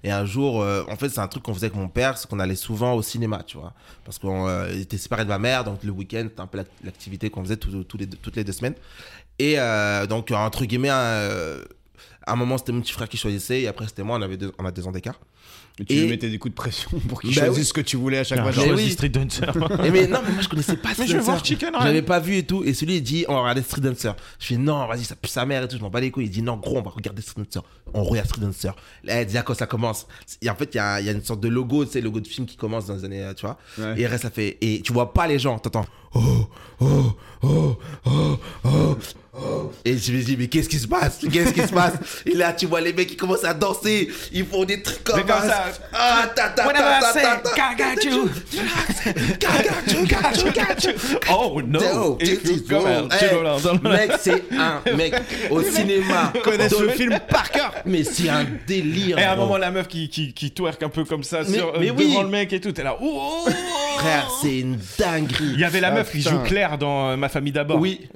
et un jour euh, en fait c'est un truc qu'on faisait avec mon père c'est qu'on allait souvent au cinéma tu vois parce qu'on euh, était séparés de ma mère donc le week-end c'était un peu l'ac- l'activité qu'on faisait tous- tous les deux- toutes les deux semaines et euh, donc euh, entre guillemets euh, à un moment c'était mon petit frère qui choisissait et après c'était moi on avait deux- on a deux ans d'écart
Et tu
Et-
lui mettais des coups de pression pour qu'il
Bah
choisisse
oui.
ce que tu voulais à chaque
Ah,
fois.
J'ai
genre,
Mais
choisi
oui.
Street Dancer.
Et mais non, mais moi je connaissais pas Street
je vais voir
Dancer.
Chicken Run.
J'avais pas vu et tout. Et celui il dit on va regarder Street Dancer. Je fais non, vas-y, ça pue sa mère et tout. Je m'en bats les couilles. Il dit non, gros, on va regarder Street Dancer. On regarde Street Dancer. Là, il dit à quoi ça commence. Et en fait, il y a, il y a une sorte de logo, tu sais, logo de film qui commence dans les années, euh, tu vois.
Ouais.
Et reste, ça fait. Et tu vois pas les gens, t'entends. Oh, oh, oh, oh, oh. oh. Et je me dis, mais qu'est-ce qui se passe Qu'est-ce qui se passe Et là, tu vois les mecs qui commencent à danser, ils font des trucs comme,
Mais comme ça.
Ah, ta, ta, ta,
Whenever I
ta,
say,
ta, ta.
"I got you."
Got you, got you, got you.
Oh no!
Dope,
If
this
you
is
come
gold.
out,
Hey,
tu vas dans le-
Mec, c'est un mec au cinéma.
Connaissent
Donc,
le film par cœur.
Mais c'est un délire.
Et à un
gros.
moment, la meuf qui, qui, qui twerk un peu comme ça
Mais-
sur, euh,
mais oui.
devant le mec et tout, t'es là. Oh, oh, oh.
Frère, c'est une dinguerie.
Il y avait la
Ah,
meuf qui
putain.
joue Claire dans euh, Ma famille d'abord.
Oui.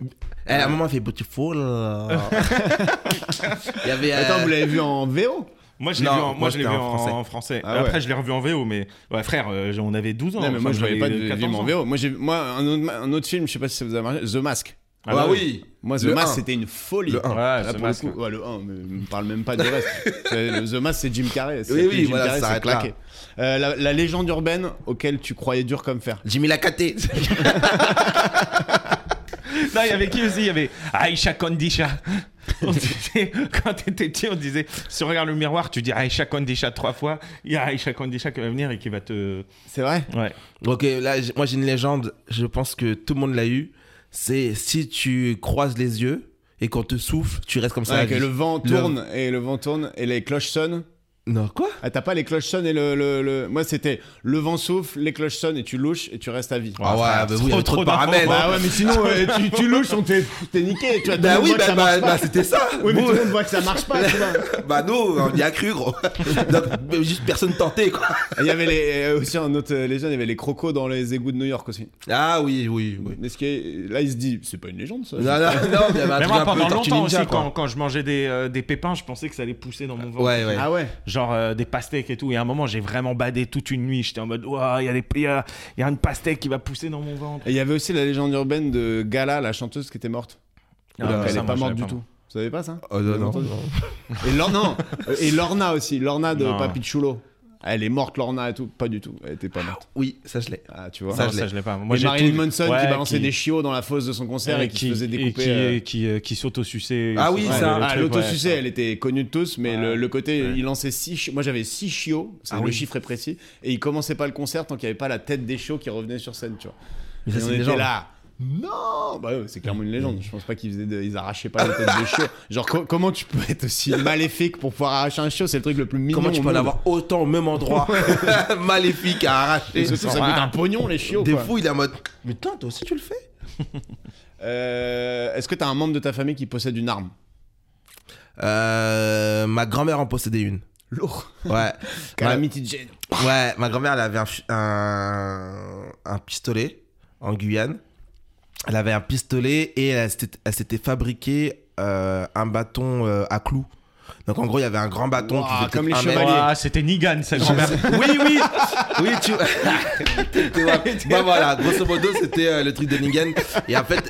Elle, à un moment, elle fait beautiful. Il y avait. euh,
Attends, vous l'avez vu en VO
Moi, je l'ai
Non,
vu en, moi,
moi,
je l'ai vu
c'était
en,
en
en français.
français.
Ah
Après,
ouais.
je l'ai revu en VO, mais ouais, frère, euh, j'ai- on avait 12 ans.
Non, mais
enfin,
moi, je
j'avais
voyais pas de
14
film en
ans.
VO. Moi, j'ai moi un autre, un autre film, je sais pas si ça vous a marqué, The Mask.
Ah bah
ouais,
oui.
Moi, The
Le
Mask,
un.
c'était une folie.
Le un.
Ouais,
Là,
The
pour le
Mask,
coup,
ouais.
ouais, le 1, mais on parle même pas du reste. C'est- le The Mask, c'est Jim Carrey. c'est-
Oui, oui,
Jim
voilà,
Carrey,
ça
c'est
s'arrête là.
claqué. Euh, la, la légende urbaine auquel tu croyais dur comme fer.
Jimmy Lacaté.
Non, il y avait qui aussi Il y avait Aisha Kondisha. On disait, quand t'étais petit, on disait si on regarde le miroir, tu dis Aisha Kondisha trois fois. Il y a Aisha Kondisha qui va venir et qui va te.
C'est vrai
Ouais.
Ok, là, j- moi j'ai une légende, je pense que tout le monde l'a eu. C'est si tu croises les yeux et qu'on te souffle, tu restes comme ça.
Ouais,
à
que
vie.
le vent
Le-
tourne et le vent tourne et les cloches sonnent.
Non, quoi
Ah, t'as pas les cloches sonnent et le. le- le- Moi, c'était le vent souffle, les cloches sonnent et tu louches et tu restes à vie.
Ah ouais, bah oui, il y
trop,
avait trop de
trop
paramètres.
d'infos.
hein.
Bah ouais, mais sinon, euh, tu, tu louches, on t'est t'es niqué. Tu as
Bah oui, bah, bah, bah, c'était ça.
Oui, mais
Bon,
tout le monde voit que ça marche pas. tu vois.
bah nous, on y a cru, gros. Donc, mais juste personne tenté, quoi.
Et Il y avait les, euh, aussi un autre euh, légende, il y avait les crocos dans les égouts de New York aussi.
Ah oui, oui, oui.
Mais ce qui est- là, il se dit, c'est pas une légende ça.
Non, non, non, il y avait un
Mais
truc
moi,
Ah, un peu
pendant
Tortue
longtemps
Ninja,
aussi,
quoi.
quand, quand je mangeais des, euh, des pépins, je pensais que ça allait pousser dans mon ventre.
Ouais, ouais.
Ah ouais.
Genre euh, des pastèques et tout. Et à un moment, j'ai vraiment badé toute une nuit. J'étais en mode, Ouah, il y, a des- il y a, il y a une pastèque qui va pousser dans mon ventre.
Et il y avait aussi la légende urbaine de Gala, la chanteuse qui était morte.
Ah, ça,
Donc, elle est
moi, Euh,
pas
je
morte
savais
du
pas.
tout. Vous savez pas ça
Oh, non, non.
Et Lorna, euh, et Lorna aussi, Lorna de
Non.
Papi Chulo. Elle est morte, Lorna et tout. Pas du tout, elle était pas morte.
Oui, ça je l'ai.
Ah, tu vois.
Ça,
Non,
je
ça,
l'ai.
je l'ai pas. Moi,
Moi,
j'ai
Marilyn
tout-
Manson
Ouais,
qui balançait des chiots dans la fosse de son concert et qui, se faisait
et
découper.
qui,
euh,
qui, euh, qui s'auto-suçait.
Ah oui,
Ouais,
ça.
le
Ah,
truc,
l'autosucé,
ouais.
elle était connue de tous, mais
Ouais.
le, le côté,
Ouais.
il lançait 6 chiots. Moi, j'avais 6 chiots, c'est
Ah
le
oui.
chiffre est précis, et il commençait pas le concert tant qu'il n'y avait pas la tête des chiots qui revenait sur scène, tu vois.
Mais ça,
et
c'est
on
une
était
légende. Mm.
là. Non Bah ouais, c'est clairement une légende. Je pense pas qu'ils faisaient de- ils arrachaient pas la tête des chiots. Genre, co- comment tu peux être aussi maléfique pour pouvoir arracher un chiot C'est le truc le plus mignon.
Comment tu
au
peux en
monde.
avoir autant au même endroit Maléfique à arracher.
Et surtout, ça coûte un pognon, les chiots.
Des
quoi.
fous, il est en mode. Mais putain, toi aussi tu le fais
Euh, Est-ce que t'as un membre de ta famille qui possède une arme
Euh, Ma grand-mère en possédait une.
Lourd.
Ouais. ma,
Calamity Jane.
ouais, ma grand-mère, elle avait un, fu- un, un pistolet en Guyane. Elle avait un pistolet et elle, s'était- elle s'était fabriqué euh, un bâton euh, à clous. Donc en gros, il y avait un grand bâton
Ouah,
qui faisait
comme
peut-être
les
un mètre.
chevaliers.
Ah, c'était Nigan, sa grand-mère.
Oui, oui, oui, tu. tu vois. bah voilà, grosso modo, c'était euh, le truc de Negan. Et en fait,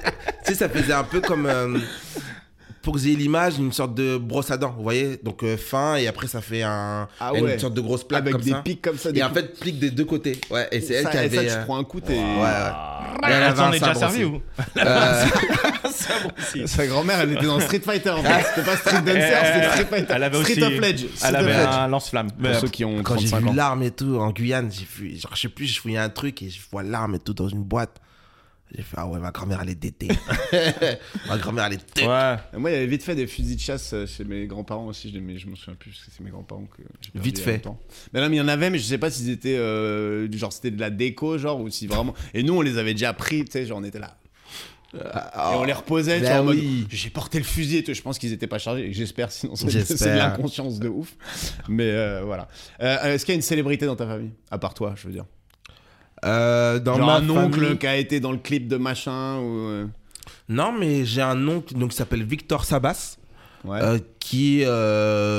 tu sais, ça faisait un peu comme. euh, pour que j'ai l'image, une sorte de brosse à dents, vous voyez Donc euh, fin, et après, ça fait un,
Ah
une
ouais.
sorte de grosse plaque
Avec
comme
des
ça.
pics comme ça. des
Et en
coups-
fait, plique euh, des deux côtés. Ouais, et c'est elle
ça,
qui
et
avait.
ça,
euh,
tu prends un coup, t'es.
Ouais, ouais.
Ah,
elle avait
attends,
un
on est déjà
sabre
servi
aussi.
ou
Euh,
Sa grand-mère, elle était dans Street Fighter en fait. C'était pas Street Dancer, c'était Street Fighter.
Elle avait aussi.
Street of Ledge.
Elle
Street
avait
of Ledge.
un lance-flamme.
Pour ceux qui ont
Quand j'ai
35
vu
ans.
l'arme et tout en Guyane, j'ai vu, genre, je sais plus, je fouillais un truc et je vois l'arme et tout dans une boîte. J'ai fait, ah ouais, ma grand-mère, elle est détée. ma grand-mère, elle est détée.
Ouais.
Et Moi, il y avait vite fait des fusils de chasse euh, chez mes grands-parents aussi, je les- mais je m'en souviens plus parce que c'est mes grands-parents que j'ai perdu
Vite
il y a
fait.
longtemps. Mais non, mais il y en avait, mais je sais pas s'ils étaient euh, du genre c'était de la déco, genre ou si vraiment. Et nous, on les avait déjà pris, tu sais, genre on était là. Et on les reposait, tu
bah
vois, en mode,
oui.
J'ai porté le fusil et tout. Je pense qu'ils étaient pas chargés. et J'espère, sinon c'est
J'espère.
c'est de l'inconscience de ouf. Mais euh, voilà. Euh, euh, Est-ce qu'il y a une célébrité dans ta famille à part toi, je veux dire
Euh, dans
Genre
ma
un oncle
famille-
qui a été dans le clip de machin ou euh,
Non, mais j'ai un oncle donc, qui s'appelle Victor Sabas.
ouais.
euh, qui est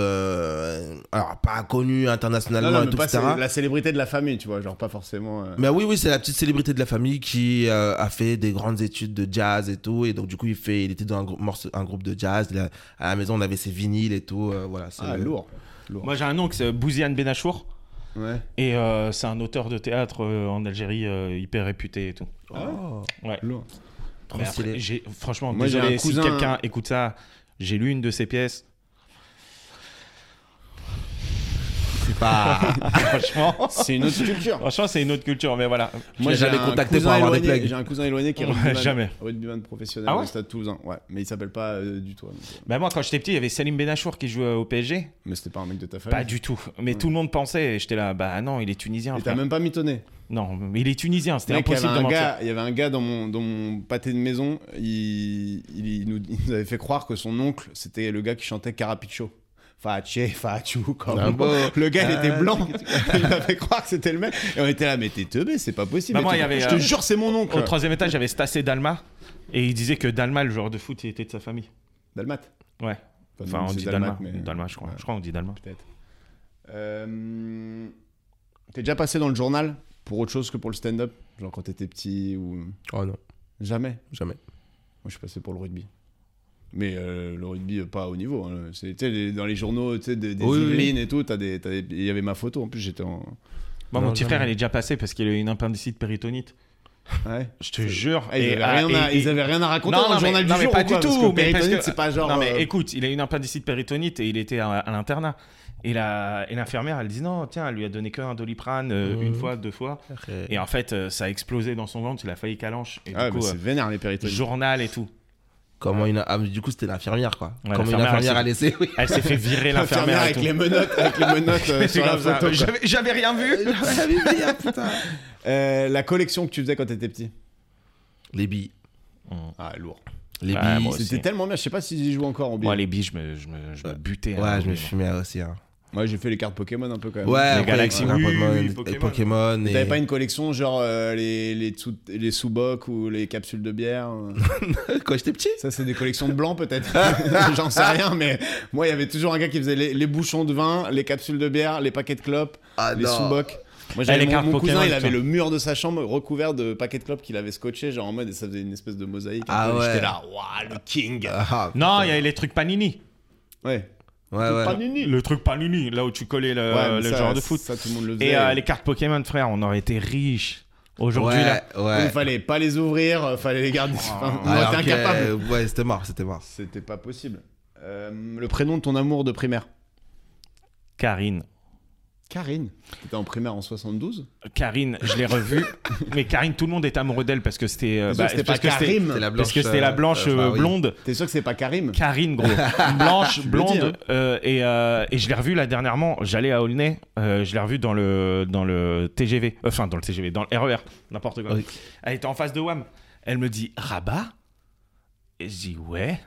euh, alors pas connu internationalement
non, non,
et
mais
tout,
pas
etc.
c'est la célébrité de la famille, tu vois, genre pas forcément. euh,
Mais oui, oui, c'est la petite célébrité de la famille qui euh, a fait des grandes études de jazz et tout. Et donc, du coup, il, fait, il était dans un, grou- morceau- un groupe de jazz. Il a- à la maison, on avait ses vinyles et tout. euh, voilà, c'est
Ah,
le-
lourd. lourd.
Moi, j'ai un oncle, c'est Bouziane Benachour.
Ouais.
Et euh, c'est un auteur de théâtre euh, en Algérie euh, hyper réputé et tout.
Oh.
Ouais.
Lourd.
Trop
Mais après,
stylé.
j'ai- franchement,
Moi, j'ai
désolé
un
si
cousin- hein.
quelqu'un écoute ça, j'ai lu une de ses pièces.
C'est pas.
franchement,
C'est une autre culture.
franchement, c'est une autre culture, mais voilà.
Moi,
j'ai
j'avais
un
contacté
cousin
pour avoir des
éloigné-
plagues.
J'ai un cousin éloigné qui est
Ouais,
rugbyman,
jamais.
rugbyman professionnel
Ah
au
ouais
stade Toulousain. Ouais, mais il s'appelle pas euh, du tout. donc, euh,
Bah moi, quand j'étais petit, il y avait Salim Benachour qui jouait au PSG.
Mais c'était pas un mec de ta famille.
Pas du tout. Mais tout le monde pensait, et j'étais là, bah non, il est tunisien.
Et
frère.
t'as même pas mitonné.
Non, mais il est tunisien, c'était
Mec, il y avait
impossible de
un
mentir.
gars, il y avait un gars dans mon, dans mon pâté de maison, il, il- il nous, il nous avait fait croire que son oncle, c'était le gars qui chantait Carapicho. Fache, fachu, comme
Ah bon
Le gars, il
Ah,
était blanc. il m'a fait croire que c'était le mec. Et on était là, mais t'es teubé, c'est pas possible.
Bah,
et
moi,
tout.
il y avait,
Je te
euh,
jure, c'est mon oncle.
Au troisième étage, j'avais Stasé Dalma, et il disait que Dalma, le joueur de foot, il était de sa famille.
Dalmat.
Ouais.
Enfin,
Enfin,
non,
on
c'est
dit Dalma.
Dalmat, mais-
Dalma, je crois.
Ouais.
Je crois qu'on dit Dalma.
peut-être. Euh, T'es déjà passé dans le journal pour autre chose que pour le stand-up Genre quand t'étais petit ou.
Oh non,
Jamais.
jamais.
Moi je suis passé pour le rugby. Mais euh, le rugby, euh, pas à haut niveau. hein. C'est, tu sais, les- dans les journaux, tu sais, des, des
Oui, oui,
Yvelines et tout, t'as des- t'as des- il y avait ma photo. En plus, j'étais en.
Moi,
Non,
mon petit frère,
jamais.
il est déjà passé parce qu'il a eu une appendicite péritonite.
Ouais.
Je te jure.
Ah, ils, avaient
ah,
rien à,
et-
ils avaient rien à raconter
Non,
dans
non,
le
mais-
journal du
non, mais
jour.
pas
ou quoi,
du
parce
tout,
que
mais parce
Péritonite,
que-
c'est pas genre.
Non, mais
euh,
écoute, il a eu une appendicite péritonite et il était à, à l'internat. Et la- et l'infirmière, elle dit non, tiens, elle lui a donné que un doliprane euh, une fois, deux fois. Et en fait, euh, ça a explosé dans son ventre, il a failli calanche. Et
Ah,
du
mais
coup,
c'est vénère les
euh,
péritonites.
journal et tout.
Comment une. Ah, mais du coup, c'était l'infirmière, quoi.
Ouais,
Comment une
l'infirmière,
infirmière a
elle
laissé. Oui.
Elle s'est fait virer
L'infirmière
l'infirmière. et
avec
tout.
les menottes, avec les menottes euh,
C'est
sur la
comme ça.
photo. quoi.
J'avais- J'avais rien vu.
ah,
Euh, la collection que tu faisais quand t'étais petit.
Les billes.
Ah, lourd.
Les
Ouais,
billes.
moi aussi.
C'était tellement bien, je sais pas s'ils y jouent encore en billet.
Moi, les billes, je me, je me, je me butais. hein,
Ouais, je me
mais-
fumais aussi. hein.
Moi j'ai fait les cartes Pokémon un peu quand même.
Ouais, après,
Galaxy,
les
oui,
Pokémon,
oui,
les
Pokémon.
Pokémon. et-
T'avais pas une collection genre euh, les, les, sous, les sous-bocs ou les capsules de bière euh
Quand j'étais petit
Ça, c'est des collections de blancs peut-être. J'en sais rien, mais moi, il y avait toujours un gars qui faisait les, les bouchons de vin, les capsules de bière, les paquets de clopes,
Ah
les
non.
sous-bocs. Moi,
Ah, les
j'avais mon,
cartes
mon cousin,
Pokémon,
il avait
putain.
le mur de sa chambre recouvert de paquets de clopes qu'il avait scotché, genre en mode, et ça faisait une espèce de mosaïque. un
Ah
peu, et
ouais.
J'étais là, waouh, le king.
Ah,
Non, il y avait les trucs Panini.
Ouais.
Ouais,
Pas
Ah ouais.
Panini.
Le truc Panini, là où tu collais le,
Ouais, mais
Euh, le
ça,
joueur de foot.
Ça, tout le monde le faisait.
Et euh, les cartes Pokémon, frère, on aurait été riches aujourd'hui.
ouais,
là.
ouais.
Il fallait pas les ouvrir, euh, fallait les garder. Enfin, on
Alors
était
que-
euh,
incapables.
Ouais, c'était mort, c'était mort.
C'était pas possible. Euh, le prénom de ton amour de primaire
Karine.
Karine. T'étais en primaire en 72
Karine, je l'ai revue. mais Karine, tout le monde était amoureux d'elle parce que c'était. euh,
Parce
bah,
que c'était
parce
pas
que c'était-
Karim.
C'est la blanche,
Parce que c'était la
euh,
blanche
euh,
euh,
bah oui.
blonde.
T'es sûr que c'est pas Karim
Karine, gros. Blanche,
le
blonde.
dis, hein.
euh, et, euh, et je l'ai revue là dernièrement. J'allais à Aulnay. euh, je l'ai revue dans le, dans le TGV. euh, Enfin, dans le TGV, dans le RER. N'importe quoi.
Oui.
Elle était en face de WAM. Elle me dit Rabat Et je dis Ouais.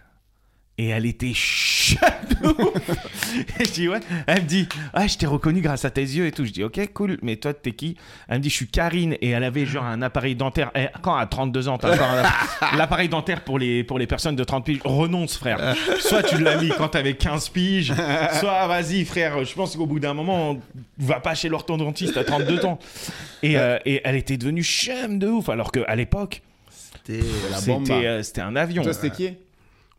Et elle était chaloux. et je dis ouais. Elle me dit ah je t'ai reconnu grâce à tes yeux et tout. Je dis ok cool. Mais toi t'es qui Elle me dit je suis Karine et elle avait genre un appareil dentaire. Eh, quand à 32 ans t'as encore un- l'appareil dentaire pour les pour les personnes de 30 piges renonce frère. Soit tu l'as mis quand t'avais 15 piges. Soit vas-y frère. Je pense qu'au bout d'un moment on va pas chez l'orthodontiste à 32 ans. Et, euh, et elle était devenue chum de ouf alors qu'à l'époque
C'était
La bombe. bah.
c'était euh, c'était un avion.
Toi, c'était qui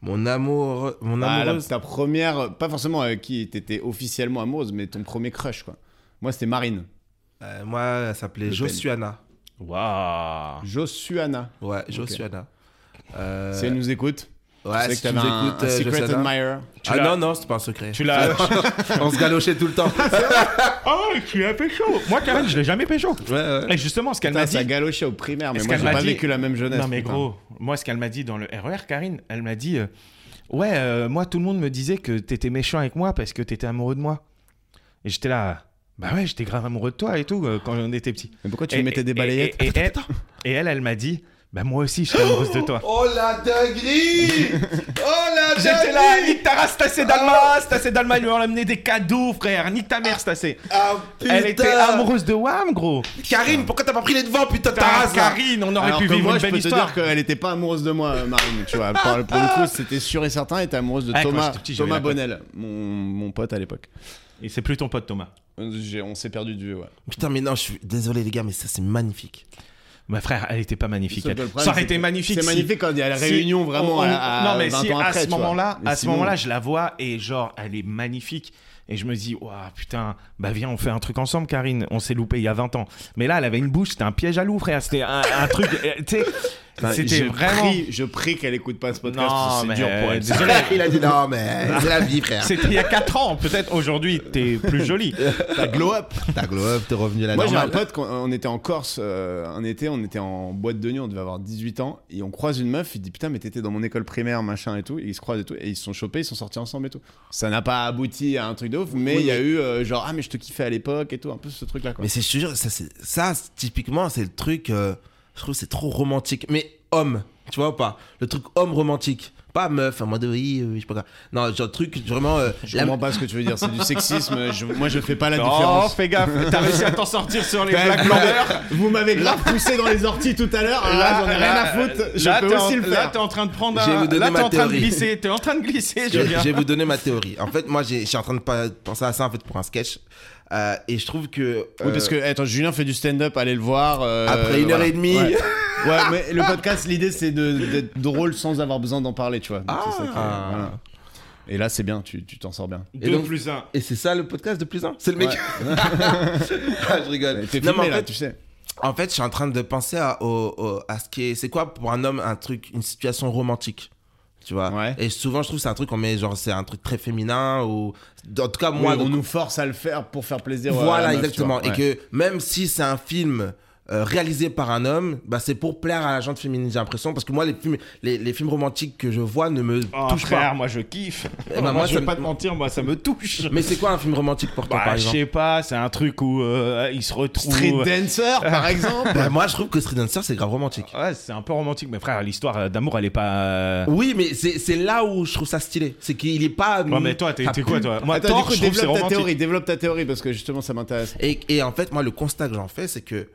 mon amour, mon
Bah,
Ah, la-
amoureuse.
Ta première, pas forcément euh, qui t'étais officiellement amoureuse, mais ton premier crush, quoi. Moi, c'était Marine.
Euh, moi, elle s'appelait
Le Pen.
Josuana.
Waouh.
Josuana.
Ouais, Josuana. Euh,
Si elle nous écoute,
ouais,
bah,
c'est
si
que
tu
t'avais
nous
un,
écoutes,
un
euh,
secret
Josuana.
admirer.
Tu
Ah
l'as-
non, non, c'est pas un secret.
Tu l'as
On se galochait tout le temps.
Oh, tu l'as pécho Moi, Karen, je l'ai jamais pécho
Ouais, ouais.
Et justement, ce qu'elle
Putain,
m'a dit...
ça galochait au primaire, mais
Est-ce
moi,
qu'elle
j'ai
m'a
pas
dit-
vécu la même jeunesse.
Non mais
putain.
gros, moi, ce qu'elle m'a dit dans le RER, Karine, elle m'a dit... euh, ouais, euh, moi, tout le monde me disait que t'étais méchant avec moi parce que t'étais amoureux de moi. Et j'étais là... Bah ouais, j'étais grave amoureux de toi et tout euh, quand on était petit.
Mais pourquoi tu
Et-
lui mettais des
et-
balayettes
et, et- et- et elle, elle m'a dit... Bah moi aussi, je suis amoureuse de toi.
Oh la dinguerie Oh la dinguerie
J'étais là, nique ta race,
Ah.
Stasé Dalma, Stasé Dalma, il lui a amené des cadeaux, frère, nique ta mère, Stasé.
Ah, putain
Elle était amoureuse de Wam, gros.
Karine, pourquoi t'as pas pris les devants, putain, ta
Putain,
race là
Karine, on aurait
Alors
pu
que
vivre
moi,
une
je
belle
peux
histoire.
te dire qu'elle était pas amoureuse de moi, euh, Marine. Tu vois, pour, pour le coup, c'était sûr et certain. Elle était amoureuse de
Ah, quand
Thomas,
j'étais petit, j'avais
Thomas
la pote.
Bonnel, mon, mon pote à l'époque.
Et c'est plus ton pote Thomas.
Euh, j'ai- On s'est perdu de vue, ouais.
Putain, mais non, je suis désolé les gars, mais ça c'est magnifique.
Ma frère, elle était pas magnifique.
Sauf
elle.
que le problème,
Ça aurait
c'est
été
que
magnifique.
C'est
si-
magnifique quand il y a la
si-
réunion vraiment
on- on-
à, à
Non mais
20
si
ans après.
à ce
tu vois.
moment-là,
Mais
à ce
sinon-
moment-là, je la vois et genre elle est magnifique et je me dis waouh putain, bah viens on fait un truc ensemble Karine, on s'est loupé il y a 20 ans. Mais là elle avait une bouche, c'était un piège à loup frère, c'était un, un truc euh, tu sais
Bah,
Enfin,
c'était
je
vraiment
prie- je prie qu'elle écoute pas ce podcast.
Non,
parce que
mais
c'est dur pour elle.
désolé.
Il a dit non, mais c'est la vie, frère.
C'était il y a 4 ans, peut-être aujourd'hui t'es plus jolie.
T'as glow up.
Ta glow up, t'es revenu à la
Moi j'ai un
normale.
pote, qu'on- on était en Corse euh, un été, on était en boîte de nuit, on devait avoir 18 ans, et on croise une meuf, il dit putain mais t'étais dans mon école primaire machin et tout, et ils se croisent et tout, et ils se sont chopés, ils sont sortis ensemble et tout. Ça n'a pas abouti à un truc de ouf, mais il y a eu euh, genre ah mais je te kiffais à l'époque et tout, un peu ce truc là quoi.
Mais c'est, je te jure, ça, c'est, ça c'est- typiquement, c'est le truc, euh, je trouve que c'est trop romantique. Mais homme, tu vois ou pas Le truc homme romantique. Pas meuf, en mode oui, oui, je sais pas quoi. Non, genre truc vraiment. euh,
Je
la-
comprends pas ce que tu veux dire, c'est du sexisme, je- moi je fais pas la
Oh,
différence.
fais gaffe, t'as réussi à t'en sortir sur les Black
Vous m'avez-
Blombers.
Vous m'avez grave poussé dans les orties tout à l'heure, là, j'en ai rien à foutre, je
Ah, là,
peux
t'es en-
aussi le
Là,
faire.
t'es en train de prendre un.
Je vais vous donner
là,
ma
t'es en train de
théorie.
glisser. T'es en train de glisser,
je,
hein.
Julien.
je vais vous donner ma théorie. En fait, moi, j'ai- je suis en train de pas- penser à ça en fait pour un sketch. Euh, et je trouve que.
Oui, parce
euh,
que attends, Julien fait du stand-up, allez le voir. euh,
Après une heure et demie.
Ouais, Ouais, mais le podcast, l'idée c'est de- d'être drôle sans avoir besoin d'en parler, tu vois. Donc, c'est ça qui est-
Ah.
voilà. Et là, c'est bien, tu tu t'en sors bien.
Et donc-
plus un.
Et c'est ça le podcast de plus un C'est le mec.
Ouais.
Ah, je rigole.
T'es filmé
Non, mais en
là,
fait,
tu sais.
En fait, je suis en train de penser à, au- au- à ce qui est. C'est quoi pour un homme un truc, une situation romantique Tu vois
Ouais.
Et souvent, je trouve que c'est un truc qu'on met genre, c'est un truc très féminin ou. En tout cas, moi,
Oui,
de-
on nous force à le faire pour faire plaisir. euh, à
voilà,
la meuf,
exactement.
tu vois. Ouais.
Et que même si c'est un film. euh, réalisé par un homme, bah c'est pour plaire à la gente féminine, j'ai l'impression, parce que moi les films, les, les films romantiques que je vois ne me
Oh,
touchent
frère, moi je kiffe.
Eh ben,
moi,
moi,
je
ça
vais
me-
pas te mentir, moi ça me touche.
pas. Mais c'est quoi un film romantique pour toi, par
bah, je
exemple
sais pas, c'est un truc où euh, ils se retrouvent.
Street dancer, par exemple.
Bah, Moi, je trouve que Street Dancer c'est grave romantique.
Ouais, c'est un peu romantique, mais frère, l'histoire euh, d'amour, elle est pas. euh,
Oui, mais c'est c'est là où je trouve ça stylé, c'est qu'il est pas.
Ouais, mais toi, t'es
ça
t'es
pue.
quoi, toi Moi,
Attends,
Thor,
du coup,
je trouve que c'est
développe ta
romantique.
théorie, développe ta théorie parce que justement, ça m'intéresse.
Et, et en fait, moi, le constat que j'en fais, c'est que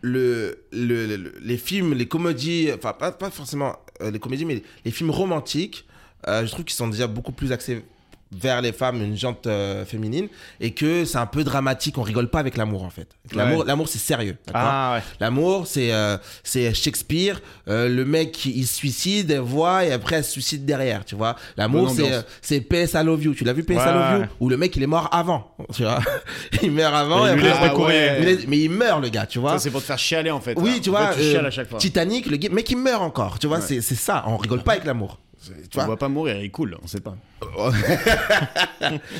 le, le- le- les films, les comédies, enfin, pas, pas forcément euh, les comédies, mais les films romantiques, euh, je trouve qu'ils sont déjà beaucoup plus axés vers les femmes, une jante euh, féminine, et que c'est un peu dramatique, on rigole pas avec l'amour, en fait. L'amour,
Ouais.
l'amour c'est sérieux. d'accord
Ah ouais.
L'amour, c'est euh, c'est Shakespeare. euh, le mec, il se suicide, elle voit, et après, elle se suicide derrière, tu vois. L'amour,
Bonne
c'est
ambiance.
euh, c'est PS I Love You. Tu l'as vu, PS I
Ouais,
Love You
ouais.
Où le mec, il est mort avant, tu vois. il meurt avant,
Il
et après,
lui laisse des
Ah
courriers.
ouais.
il laisse- mais il meurt, le gars, tu vois.
Ça, c'est pour te faire chialer en fait.
oui,
là.
tu
En
vois.
fait, Tu
euh,
chiales à chaque fois.
Titanic, le gars- mec, il meurt encore, tu vois. C'est c'est ça, on rigole pas avec l'amour. Tu
Tu
vois.
vois pas mourir, il coule, on sait pas.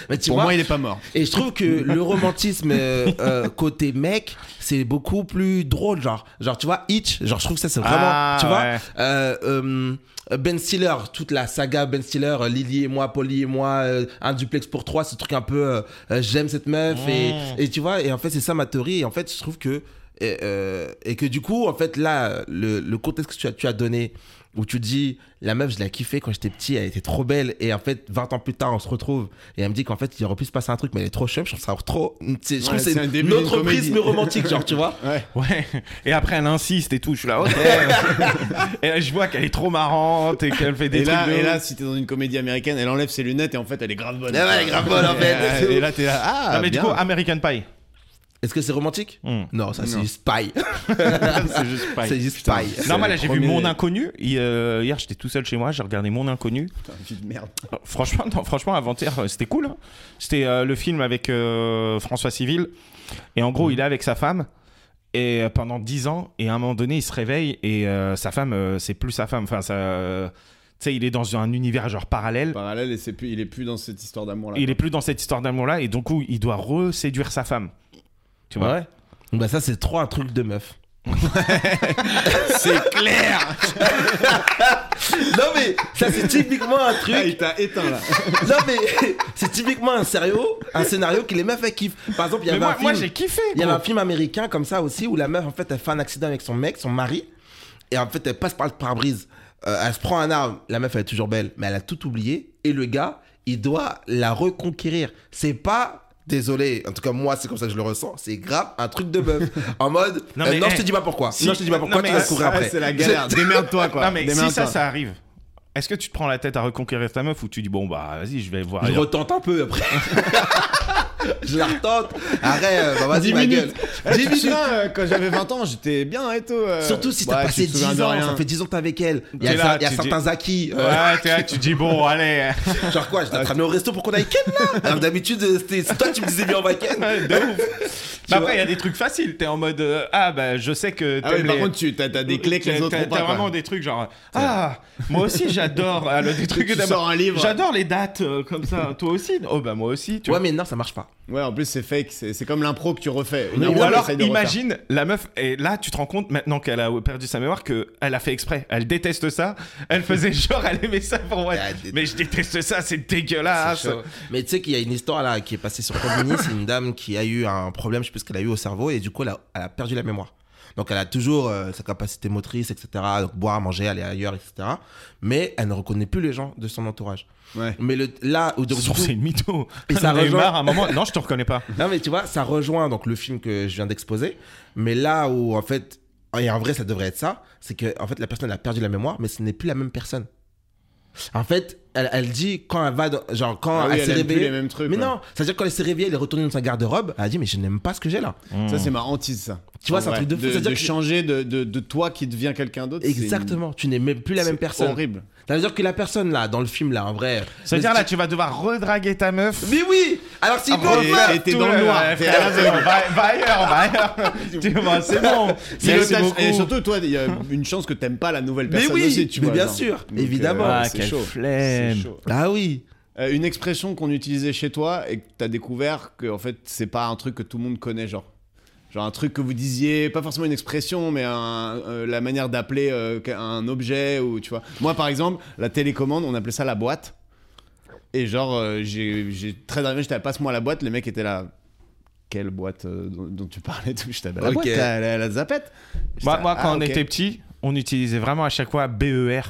Mais tu
Pour
vois,
moi, il est pas mort.
Et je trouve que le romantisme euh, euh, côté mec, c'est beaucoup plus drôle, genre. Genre, tu vois, Hitch, genre, je trouve que ça, c'est vraiment.
Ah,
tu vois,
ouais.
euh, euh, Ben Stiller, toute la saga Ben Stiller, euh, Lily et moi, Polly et moi, euh, un duplex pour trois,
Mmh.
ce truc un peu euh, euh, j'aime cette meuf, et, et tu vois, et en fait, c'est ça ma théorie, et en fait, je trouve que Et, euh, et que du coup, en fait, là, le, le contexte que tu as, tu as donné, où tu dis, la meuf, je l'ai kiffée quand j'étais petit, elle était trop belle, et en fait, 20 ans plus tard, on se retrouve, et elle me dit qu'en fait, il aurait pu se passer un truc, mais elle est trop chum, je trouve ça trop. c'est- Je trouve
Ouais,
que c'est
c'est un
une,
début d'une
autre
comédie.
prisme romantique, genre, tu vois.
Ouais.
Ouais. Et après, elle insiste et tout. Je suis là, ok. et là, je vois qu'elle est trop marrante et qu'elle fait des
Et
trucs
là,
de
et
ouf.
là, si t'es dans une comédie américaine, elle enlève ses lunettes et en fait, elle est grave bonne.
Ah Ouais, ouais, elle est grave bonne, en
Et,
fait.
euh, Et là, t'es là. Ah,
Non, mais
bien.
du coup, American Pie.
Est-ce que c'est romantique
Hmm.
Non, ça, c'est
Non.
juste paille.
C'est juste Pie.
C'est juste
Putain.
paille.
Non, moi
le
là j'ai vu
premier-
Mon Inconnu. Hi- euh, hier j'étais tout seul chez moi, j'ai regardé Mon Inconnu.
Putain, vie de merde.
Alors, Euh, Franchement, non, franchement avant-hier euh, c'était cool. hein. C'était euh, le film avec euh, François Civil. Et en gros il est avec sa femme. Et euh, pendant 10 ans, et à un moment donné il se réveille et euh, sa femme, euh, c'est plus sa femme. Enfin, ça, euh, tu sais, il est dans un univers genre parallèle.
Parallèle, et c'est plus, il est plus dans cette histoire d'amour là.
Il est plus dans cette histoire d'amour là et donc coup il doit reséduire sa femme. Tu vois
Ouais. Bah, ça, c'est trop un truc de meuf.
C'est clair.
Non mais ça c'est typiquement un
Ah,
truc.
il t'a éteint là.
Non mais c'est typiquement un sérieux, un scénario que les meufs elles kiffent. Par exemple, il y
Mais
avait
moi,
un film,
moi, j'ai kiffé.
il y avait
gros.
un film américain comme ça aussi où la meuf en fait elle fait un accident avec son mec, son mari, et en fait elle passe par le pare-brise. Euh, elle se prend un arbre. La meuf elle est toujours belle, mais elle a tout oublié et le gars il doit la reconquérir. C'est pas Désolé, en tout cas moi c'est comme ça que je le ressens, c'est grave un truc de meuf. En mode,
Non,
euh,
mais,
non je
eh,
te dis pas pourquoi,
si-
non je te dis pas
non,
pourquoi,
mais
tu vas
ça,
courir après.
c'est la galère. Démerde-toi quoi.
Non mais si
Démerde-toi.
ça, ça arrive. Est-ce que tu te prends la tête à reconquérir ta meuf ou tu dis bon bah vas-y je vais voir.
Je
ailleurs.
retente un peu après. je la retente. Arrête, euh, bah vas-y, ma gueule.
Eh, tu
10
te
minutes.
souviens, euh, quand j'avais 20 ans, j'étais bien et tout. euh,
Surtout si
ouais,
t'as
tu
passé
te souviens
10
de
ans,
rien.
ça fait 10 ans que t'es avec elle. Il y a,
T'es là,
ça- il y a
tu
certains acquis. euh,
Ouais, t'es là, tu te dis bon allez.
Genre quoi, je l'ai ramené au resto pour qu'on aille ken là Alors Ah, d'habitude, euh, c'était- c'est toi qui me disais bien on va ken.
de ouf. Mais après il y a des trucs faciles. T'es en mode euh, ah bah je sais que.
Ah oui,
t'aimes
par
les-
contre, tu t'as t'as des clés que
T'as-
les autres
t'as-
ont pas.
T'as
quoi.
vraiment des trucs genre ah moi aussi j'adore ah, le- des trucs
Tu
d'abord-
sors un livre.
J'adore les dates euh, comme ça. Toi aussi oh bah moi aussi tu
Ouais,
vois.
mais non, ça marche pas.
Ouais, en plus, c'est fake. C'est c'est comme l'impro que tu refais. Une
Mais
impro,
ou alors,
t'essayes de refaire.
imagine la meuf, et là, tu te rends compte maintenant qu'elle a perdu sa mémoire que elle a fait exprès. Elle déteste ça. Elle faisait genre, elle aimait ça pour
Ah,
moi.
Elle déteste.
Mais je déteste ça, c'est dégueulasse.
C'est chaud. Mais tu sais qu'il y a une histoire là qui est passée sur Combini, c'est une dame qui a eu un problème, je sais plus ce qu'elle a eu au cerveau, et du coup elle a, elle a perdu la mémoire. Donc elle a toujours euh, sa capacité motrice, etc. Donc boire, manger, aller ailleurs, etc. Mais elle ne reconnaît plus les gens de son entourage.
Ouais.
Mais le, là, où donc, du
Sur
coup-
c'est une mytho.
Et ça
On a eu
rejoint-
marre à un moment. Non, je te reconnais pas.
Non mais tu vois, ça rejoint donc le film que je viens d'exposer, mais là où en fait, et en vrai ça devrait être ça, c'est que en fait la personne elle a perdu la mémoire, mais ce n'est plus la même personne. En fait, elle, elle dit quand elle va, dans- genre quand
Ah oui,
elle,
elle
s'est
aime plus
réveillée,
les mêmes trucs,
mais
ouais.
non, c'est à dire quand elle s'est réveillée, elle est retournée dans sa garde-robe, elle a dit mais je n'aime pas ce que j'ai là.
Ça, c'est ma hantise, ça.
Tu vois,
En
c'est un
vrai.
truc de fou,
De,
c'est-à-dire que-
changer de, de, de toi qui devient quelqu'un d'autre. c'est une-
Exactement, tu n'es même plus la
c'est
même personne.
horrible.
Ça veut dire que la personne là dans le film là en vrai.
C'est-à-dire là, tu vas devoir redraguer ta meuf.
Mais oui, alors c'est une
bon,
autre
et-
meuf.
et- t'es dans le noir.
ouais,
T'es
euh, frère,
à la
c'est bon. va, va ailleurs, va ailleurs. tu vois, c'est bon.
Mais
Merci
t'as-
beaucoup.
Et surtout, toi, il y a une chance que t'aimes pas la nouvelle
Mais
personne
oui,
aussi, tu
mais
vois,
bien
genre.
sûr,
Donc, euh,
évidemment.
Ah,
c'est
quelle
chaud.
flemme.
C'est chaud.
Ah oui.
Euh, une expression qu'on utilisait chez toi et que t'as découvert que en fait c'est pas un truc que tout le monde connaît genre genre un truc que vous disiez pas forcément une expression mais un- euh, la manière d'appeler euh, un objet ou tu vois moi par exemple la télécommande on appelait ça la boîte et genre euh, j'ai j'ai- très dernièrement j'étais à passe-moi la boîte les mecs étaient là quelle boîte euh, dont, dont tu parlais tout je t'avais la
Ok.
boîte la, la- la zapette
Moi,
J'étais,
moi, quand
ah,
on
ok.
était petit, on utilisait vraiment à chaque fois E BER.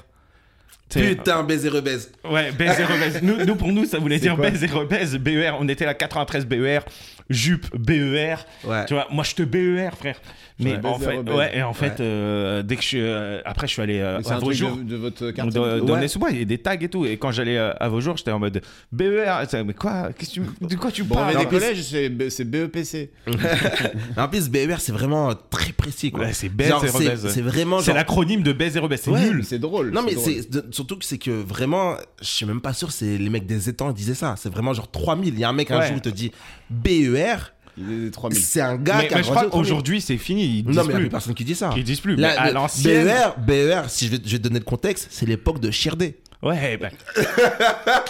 T'sais,
Putain baiser rebaise.
Ouais, baise et rebaise. E Nous, nous, pour nous, ça voulait dire
quoi
baise et rebaise, BER. E On était là 93 BER, E jupe BER.
Ouais.
Tu vois, moi je te BER, frère. Mais
E Ouais,
en
baise et
fait,
rebaise.
ouais, et en
Ouais.
fait, euh, dès que je suis. euh, après, je suis allé euh,
Mais c'est
à
un
vos
truc
jours.
de, de votre
On
carte
do-
Ouais.
donnait souvent, il y a des tags et tout. Et quand j'allais euh, à vos jours, j'étais en mode BER. C'est- Mais quoi Qu'est-ce que tu, me- De quoi tu
brevet
parles
des
Non, mais-
collèges c'est B- E c'est BEPC
en plus, BER, c'est vraiment très précis. Quoi.
Ouais, c'est baise
Genre,
et rebaise.
C'est vraiment.
C'est
genre-
l'acronyme de E baise et rebaise. C'est
Ouais.
nul.
c'est drôle
Non, mais
drôle.
c'est de- surtout que c'est que vraiment, je suis même pas sûr, c'est les mecs des étangs disaient ça. C'est vraiment genre 3000. Il y a un mec un
Ouais.
jour qui te dit BER,
il est 3000
c'est un gars
Ah, Mais,
qui a
mais
grandi
je crois
au 3000.
qu'aujourd'hui, c'est fini. Ils
Non,
disent
mais il y a
plus.
plus personne qui dit ça.
Ils disent plus.
Là,
mais à
le- E
l'ancienne.
BER, BER, si je vais, je vais te donner le contexte, c'est l'époque de Chirdé.
Ouais, bah. tu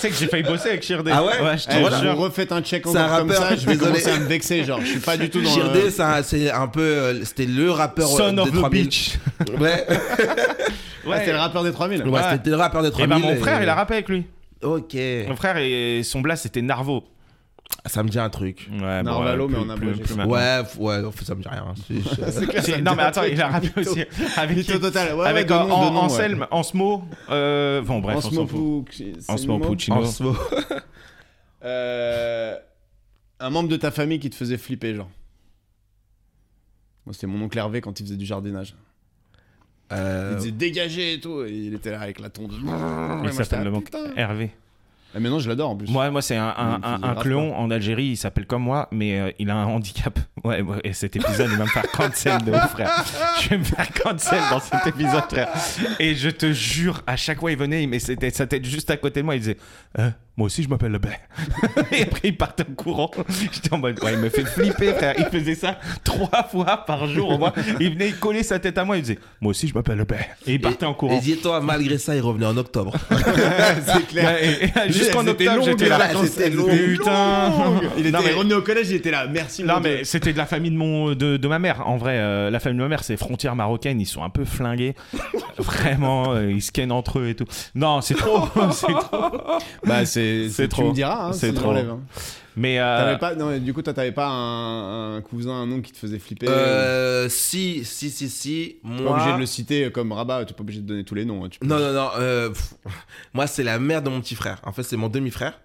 sais que j'ai failli bosser avec Shirde.
Ah ouais
je te
Eh,
Voilà.
je
jure.
vous refaites un check
C'est
encore
un
comme
rappeur,
ça, je vais
désolé.
commencer à me vexer, genre, je suis pas du tout dans
Chirdé,
le...
c'est un- c'est un peu. euh, C'était le rappeur. euh,
Son
des
of the
3000.
Beach.
Ouais,
Ah, c'est le rappeur des 3000.
Ouais, c'était le rappeur des
Et
3000.
ben mon frère, il a rappé avec lui.
Ok.
Mon frère et son blast, c'était Narvo.
Ça me dit un truc.
Ouais,
Narvalo,
plus-
mais en
plus-
abrégé.
plus maintenant.
Ouais, f- ouais, non, ça me dit rien. hein. C'est- c'est-
Si, non, mais attends, il a rappelé aussi. Avec,
Mytho total, ouais,
avec
ouais, de
en,
nom, de nom,
Anselme, Ansmo. euh, bon, bref,
En
on s'en fout. Ansmo Puccino.
Ansmo.
Euh, un membre de ta famille qui te faisait flipper, genre. Moi, c'était mon oncle Hervé quand il faisait du jardinage. Il
Euh,
disait dégagez et tout. Et il était là avec la tondeuse.
Il s'appelle le manque Hervé.
Ah, Mais maintenant, je l'adore en plus.
Moi, moi c'est un, un,
Il
un-
me
un
rate
clon en Algérie, il s'appelle comme moi, mais euh, il a un handicap. Ouais, ouais, et cet épisode, il va me faire cancel de ouf, frère. Je vais me faire cancel dans cet épisode, frère. Et je te jure, à chaque fois, il venait, mais c'était sa tête juste à côté de moi, il disait Euh, Moi aussi, je m'appelle Lebert. et après, il partait en courant. J'étais en mode Ouais, il me fait flipper, frère. Il faisait ça trois fois par jour, au moins. Il venait, il collait sa tête à moi, il disait Moi aussi, je m'appelle Lebert. Et il partait en courant.
Et toi malgré ça, il revenait en octobre.
c'est clair.
Ouais, et- et Jusqu'en
Elles étaient
octobre,
longues,
j'étais
les
là.
vacances,
c'était
elles
long.
étaient
Putain.
longues. Il
Non,
était
mais-
revenu au collège, il était là. Merci.
Non
mon Dieu.
mais c'était de la famille de mon de, de ma mère en vrai euh, la famille de ma mère c'est frontières marocaines ils sont un peu flingués vraiment euh, ils se kennent entre eux et tout non c'est trop c'est trop
Bah, c'est
C'est
c'est-
trop.
Tu me diras. hein,
C'est
si je
trop.
l'enlève, hein.
mais euh,
T'avais pas. Non, mais du coup, toi, t'avais pas un, un cousin, un oncle qui te faisait flipper.
Euh, si, si, si, si.
T'es pas
Moi.
obligé de le citer comme Rabat. T'es pas obligé de donner tous les noms. hein, tu peux-
Non, non, non. euh, pff, moi, c'est la mère de mon petit frère. En fait, c'est mon demi-frère.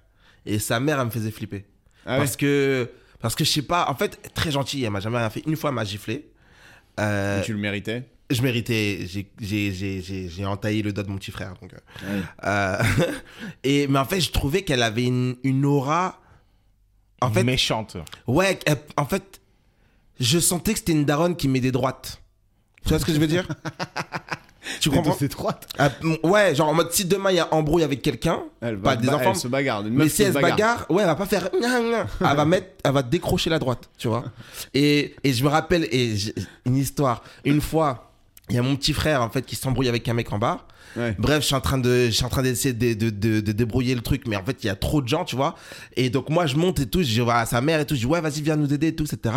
Et sa mère, elle me faisait flipper.
Ah ouais.
parce que. Parce que je sais pas. En fait, très gentille, elle m'a jamais rien fait. Une fois, elle m'a giflé. Euh,
Tu le méritais.
Je méritais. j'ai- j'ai- J'ai j'ai- j'ai entaillé le doigt de mon petit frère. Donc, euh,
Ah Ouais.
euh, et, mais en fait, je trouvais qu'elle avait une, une aura. En fait,
méchante
Ouais, elle- en fait, je sentais que c'était une daronne qui met des droites. Tu vois ce que je veux dire Tu comprends
C'est étroite.
Ah, m- Ouais, genre en mode si demain il y a embrouille avec quelqu'un,
Elle
pas
va-
des
bah,
enfants,
Elle se bagarre. Une
mais
meuf
si
qui
elle se bagarre, ouais, elle va pas faire. gna, gna. Elle va mettre, elle va décrocher la droite, tu vois. Et, et je me rappelle et j'ai- une histoire. Une fois, il y a mon petit frère en fait qui s'embrouille avec un mec en bar.
Ouais.
Bref, je suis en train de, je suis en train d'essayer de, de, de, de débrouiller le truc, mais en fait, il y a trop de gens, tu vois. Et donc, moi, je monte et tout, je vois sa mère et tout, je dis, ouais, vas-y, viens nous aider et tout, etc.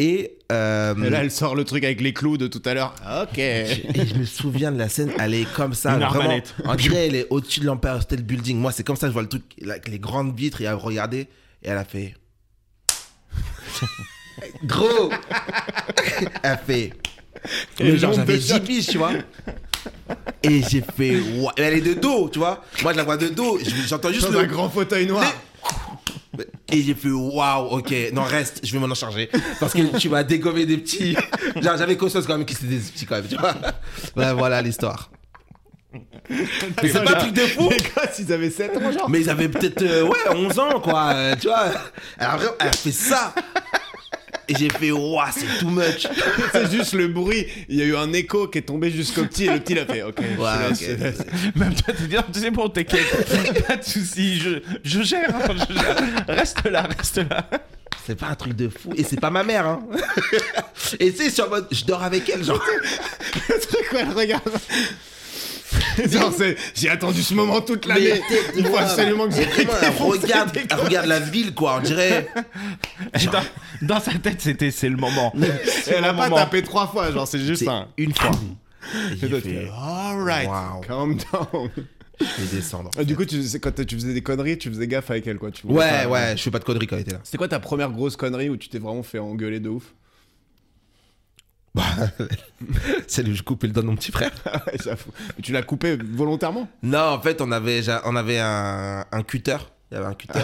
Et, euh,
Et là, elle sort le truc avec les clous de tout à l'heure. Ah, Ok.
et je me souviens de la scène, elle est comme ça,
Une
vraiment.
arbalète.
En dirait, elle est au-dessus de l'Empire State Building. Moi, c'est comme ça, je vois le truc, là, avec les grandes vitres, et elle regardait, et elle a fait. Gros Elle fait. Mais
Et
genre,
monte de
j'avais
choc.
10 piges, tu vois. Et j'ai fait. Ouah. Elle est de dos, tu vois. Moi, je la vois de dos. je- J'entends juste
Dans
le.
un grand fauteuil noir.
Et j'ai fait waouh, ok, non, reste, je vais m'en en charger. Parce que tu vas dégommer des petits. Genre, j'avais conscience quand même que c'était des petits quand même, tu vois. Ouais, voilà l'histoire. Mais c'est pas un truc de fou,
Les gosses, ils avaient 7 ans, genre.
mais ils avaient peut-être, euh, ouais, 11 ans, quoi, euh, tu vois. Elle a, vraiment- elle a fait ça. Et j'ai fait waouh, c'est too much.
C'est juste le bruit. Il y a eu un écho qui est tombé jusqu'au petit et le petit l'a fait. Ok. je te
Ouais,
laisse, je te
ok.
laisse.
même toi t'es bien c'est bon t'inquiète pas de soucis je, je gère hein, je gère. reste là reste là
C'est pas un truc de fou. Et c'est pas ma mère, hein. Et tu sais, je suis en mode, je dors avec elle, genre.
Le truc où elle regarde. Genre, c'est- J'ai attendu ce moment toute l'année.
t'es-
Il faut
ouais,
absolument que
mais
j'ai
vraiment, elle regarde, elle regarde la ville, quoi, on dirait.
Et dans, dans sa tête c'était c'est le moment C'est
Elle a
le
pas
moment.
tapé trois fois, genre, c'est juste
C'est
un.
une fois. Et j'ai
Alright,
fait, Wow.
calm down.
je vais descendre.
Ah, Du coup, tu, c'est quand tu faisais des conneries, tu faisais gaffe avec elle, quoi. Tu voulais
Ouais,
pas-
ouais, je fais pas de conneries quand elle était là.
C'était quoi ta première grosse connerie où tu t'es vraiment fait engueuler de ouf
C'est le je coupe le doigt de mon petit frère.
Ouais, j'avoue. Mais Tu l'as coupé volontairement
Non, en fait, on avait, j'a- on avait un, un cutter. Il y avait un cutter.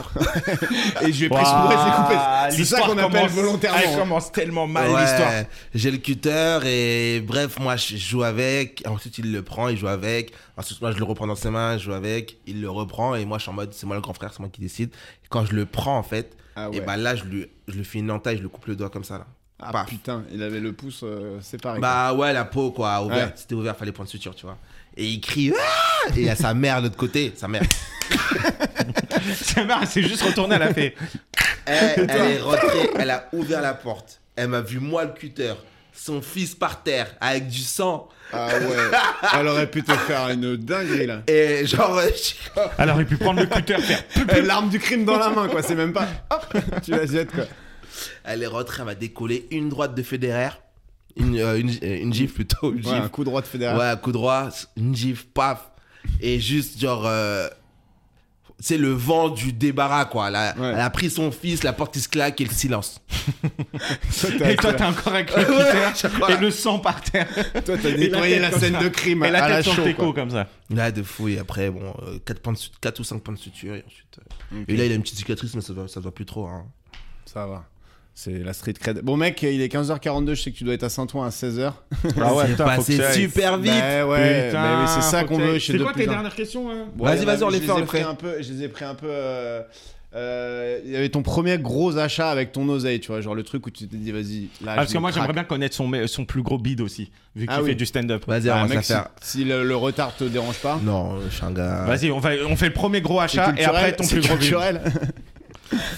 Et je lui ai pris ce
Waouh,
bois, je l'ai coupé. C'est ça
l'histoire
qu'on appelle
commence- Elle
volontairement.
commence tellement mal
Ouais,
l'histoire.
J'ai le cutter et bref, moi je joue avec. Ensuite, il le prend, il joue avec. Ensuite, moi je le reprends dans ses mains, je joue avec. Il le reprend et moi je suis en mode, c'est moi le grand frère, c'est moi qui décide. Et quand je le prends, en fait,
Ah
et
ouais.
bah là, je, lui, je lui fais une entaille, je le coupe le doigt comme ça là.
Ah
Bah.
Paf.
putain, il avait le pouce euh, séparé.
Bah ouais, la peau quoi, ouverte.
Ouais.
C'était ouvert, fallait prendre suture, tu vois. Et il crie Ah Et il y a sa mère de l'autre côté, sa mère.
Sa mère, elle s'est juste retournée, elle a fait.
Elle, elle est rentrée, elle a ouvert la porte. Elle m'a vu moi le cutter, son fils par terre avec du sang.
Ah ouais. Elle aurait pu te faire une dinguerie là.
Et genre, euh, je-
Elle aurait pu prendre le cutter, faire.
Euh, L'arme du crime dans la main quoi, c'est même pas. Hop, tu la jettes quoi.
elle est rentrée, elle m'a décollé une droite de Federer, une, euh, une, euh, une gifle plutôt, une
Ouais, un
gifle.
coup droit de fédéral.
Ouais, coup droit, une gifle, paf. Et juste genre, euh, c'est le vent du débarras, quoi. Elle a,
Ouais.
elle a pris son fils, la porte qui se claque et le silence.
Et toi, t'es encore avec le
Ouais,
Peter
je crois.
et le sang par terre.
Toi, t'as
Et la
nettoyé
tête
la
comme
scène
ça.
de crime
Et la
à la
tête sur le
chaud.
téco, comme ça.
Là, de fou, et après, bon, 4, ou 5 points de suture, et ensuite. euh, Et là, il a une petite cicatrice, mais ça ne ça doit plus trop. Hein.
Ça va. C'est la street cred. Bon, mec, il est 15h42. Je sais que tu dois être à Saint-Ouen à 16h.
Ah ouais,
c'est
putain, faut que
passé
ça aille.
super vite.
Bah ouais,
Putain,
bah oui, c'est ça
faut
qu'on
que
veut
t'ailles.
chez
C'est
deux Ah,
quoi tes
plus un.
dernières questions hein
Bon,
Vas-y,
il y en a-
vas-y, on les
je
fait, on
ai
les
pris
fait.
un peu. Je les ai pris un peu. euh, euh, Il y avait ton premier gros achat avec ton oseille, tu vois, genre le truc où tu t'es dit, vas-y,
Ah,
là.
parce que moi, j'aimerais bien connaître son, me- son plus gros bide aussi, vu qu'il
Ah oui.
fait du stand-up.
Vas-y, on va
mec,
se la faire.
Si, si le, le retard te dérange pas.
Non, euh, je suis un gars.
Vas-y, on, va, on fait le premier gros
C'est
achat et
culturel,
après ton
c'est
plus gros bide.
culturel.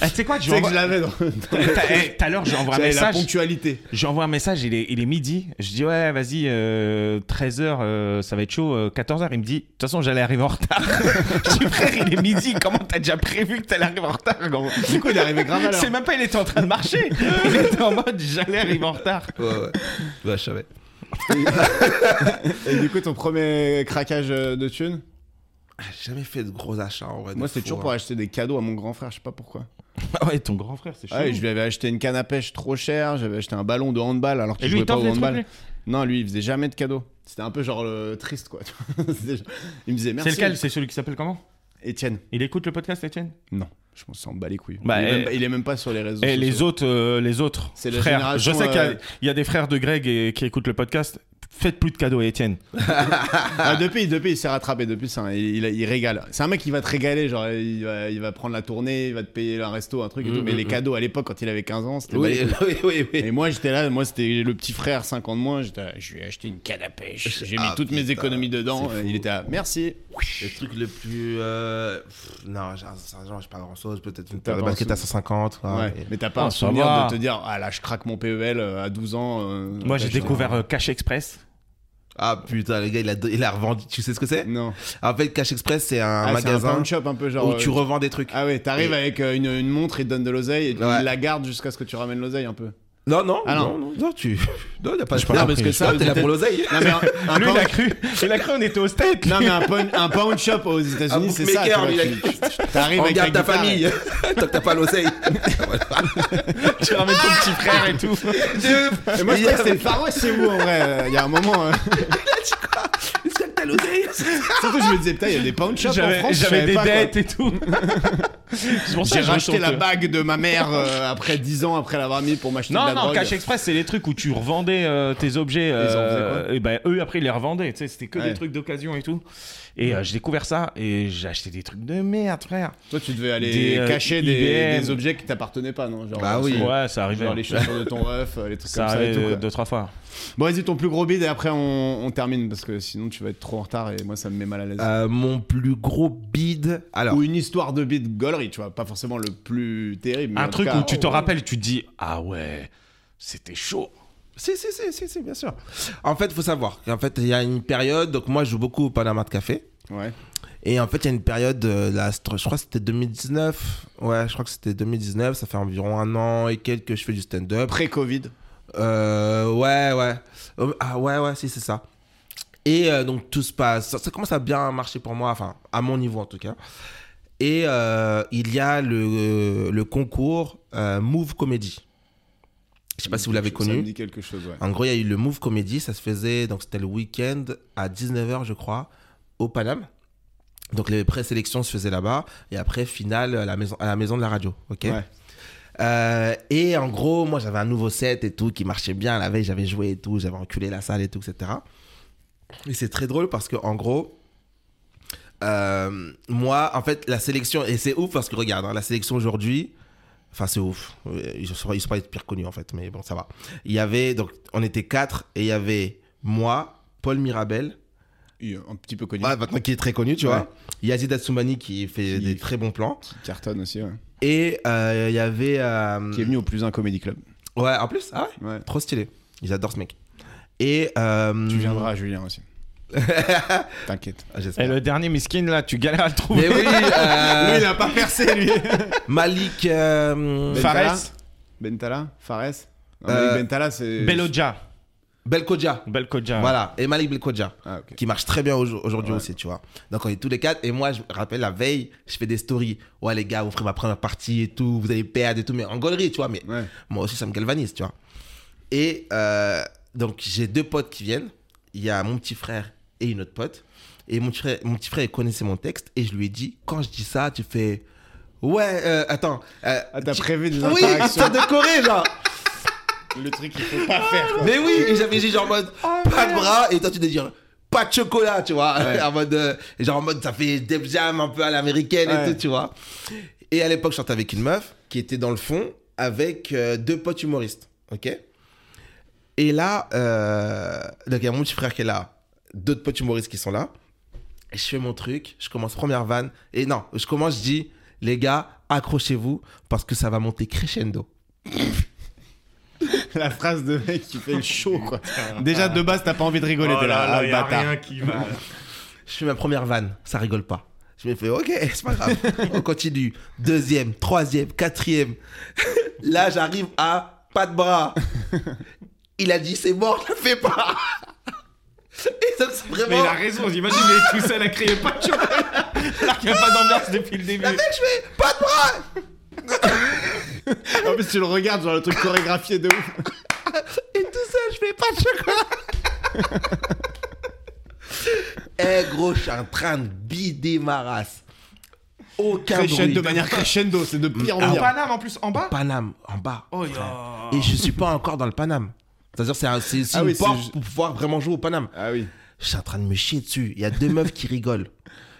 Eh, Tu sais quoi,
Tu sais que je
j'envoie-
l'avais dans.
T'as- eh, tout à l'heure, j'ai envoyé un
J'avais la
message.
ponctualité.
J'envoie un message, il est, il est midi. Je dis, ouais, vas-y, euh, 13h, euh, ça va être chaud. 14h, il me dit, de toute façon, j'allais arriver en retard. je dis, frère, il est midi. Comment t'as déjà prévu que t'allais arriver en retard gros
Du coup, il est arrivé grave à l'heure.
C'est même pas, il était en train de marcher. Il était en mode, j'allais arriver en retard.
Ouais, ouais. Ouais, je savais.
Et du coup, ton premier craquage euh, de thunes
Ah, J'ai jamais fait de gros achats en vrai. de
Moi, c'était
fou,
toujours
hein.
pour acheter des cadeaux à mon grand frère, je sais pas pourquoi.
Ah ouais, ton grand frère, c'est chaud.
Ah ouais, je lui avais acheté une canne à pêche trop chère, j'avais acheté un ballon de handball alors
Et
qu'il
lui,
jouait
il
pas
t'offre des
au
trucs.
handball.
lui
Non, lui, il faisait jamais de cadeaux. C'était un peu genre le triste, quoi. tu vois. C'était genre- il me disait merci.
C'est lequel C'est celui qui s'appelle comment
Etienne.
Il écoute le podcast, Étienne
Non, je m'en s'en bat les couilles.
Bah,
il, est
eh,
même, pas- il est même pas sur les réseaux
Et
Eh,
sociaux.
les autres, euh, les autres
C'est la
frères. Je
génération,
sais qu'il y a-
euh,
il y, a des frères de Greg et- qui écoutent le podcast. Faites plus de cadeaux à Étienne.
Ah, depuis, depuis, il s'est rattrapé. Depuis, c'est un- il, il- il régale. C'est un mec qui va te régaler. Genre, il va, il va prendre la tournée, il va te payer un resto, un truc et
Mm,
tout. Mais
mm,
les
mm.
cadeaux à l'époque, quand il avait 15 ans, c'était. bat les
Oui,
couilles.
oui, oui, oui.
Et moi, j'étais là, moi, c'était le petit frère, 5 ans de moins. J'étais là, je lui ai acheté une canne à pêche. J'ai mis
Ah,
toutes mes
putain,
économies dedans.
c'est fou.
Il était là, merci.
Le truc le plus. euh, pff, Non, j'ai genre, j'ai pas grand chose. Peut-être une
T'as
paire de
pas
baskets
un
à 150. quoi.
Ouais,
Et-
mais t'as pas
Oh,
un
ça
souvenir
va.
de te dire ah là je craque mon PEL euh, à 12 ans. euh,
Moi,
ouais,
j'ai
je-
découvert euh, Cash Express.
Ah putain, le gars, il a, il a revendu. Tu sais ce que c'est
Non.
En fait, Cash Express, c'est un
Mm. Ah, c'est un
magasin
pawn shop un peu
où
genre.
tu
euh,
revends des trucs.
Ah ouais, t'arrives
Et-
avec euh, une, une montre, ils te donnent de l'oseille et tu
Ouais.
la gardes jusqu'à ce que tu ramènes l'oseille un peu.
Non, non,
Ah,
non,
non.
non, non, tu. Non, y a pas de
pas
Non,
compris.
parce que ça,
Non,
t'es là pour l'oseille.
Non mais un, un
Lui, il
pawn...
a cru, il a cru, on était au state.
non, mais un pawn- un pawn shop aux États-Unis,
Un
c'est ça. tu
bookmaker,
vois,
lui,
tu- tu- T'arrives
On
avec
garde ta
guitare et-
famille. Tant que t'as pas l'oseille.
tu ramènes ton petit frère et tout.
Et moi je crois que c'était le Far West chez vous en vrai. Il y a un moment. euh,
Est-ce que t'as l'oseille
Surtout je me disais putain il y a des pawn shops en
J'avais
France. je
j'avais
savais
des
pas, quoi.
dettes et tout. C'est pour ça
J'ai
que je
racheté
retourne
la
que-
bague de ma mère euh, après 10 ans après l'avoir mis pour m'acheter de
Non,
la
non,
drogue.
Cash Express, c'est les trucs où tu revendais euh, tes objets.
faisaient
et ben, eux, après, ils les revendaient. Tu sais, c'était que
Ouais.
des trucs d'occasion et tout. Et euh, j'ai découvert ça et j'ai acheté des trucs de merde, frère.
Toi, tu devais aller
Des, euh,
cacher des,
IBM.
des objets qui t'appartenaient pas, non genre,
Bah
euh,
oui.
sur-
Ouais, ça arrivait.
Genre les chaussures de ton ref, euh, les trucs
ça
comme ça et
arrivait
tout.
euh,
quoi.
deux, trois fois.
Bon, vas-y, ton plus gros bid et après on, on termine parce que sinon tu vas être trop en retard et moi ça me met mal à l'aise.
Euh, Mon plus gros bide. Alors.
Ou une histoire de bid gaulerie, tu vois, pas forcément le plus terrible. mais
Un
en
truc
tout cas-
où tu te rappelles, tu te dis Ah ouais, c'était chaud.
Si, si, si, si, si, bien sûr. En fait, faut savoir. En fait, il y a une période. Donc, moi, je joue beaucoup au Panama de Café.
Ouais.
Et en fait, il y a une période, euh, là, je crois que c'était 2019. Ouais, je crois que c'était 2019. Ça fait environ un an et quelques que je fais du stand-up.
Pré-Covid.
Euh, ouais, ouais. Euh, Ah, ouais, ouais, si, c'est ça. Et euh, donc, tout se passe. Ça, ça commence à bien marcher pour moi, enfin, à mon niveau en tout cas. Et euh, il y a le, le concours euh, Move Comedy. Je sais pas si vous l'avez
Ça
connu. Ah.
me dit quelque chose, ouais.
En gros, il y a eu le Move Comedy, ça se faisait, donc c'était le week-end à 19h, je crois, au Paname. Donc les présélections se faisaient là-bas, et après, finale à la maison, à la maison de la radio, ok
Ouais.
Euh, Et en gros, moi j'avais un nouveau set et tout qui marchait bien, la veille j'avais joué et tout, j'avais enculé la salle et tout, etc. Et c'est très drôle parce que en gros, euh, moi, en fait, la sélection, et c'est ouf parce que regarde, hein, la sélection aujourd'hui, Enfin, c'est ouf. Euh, Ils ne sont, ils sont pas les pires connus, en fait, mais bon, ça va. Il y avait, donc, on était quatre, et il y avait moi, Paul Mirabel,
Il est Un petit peu connu.
ouais, maintenant qui est très connu, tu
Ouais.
vois. Yazid Assoumani qui fait
Qui-
des très bons plans.
Qui cartonne aussi, ouais.
Et euh, il y avait. euh,
Qui est venu au plus un Comedy Club.
Ouais, en plus, ah ouais,
Ouais.
trop stylé. Ils adorent ce mec. Et. euh,
Mm.
Tu viendras, Julien aussi. T'inquiète.
Et
J'espère.
le dernier miskin, là, tu galères à le trouver.
Mais oui, euh,
Lui, il a pas percé, lui.
Malik. euh,
Ben-
Fares,
Bentala Fares Non, mais
Euh,
Bentala, c'est.
Belodja.
Belkodja.
Belkodja.
Voilà, et Malik Belkodja,
Ah, ok.
qui marche très bien au- aujourd'hui aussi, tu vois. Donc on est tous les quatre, et moi je me rappelle la veille, je fais des stories. Ouais les gars, vous ferez ma première partie et tout, vous allez perdre et tout, mais en gaulerie, tu vois. Mais
Ouais.
moi aussi ça me galvanise, tu vois. Et euh, donc j'ai deux potes qui viennent, il y a mon petit frère et une autre pote. Et mon petit frère, mon petit frère il connaissait mon texte, et je lui ai dit, quand je dis ça, tu fais... Ouais, euh, attends. euh,
Ah, t'as
tu-
prévu des
Oui,
interactions.
ça décoré là
Le truc qu'il faut pas faire. quoi.
mais oui, et j'avais dit genre en mode pas de bras et toi tu te dis pas de chocolat, tu vois. en mode euh, genre en mode ça fait Def Jam un peu à l'américaine
Ouais.
et tout, tu vois. Et à l'époque, je sortais avec une meuf qui était dans le fond avec euh, deux potes humoristes, OK Et là euh, donc il y a mon petit frère qui est là, d'autres potes humoristes qui sont là. Et je fais mon truc, je commence première vanne et non, je commence je dis les gars, accrochez-vous parce que ça va monter crescendo.
La phrase de mec qui fait le show, quoi. Déjà, de base, t'as pas envie de rigoler. de là, ah, bâtard.
qui va.
Je fais ma première vanne, ça rigole pas. Je me fais, ok, c'est pas grave. On continue. Deuxième, troisième, quatrième. Là, j'arrive à pas de bras. Il a dit, c'est mort, je le fais pas. Et ça, c'est
Mais
vraiment.
il a raison, j'imagine, il est tout seul à créer pas de chocolat. Alors qu'il n'y a pas d'ambiance depuis le début.
Le mec, je fais, pas de bras.
En plus, tu le regardes, genre le truc chorégraphié de ouf.
Et tout ça, je fais pas de chocolat. Eh gros, je suis en train de bider ma race. Aucun bruit.
Crescendo, de manière crescendo, c'est de pire en
En
pire.
Paname en plus, en bas
Paname, en bas.
Oh, yo.
Et je suis pas encore dans le Paname. C'est-à-dire, c'est un- c'est c'est
Ah
une
oui, c'est
porte
ju-
pour pouvoir vraiment jouer au Paname.
Ah oui.
Je suis en train de me chier dessus. Il y a deux meufs qui rigolent.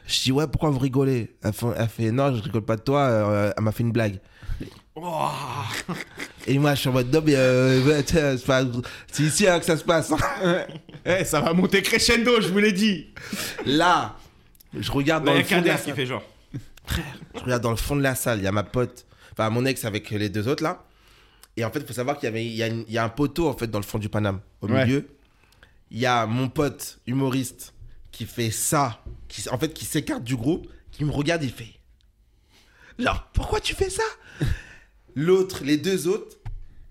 Je dis, ouais, pourquoi vous rigolez elle fait, elle fait, non, je rigole pas de toi. euh, elle m'a fait une blague. Et moi, je suis en mode, non, mais euh, ouais, tu sais, c'est pas- c'est ici hein, que ça se passe.
Eh, ça va monter crescendo, je vous l'ai dit.
Là, je regarde
Là,
dans le
Il y a
fond de la
Kader qui
salle.
fait genre.
Je regarde dans le fond de la salle. Il y a ma pote, enfin, mon ex avec les deux autres là. Et en fait, il faut savoir qu'il y, avait- il y a une- il y a un poteau en fait dans le fond du Paname, au
Ouais.
milieu. Il y a mon pote humoriste qui fait ça, qui en fait qui s'écarte du groupe, qui me regarde, il fait. Genre, pourquoi tu fais ça L'autre, les deux autres,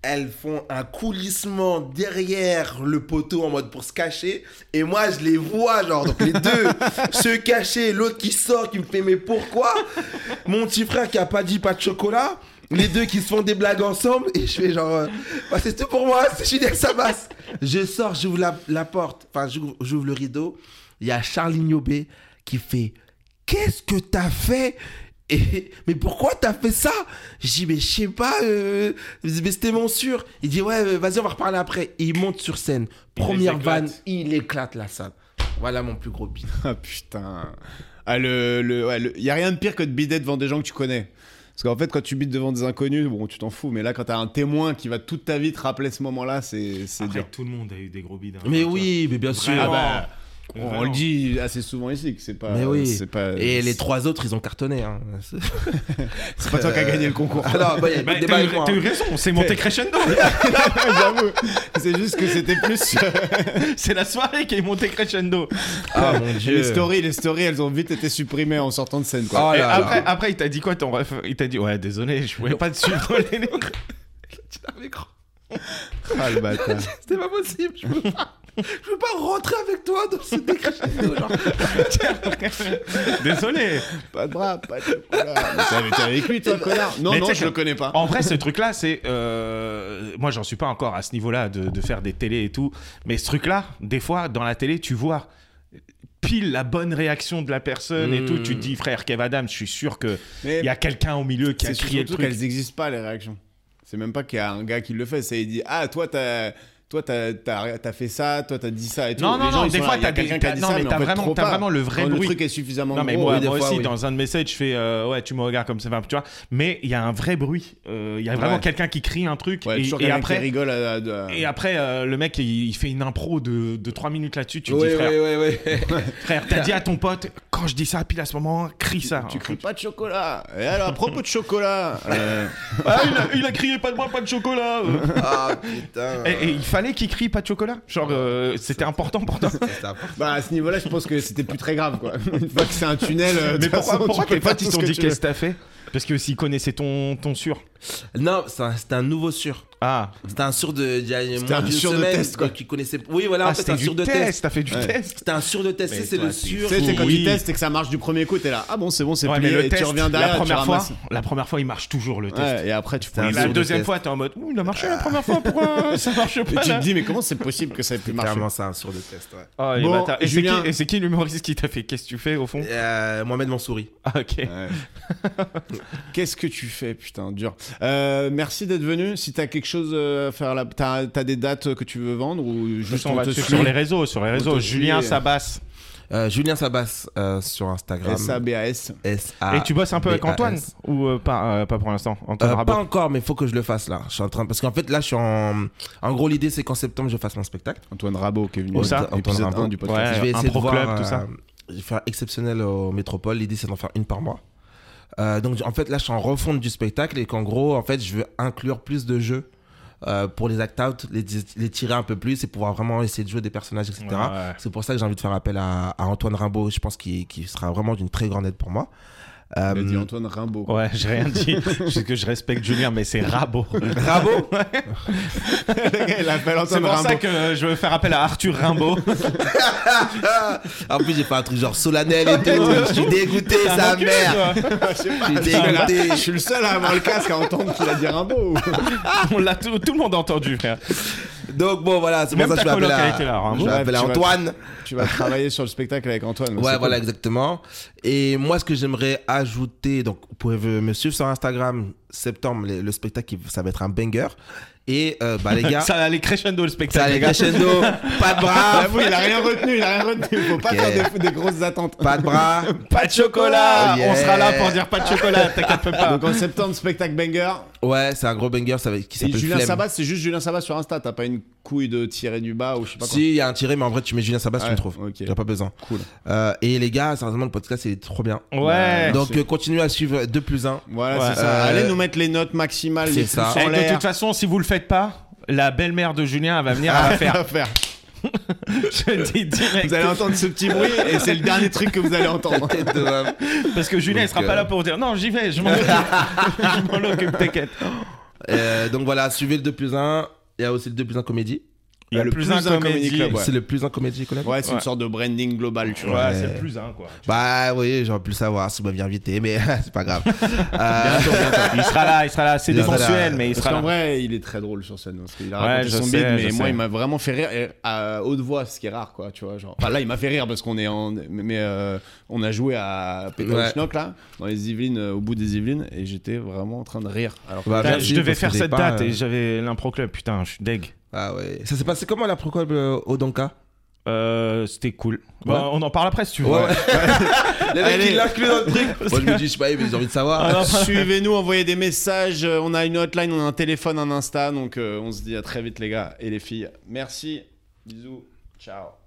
elles font un coulissement derrière le poteau en mode pour se cacher. Et moi, je les vois, genre, donc les deux se cacher, l'autre qui sort, qui me fait mais pourquoi Mon petit frère qui a pas dit pas de chocolat. Les deux qui se font des blagues ensemble et je fais genre euh, Bah, c'est tout pour moi, c'est Julien Sabas. Je sors, j'ouvre la, la porte, enfin j'ouvre j'ouvre le rideau. Il y a Charlie Niobé qui fait Qu'est-ce que t'as fait et, mais pourquoi t'as fait ça Je dis mais je sais pas, euh, mais c'était mon sûr. Il dit ouais euh, vas-y on va reparler après. Et il monte sur scène, première
éclate.
vanne, il éclate la salle. Voilà mon plus gros bide.
Ah putain. Ah, le, le, ouais, le- y a rien de pire que de bider devant des gens que tu connais. Parce qu'en fait, quand tu bides devant des inconnus, bon, tu t'en fous, mais là, quand t'as un témoin qui va toute ta vie te rappeler ce moment-là, c'est c'est
Après,
dur.
tout le monde a eu des gros bides. hein.
Mais
Enfin,
oui, mais bien sûr.
Vraiment.
Ah
tu
On,
vois.
on le dit assez souvent ici que c'est pas.
Mais oui.
C'est pas,
Ah bah, Et les trois autres, ils ont cartonné. Hein.
C'est pas toi qui as gagné le concours.
Alors, bah, il y a
Bah,
pas de débat
T'as eu,
avec moi.
t'as eu raison, c'est monté crescendo.
J'avoue. C'est juste que c'était plus.
c'est la soirée qui est montée crescendo.
Ah mon dieu.
les stories, les stories, elles ont vite été supprimées en sortant de scène, quoi.
Oh
Et
là
après,
là.
après, il t'a dit quoi ton ref Il t'a dit ouais, désolé, je pouvais pas te suivre. les-
Avec-
Ah, le bâtard.
C'était pas possible. Je peux pas, je peux pas rentrer avec toi dans ce décrescendo. Genre.
désolé.
Pas de bras, pas de chocolat. Mais t'as- mais t'es avec lui, toi, connard. Non,
Mais
non,
t'sais
je
que-
le connais pas.
En vrai, ce truc-là, c'est. euh, Moi, j'en suis pas encore à ce niveau-là de, de faire des télés et tout. Mais ce truc-là, des fois, dans la télé, tu vois pile la bonne réaction de la personne et
Mmh.
tout. Tu te dis, frère Kev Adams, je suis sûr que
Mais
il y a quelqu'un au milieu qui a
c'est
crié le
surtout
truc.
qu'elles existent pas, les réactions. C'est même pas qu'il y a un gars qui le fait. C'est il dit Ah, toi, t'as. Toi, t'as t'as- t'as fait ça, toi, t'as dit ça et tout.
Non,
Les
non,
gens,
non,
ils
des
sont
fois,
là, il y a
t'as des-
quelqu'un qui a
t'as-
dit
non,
ça,
mais
en
t'as
fait,
vraiment-
trop
t'as
pas.
vraiment le vrai
Quand Le
bruit.
truc est suffisamment
Non, mais
gros,
moi,
oui, des
moi
fois,
aussi,
oui.
dans un de mes sets, je fais euh, Ouais, tu me regardes comme ça, enfin, tu vois. Mais il y a un vrai bruit. Euh, Il y a vraiment
Ouais.
quelqu'un qui crie un truc.
Ouais,
et,
toujours
et
quelqu'un qui
après,
rigole à- à- à-
et après euh, le mec, il, il fait une impro de, de 3 minutes là-dessus. Tu te dis,
Oui,
frère,
oui, oui, oui.
frère t'as dit à ton pote, quand je dis ça, pile à ce moment, crie ça. hein.
Tu cries pas de chocolat. Et alors, à propos de chocolat. euh,
Ah, il, a, il a crié pas de bras, pas de chocolat. euh.
Ah putain.
et, et il fallait qu'il crie pas de chocolat. Genre, euh, c'était important pour toi.
C'est ça.
Bah à ce niveau-là, je pense que c'était plus très grave quoi. Une fois que c'est un tunnel, euh, de
Mais
toute
pourquoi,
façon,
pourquoi
tu peux
tes
pas
potes, ils t'ont dit qu'est-ce que t'as fait Parce que s'ils connaissaient ton, ton sur.
Non, c'est un, c'est un nouveau sûr.
Ah,
C'était un sur de. il y a moins
un
d'une
sur de
semaine,
test, quoi.
donc il connaissait. Oui, voilà, en
ah
fait,
c'était
un
du
sur de
test,
test.
t'as fait du
Ouais.
test.
C'était un sur de test,
Mais
tu sais, c'est
toi,
le
t'es-
sur.
Tu sais, c'est quand
Oui.
tu testes et que ça marche du premier coup, t'es là. Ah bon, c'est bon, c'est
Ouais, mais
plié.
le
et
test,
tu reviens derrière,
la
tu
première fois,
ramasses.
la première fois, il marche toujours le test.
Ouais, et après, tu prends
un
Et
le
sur
la
de
dos.
deuxième
test.
fois, t'es en mode, ouh, il a marché la première fois, pourquoi euh, ça marche
Et
pas
tu te
là
dis, mais comment c'est possible que ça ait pu marcher
Clairement, c'est un sur de test, ouais.
Oh, les
Bon,
bâtards. Et c'est
Julien.
qui- et c'est qui, l'humoriste qui t'a fait Qu'est-ce que tu fais au fond
Euh, Mohamed Mansouri.
Ah, ok.
Ouais. Qu'est-ce que tu fais, putain, dur. Euh, merci d'être venu. Si t'as quelque chose euh, à faire, là, t'as t'as des dates que tu veux vendre ou
Juste,
juste
on
on
va
te
te suivre
suit
sur les réseaux, sur les
On
réseaux.
te
Julien
suit.
Sabas.
Euh, Julien Sabas euh, sur Instagram.
S-A-B-A-S.
S-A-
Et tu bosses un peu avec
B-A-S.
Antoine Ou euh, pas, euh, pas pour l'instant Antoine
Euh,
Rabot.
pas encore, mais faut que je le fasse là. Je suis en train parce qu'en fait là, je suis en. En gros, l'idée c'est qu'en septembre, je fasse mon spectacle.
Antoine Rabot qui est venu
Où ça
dans
Antoine
l'épisode
Rabot.
1 du podcast.
Ouais.
je vais
un
essayer de
pro
voir,
club, tout
euh,
ça.
je vais faire exceptionnel au métropole. L'idée c'est d'en faire une par mois. Euh, donc en fait là, je suis en refonte du spectacle et qu'en gros, en fait, je veux inclure plus de jeux. euh, pour les act-out, les, les tirer un peu plus et pouvoir vraiment essayer de jouer des personnages, etc.
Ouais, ouais.
C'est pour ça que j'ai envie de faire appel à, à Antoine Rimbaud, je pense qu'il qu'il sera vraiment d'une très grande aide pour moi. Euh,
Il a dit Antoine Rimbaud.
Ouais, Oh. j'ai rien dit. Juste que je respecte Julien, mais c'est Rabot.
Rimbaud
Il appelle
C'est
Antoine
pour ça
Rimbaud.
que je veux faire appel à Arthur Rimbaud.
Ah, En plus, j'ai fait un truc genre solennel et tout. Je suis dégoûté, sa mère. Je suis dégoûté.
Je suis le seul à avoir le casque à entendre qu'il a dit Rimbaud. ou-
On l'a tout, tout le monde a entendu, frère.
Donc bon, voilà, c'est pour
Même
ça que je
ta
vais
coloc a été
appeler
là.
à...
hein.
Je vais
Ouais,
appeler
tu vas-
Antoine.
Tu vas travailler sur le spectacle avec Antoine.
Ouais,
c'est
voilà,
cool.
exactement. Et moi, ce que j'aimerais ajouter, donc vous pouvez me suivre sur Instagram, septembre, le, le spectacle, il- ça va être un banger. Et euh, bah les gars,
Ça allait crescendo le
ça
spectacle,
allait
les gars.
crescendo, pas de
Ah,
bras,
J'avoue, il a rien retenu, il a rien retenu. Faut pas
Ok.
faire des, des grosses attentes.
pas de bras.
Pas de chocolat
Oh, Yeah.
On sera là pour dire pas de chocolat, t'inquiète pas.
Donc en septembre, spectacle banger.
Ouais, c'est un gros banger, ça va, qui
Et
s'appelle
Julien
Flemme.
Sabat, c'est juste Julien Sabat sur Insta. T'as pas une couille de tirer du bas ou je sais pas quoi.
Si, il y a un tiré, mais en vrai, tu mets Julien Sabas, tu
Ouais,
le trouves.
ok.
Y a pas besoin.
Cool.
Euh, et les gars, sérieusement, le podcast, il est trop bien.
Ouais.
Donc,
Merci.
euh, continuez à suivre 2 plus 1.
Voilà,
Ouais.
c'est ça.
Euh,
Allez nous mettre les notes maximales,
c'est
les pouces
ça.
en
Et de
l'air.
toute façon, si vous le faites pas, la belle-mère de Julien elle va venir,
Ah.
elle va faire.
À Ah, faire.
Je dis direct.
Vous allez entendre ce petit bruit et c'est le dernier truc que vous allez entendre.
Parce que Julien, il
Donc,
sera
euh,
pas là pour dire non, j'y vais, je m'en occupe. je m'en occupe, t'inquiète.
Euh, donc voilà, suivez le 2 plus 1. Il y a aussi le 2 plus 1 comédie.
Il y a
Le
le plus
plus
un
un comedy
comédie.
club,
Ouais,
Ouais.
C'est le plus 1 comédie qu'on a
Ouais, c'est
Ouais.
une sorte de branding global, tu vois.
c'est le plus un, quoi.
Bah oui, j'aurais pu le savoir si vous m'aviez invité, mais c'est pas grave. Euh,
Il sera là, il sera là. C'est
Il sera
désensuel,
là.
mais il
Parce
sera
qu'en
là.
vrai, il est très drôle sur scène. hein, Parce qu'il a
Ouais,
raconté
je
son
sais,
bide, mais
je
moi,
sais.
il m'a vraiment fait rire et à haute voix, ce qui est rare, quoi. Tu vois, genre. Enfin, là, il m'a fait rire parce qu'on est en. Mais euh, on a joué à
Ouais.
Pétanque là, dans les Yvelines, euh, au bout des Yvelines, et j'étais vraiment en train de rire. Alors que-
bah,
Putain,
merci,
je devais
parce
faire
que j'ai
cette
pas,
date
euh,
et j'avais l'impro club. Putain, je suis deg.
Ah ouais. Ça s'est passé comment la procol au Donka
Euh, C'était cool. Bah,
Ouais.
on en parle après si tu veux.
Les mecs,
Allez.
ils l'incluent dans le truc. Moi je me dis, je sais pas, ils ont envie de savoir.
Suivez-nous, envoyez des messages. euh, On a une hotline, on a un téléphone, un Insta. Donc, euh, on se dit à très vite, les gars et les filles. Merci. Bisous. Ciao.